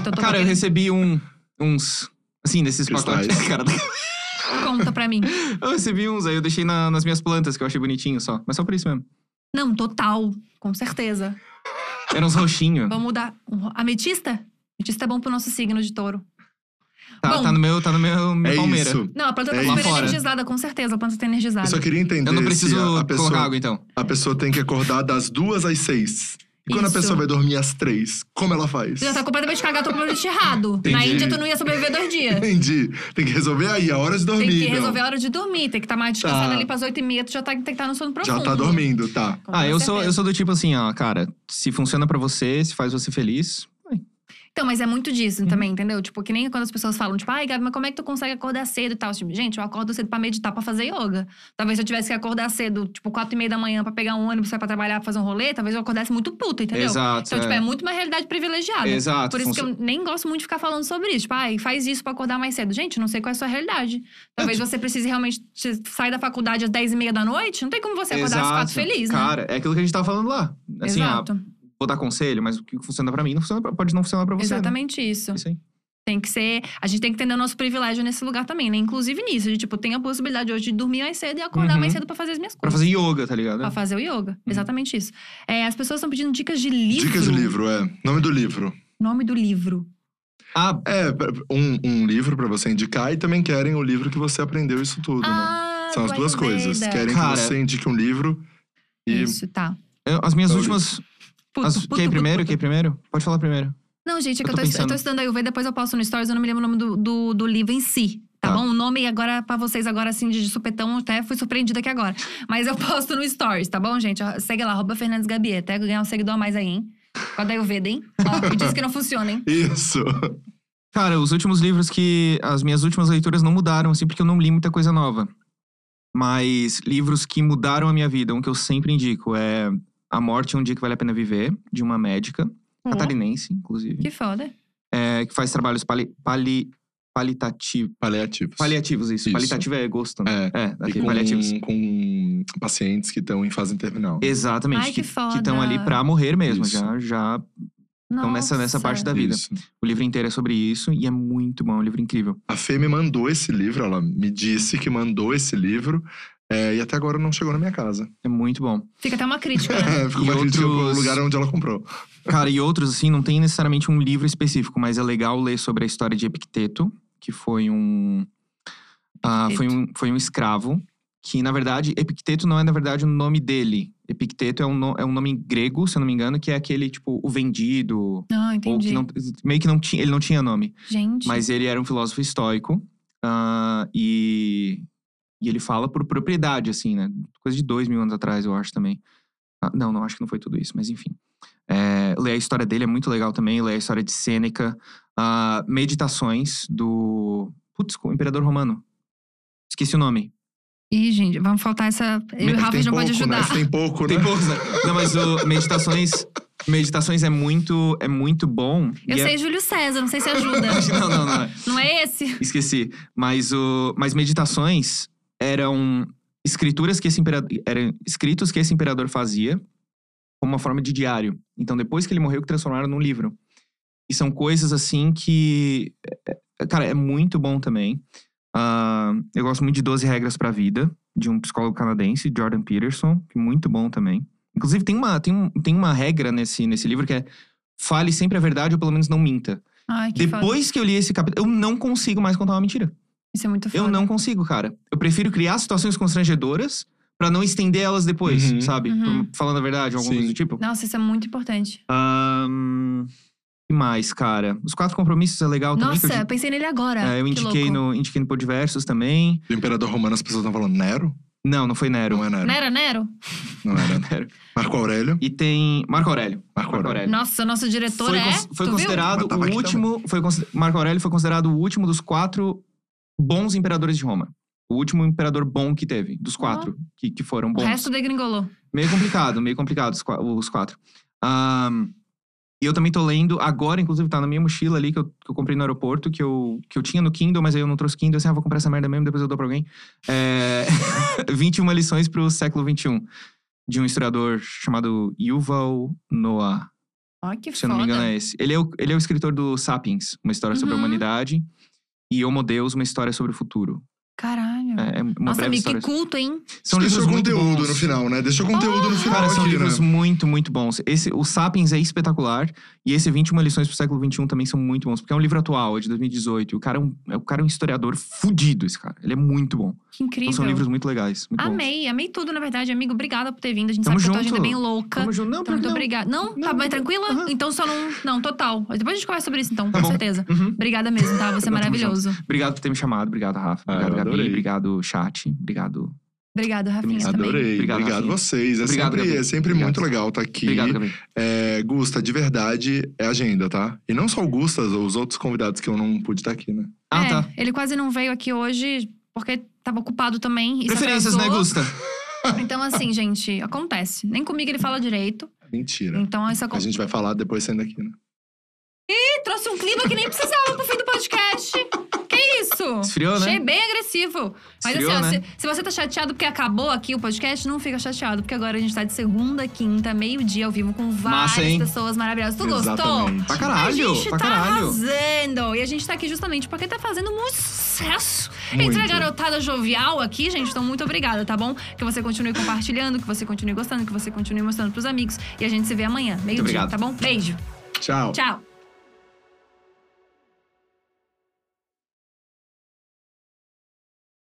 [SPEAKER 1] Então, tô
[SPEAKER 3] Cara, eu
[SPEAKER 1] querendo-
[SPEAKER 3] recebi um, uns. Assim, desses
[SPEAKER 2] Cristais.
[SPEAKER 3] pacotes. Cara,
[SPEAKER 1] conta pra mim.
[SPEAKER 3] eu recebi uns, aí eu deixei na- nas minhas plantas, que eu achei bonitinho só. Mas só por isso mesmo.
[SPEAKER 1] Não, total, com certeza.
[SPEAKER 3] Era uns roxinhos.
[SPEAKER 1] Vamos mudar. Um ro- Ametista? Ametista é bom pro nosso signo de touro.
[SPEAKER 3] Tá,
[SPEAKER 1] Bom.
[SPEAKER 3] tá no meu, tá no meu, meu
[SPEAKER 2] É
[SPEAKER 3] palmeira.
[SPEAKER 2] isso.
[SPEAKER 1] Não, a planta tá
[SPEAKER 2] É
[SPEAKER 1] super
[SPEAKER 3] isso. Lá fora.
[SPEAKER 1] energizada, com certeza. A planta tá
[SPEAKER 2] Eu
[SPEAKER 1] energizada.
[SPEAKER 2] só queria entender
[SPEAKER 3] Eu não
[SPEAKER 2] se
[SPEAKER 3] preciso
[SPEAKER 2] a, a pessoa,
[SPEAKER 3] colocar água, então.
[SPEAKER 2] a pessoa tem que acordar das duas às seis. E quando
[SPEAKER 1] Isso.
[SPEAKER 2] a pessoa vai dormir às três, como ela faz?
[SPEAKER 1] Tu já tá completamente cagado, tô completamente errado. Na
[SPEAKER 3] Entendi. É
[SPEAKER 1] Índia, tu não ia sobreviver dois dias.
[SPEAKER 2] Entendi. Tem que resolver aí, a hora de dormir.
[SPEAKER 1] Tem que
[SPEAKER 2] não.
[SPEAKER 1] resolver a hora de dormir, tem que estar mais descansado
[SPEAKER 2] Tá.
[SPEAKER 1] ali pras oito e meia, tu já tá, tem que estar no sono profundo.
[SPEAKER 2] Já tá dormindo, tá.
[SPEAKER 1] Com
[SPEAKER 3] Ah, eu sou,
[SPEAKER 1] certeza.
[SPEAKER 3] eu sou do tipo assim, ó, cara, se funciona pra você, se faz você feliz. vai.
[SPEAKER 1] Então, mas é muito disso
[SPEAKER 3] Uhum.
[SPEAKER 1] também, entendeu? Tipo, que nem quando as pessoas falam, tipo, ai, Gabi, mas como é que tu consegue acordar cedo e tal? Tipo, gente, eu acordo cedo pra meditar, pra fazer yoga. Talvez se eu tivesse que acordar cedo, tipo, quatro e meia da manhã pra pegar um ônibus, sair pra trabalhar, pra fazer um rolê, talvez eu acordasse muito puta, entendeu?
[SPEAKER 3] Exato.
[SPEAKER 1] Então, tipo,
[SPEAKER 3] é.
[SPEAKER 1] é muito uma realidade privilegiada.
[SPEAKER 3] Exato.
[SPEAKER 1] Por isso que
[SPEAKER 3] funcio-
[SPEAKER 1] eu nem gosto muito de ficar falando sobre isso. Tipo, ai, faz isso pra acordar mais cedo. Gente, não sei qual é a sua realidade. Talvez você precise realmente te- sair da faculdade às dez e meia da noite. Não tem como você acordar às quatro
[SPEAKER 3] Exato.
[SPEAKER 1] feliz, né?
[SPEAKER 3] Cara, é aquilo que a gente tava falando lá. Assim, ah,
[SPEAKER 1] Exato.
[SPEAKER 3] vou dar conselho, mas o que funciona pra mim não funciona pra- pode não funcionar pra você. né?
[SPEAKER 1] Exatamente isso.
[SPEAKER 3] Isso aí.
[SPEAKER 1] Tem que ser. A gente tem que entender o nosso privilégio nesse lugar também, né? Inclusive nisso. De, tipo, tem a possibilidade hoje de dormir mais cedo e acordar
[SPEAKER 3] Uhum.
[SPEAKER 1] mais cedo pra fazer as minhas
[SPEAKER 3] Pra
[SPEAKER 1] coisas.
[SPEAKER 3] fazer yoga, tá ligado?
[SPEAKER 1] Pra fazer o yoga. Exatamente isso. É, as pessoas estão pedindo dicas de livro.
[SPEAKER 2] Uhum. Dicas de livro, é. Nome do livro.
[SPEAKER 1] Nome do livro.
[SPEAKER 3] Ah,
[SPEAKER 2] É, pra- um, um livro pra você indicar e também querem o livro que você aprendeu isso tudo, né?
[SPEAKER 1] Ah,
[SPEAKER 2] São as
[SPEAKER 1] do
[SPEAKER 2] duas coisas.
[SPEAKER 1] Ayurveda.
[SPEAKER 2] Querem
[SPEAKER 3] Cara.
[SPEAKER 2] que você indique um livro e.
[SPEAKER 1] Isso, tá.
[SPEAKER 3] eu- as minhas
[SPEAKER 2] Qual
[SPEAKER 3] últimas.
[SPEAKER 1] Puto,
[SPEAKER 3] As,
[SPEAKER 1] puto,
[SPEAKER 3] quer ir
[SPEAKER 1] puto,
[SPEAKER 3] primeiro?
[SPEAKER 1] puto.
[SPEAKER 3] Quer ir primeiro? Pode falar primeiro.
[SPEAKER 1] Não, gente, é
[SPEAKER 3] Eu
[SPEAKER 1] que eu
[SPEAKER 3] tô
[SPEAKER 1] tô, estu- eu
[SPEAKER 3] pensando.
[SPEAKER 1] tô estudando Ayurveda, depois eu posto no Stories, eu não me lembro o nome do, do, do livro em si. Tá,
[SPEAKER 3] Tá.
[SPEAKER 1] bom? O nome agora, pra vocês agora, assim, de de supetão, eu até fui surpreendida aqui agora. Mas eu posto no Stories, tá bom, gente? Ó, Segue lá, arroba Fernandes Gabi, até ganhar um seguidor a mais aí, hein? Com a da Ayurveda, hein? Ó, e diz que não funciona, hein?
[SPEAKER 2] Isso.
[SPEAKER 3] Cara, os últimos livros que. As minhas últimas leituras não mudaram, assim, porque eu não li muita coisa nova. Mas livros que mudaram a minha vida, um que eu sempre indico é A Morte é um Dia que Vale a Pena Viver, de uma médica,
[SPEAKER 1] Ó,
[SPEAKER 3] catarinense, inclusive,
[SPEAKER 1] que foda.
[SPEAKER 3] é, que faz trabalhos pali, pali, palitati-
[SPEAKER 2] Paliativos.
[SPEAKER 3] paliativos, isso.
[SPEAKER 2] Isso.
[SPEAKER 3] Palitativo é gosto, né?
[SPEAKER 2] É.
[SPEAKER 3] É,
[SPEAKER 2] E
[SPEAKER 3] aqui, paliativos.
[SPEAKER 2] com, com pacientes que estão em fase terminal.
[SPEAKER 3] Exatamente,
[SPEAKER 1] Ai, que foda.
[SPEAKER 3] estão ali pra morrer mesmo,
[SPEAKER 2] Isso.
[SPEAKER 3] já, já estão Então, nessa, nessa
[SPEAKER 1] Nossa.
[SPEAKER 3] parte da vida.
[SPEAKER 2] Isso.
[SPEAKER 3] O livro inteiro é sobre isso e é muito bom, é um livro incrível.
[SPEAKER 2] A Fê me mandou esse livro, ela me disse que mandou esse livro. é, e até agora não chegou na minha casa.
[SPEAKER 3] É muito bom.
[SPEAKER 1] Fica até uma crítica, né?
[SPEAKER 2] É, ficou uma
[SPEAKER 3] E
[SPEAKER 2] crítica pro
[SPEAKER 3] outros-
[SPEAKER 2] lugar onde ela comprou.
[SPEAKER 3] Cara, e outros, assim, não tem necessariamente um livro específico, mas é legal ler sobre a história de Epicteto, que foi um. ah, foi, um foi um escravo. Que, na verdade, Epicteto não é, na verdade, o nome dele. Epicteto é um, no- é um nome grego, se eu não me engano, que é aquele, tipo, o vendido.
[SPEAKER 1] Não,
[SPEAKER 3] Ou que
[SPEAKER 1] entendi.
[SPEAKER 3] não, meio que não tinha, ele não tinha nome.
[SPEAKER 1] Gente.
[SPEAKER 3] Mas ele era um filósofo estoico. ah, e, e ele fala por propriedade, assim, né? Coisa de dois mil anos atrás, eu acho também. Ah, não, não acho que não foi tudo isso, mas enfim. É, ler a história dele é muito legal também. Ler a história de Sêneca. ah, meditações do. Putz, o imperador romano. Esqueci o nome.
[SPEAKER 1] Ih, gente, vamos faltar essa. Eu e o
[SPEAKER 2] É que
[SPEAKER 1] Rafa
[SPEAKER 2] tem
[SPEAKER 1] já
[SPEAKER 2] pouco,
[SPEAKER 1] pode
[SPEAKER 2] Né?
[SPEAKER 1] ajudar.
[SPEAKER 2] Acho que Tem pouco, né?
[SPEAKER 3] Tem poucos, né? Não, mas o, meditações. Meditações é muito, é muito bom.
[SPEAKER 1] Eu
[SPEAKER 3] e é-
[SPEAKER 1] sei Júlio César, não sei se ajuda.
[SPEAKER 3] Não, não, não.
[SPEAKER 1] não é esse?
[SPEAKER 3] Esqueci. Mas, o, mas meditações eram escrituras que esse imperador. Eram escritos que esse imperador fazia como uma forma de diário. Então, depois que ele morreu, que transformaram num livro. E são coisas assim que. é, Cara, é muito bom também. Ah, eu gosto muito de 12 Regras pra Vida, de um psicólogo canadense, Jordan Peterson, que é muito bom também. Inclusive, tem uma, tem, um- tem uma regra nesse, nesse livro que é fale sempre a verdade ou pelo menos não minta.
[SPEAKER 1] Ai, que foda.
[SPEAKER 3] Depois que eu li esse capítulo, eu não consigo mais contar uma mentira.
[SPEAKER 1] Isso é muito foda.
[SPEAKER 3] Eu não consigo, cara. Eu prefiro criar situações constrangedoras pra não estender elas depois,
[SPEAKER 2] Uhum.
[SPEAKER 3] sabe?
[SPEAKER 1] Uhum.
[SPEAKER 3] Por- Falando a verdade, alguma coisa
[SPEAKER 2] Sim.
[SPEAKER 3] do tipo.
[SPEAKER 1] Nossa, isso é muito importante.
[SPEAKER 3] Ahn, que mais, cara? Os quatro compromissos é legal também. que
[SPEAKER 1] Nossa,
[SPEAKER 3] eu,
[SPEAKER 1] eu
[SPEAKER 3] di-
[SPEAKER 1] pensei nele agora.
[SPEAKER 3] é, eu
[SPEAKER 1] Que
[SPEAKER 3] indiquei
[SPEAKER 1] louco.
[SPEAKER 3] no, indiquei no Podversos também.
[SPEAKER 2] Do Imperador Romano as pessoas estão falando Nero?
[SPEAKER 3] Não, não foi Nero.
[SPEAKER 2] Não é Nero.
[SPEAKER 1] Não era Nero?
[SPEAKER 2] Não era.
[SPEAKER 3] Nero.
[SPEAKER 2] Marco Aurélio.
[SPEAKER 3] E tem Marco Aurélio.
[SPEAKER 2] Marco Aurélio.
[SPEAKER 1] Nossa, nosso diretor
[SPEAKER 3] É. Foi,
[SPEAKER 1] é.
[SPEAKER 3] cons- foi
[SPEAKER 1] tu
[SPEAKER 3] considerado
[SPEAKER 2] Mas tava
[SPEAKER 3] o
[SPEAKER 2] aqui
[SPEAKER 3] último. Foi consi- Marco Aurélio foi considerado o último dos quatro bons imperadores de Roma. O último imperador bom que teve, dos quatro que, que foram
[SPEAKER 1] Viu? O
[SPEAKER 3] bons.
[SPEAKER 1] resto degringolou.
[SPEAKER 3] Meio complicado, meio complicado os, qua- os quatro. Ahn, e eu também tô lendo agora, inclusive tá na minha mochila ali que eu, que eu comprei no aeroporto, que eu, que eu tinha no Kindle, mas aí eu não trouxe Kindle, assim, ah, vou comprar essa merda mesmo, depois eu dou pra alguém. É, 21 lições pro século XXI, de um historiador chamado Yuval Noah,
[SPEAKER 1] Ó, que
[SPEAKER 3] se eu
[SPEAKER 1] foda.
[SPEAKER 3] não me engano é esse. Ele é o, ele é o escritor do Sapiens, uma história sobre a
[SPEAKER 1] Uhum.
[SPEAKER 3] humanidade, e Homo Deus, uma história sobre o futuro.
[SPEAKER 1] Caralho. Olha.
[SPEAKER 3] É, é uma
[SPEAKER 1] Nossa,
[SPEAKER 3] breve
[SPEAKER 1] amigo,
[SPEAKER 3] história.
[SPEAKER 1] que culto, hein?
[SPEAKER 3] São
[SPEAKER 2] Deixou
[SPEAKER 3] livros muito
[SPEAKER 2] conteúdo
[SPEAKER 3] bons.
[SPEAKER 2] no final, né? Deixou conteúdo no final
[SPEAKER 3] Cara, são
[SPEAKER 2] aqui,
[SPEAKER 3] livros
[SPEAKER 2] né?
[SPEAKER 3] muito, muito bons. Esse, o Sapiens é espetacular. E esse 21 lições pro século XXI também são muito bons. Porque é um livro atual, é de 2018. E o cara é um, é- o cara é um historiador fudido, esse cara. Ele é muito bom.
[SPEAKER 1] Que incrível.
[SPEAKER 3] Então são livros muito legais. Muito bons.
[SPEAKER 1] Amei, amei tudo, na verdade, amigo. Obrigada por ter vindo. A gente
[SPEAKER 3] Tamo
[SPEAKER 1] sabe que a tua
[SPEAKER 3] junto.
[SPEAKER 1] agenda é bem louca.
[SPEAKER 3] Tamo junto. Não,
[SPEAKER 1] Então,
[SPEAKER 3] por
[SPEAKER 1] muito
[SPEAKER 3] não.
[SPEAKER 1] obrigada. Não?
[SPEAKER 3] Não,
[SPEAKER 1] tá mais
[SPEAKER 3] não.
[SPEAKER 1] tranquila?
[SPEAKER 3] Aham.
[SPEAKER 1] Então só não. Não, total. Depois a gente conversa sobre isso, então, com
[SPEAKER 3] bom.
[SPEAKER 1] certeza.
[SPEAKER 3] Uhum.
[SPEAKER 1] Obrigada mesmo, tá? Você é
[SPEAKER 3] Não, tamo
[SPEAKER 1] maravilhoso.
[SPEAKER 3] Obrigado por ter me chamado. Obrigado, Rafa.
[SPEAKER 2] Ah,
[SPEAKER 3] Obrigado,
[SPEAKER 2] eu
[SPEAKER 3] Gabi.
[SPEAKER 2] adorei.
[SPEAKER 3] Obrigado, chat. Obrigado.
[SPEAKER 1] Obrigado, Rafinha.
[SPEAKER 3] Obrigado.
[SPEAKER 1] também.
[SPEAKER 2] Adorei.
[SPEAKER 3] Obrigado,
[SPEAKER 2] Obrigado,
[SPEAKER 3] Rafinha.
[SPEAKER 2] vocês. É
[SPEAKER 3] Obrigado,
[SPEAKER 2] sempre,
[SPEAKER 3] Gabi.
[SPEAKER 2] é sempre
[SPEAKER 3] Obrigado.
[SPEAKER 2] muito legal estar aqui.
[SPEAKER 3] Obrigado, Gabi.
[SPEAKER 2] É, Gusta, de verdade, é agenda, tá? E não só o Gusta, os outros convidados que eu não pude estar aqui, né?
[SPEAKER 3] Ah,
[SPEAKER 1] É,
[SPEAKER 3] tá.
[SPEAKER 1] Ele quase não veio aqui hoje porque tava ocupado também. e se
[SPEAKER 3] Preferências, né,
[SPEAKER 1] atrasou.
[SPEAKER 3] Gusta?
[SPEAKER 1] Então, assim, gente, acontece. Nem comigo ele fala direito.
[SPEAKER 3] É. Hum.
[SPEAKER 2] Mentira.
[SPEAKER 1] Então, isso
[SPEAKER 2] A
[SPEAKER 1] acontece.
[SPEAKER 2] gente vai falar depois saindo aqui, né?
[SPEAKER 1] Ih, trouxe um clima que nem precisava pro fim do podcast. Que isso?
[SPEAKER 3] Esfriou, né?
[SPEAKER 1] Achei bem agressivo. Mas
[SPEAKER 3] Esfriou,
[SPEAKER 1] assim, ó,
[SPEAKER 3] né?
[SPEAKER 1] se, se você tá chateado porque acabou aqui o podcast, não fica chateado, porque agora a gente tá de segunda, a quinta, meio-dia ao vivo com várias
[SPEAKER 3] Massa, hein?
[SPEAKER 1] pessoas maravilhosas. Tu gostou?
[SPEAKER 2] Exatamente.
[SPEAKER 3] Pra
[SPEAKER 1] A
[SPEAKER 3] caralho.
[SPEAKER 1] gente
[SPEAKER 3] pra
[SPEAKER 1] tá
[SPEAKER 3] caralho.
[SPEAKER 1] arrasando! E a gente tá aqui justamente porque tá fazendo muito sucesso
[SPEAKER 2] Muito.
[SPEAKER 1] entre a garotada jovial aqui, gente. Então, muito obrigada, tá bom? Que você continue compartilhando, que você continue gostando, que você continue mostrando pros amigos. E a gente se vê amanhã, meio-dia,
[SPEAKER 3] obrigado.
[SPEAKER 1] tá bom? Beijo.
[SPEAKER 2] Tchau.
[SPEAKER 1] Tchau.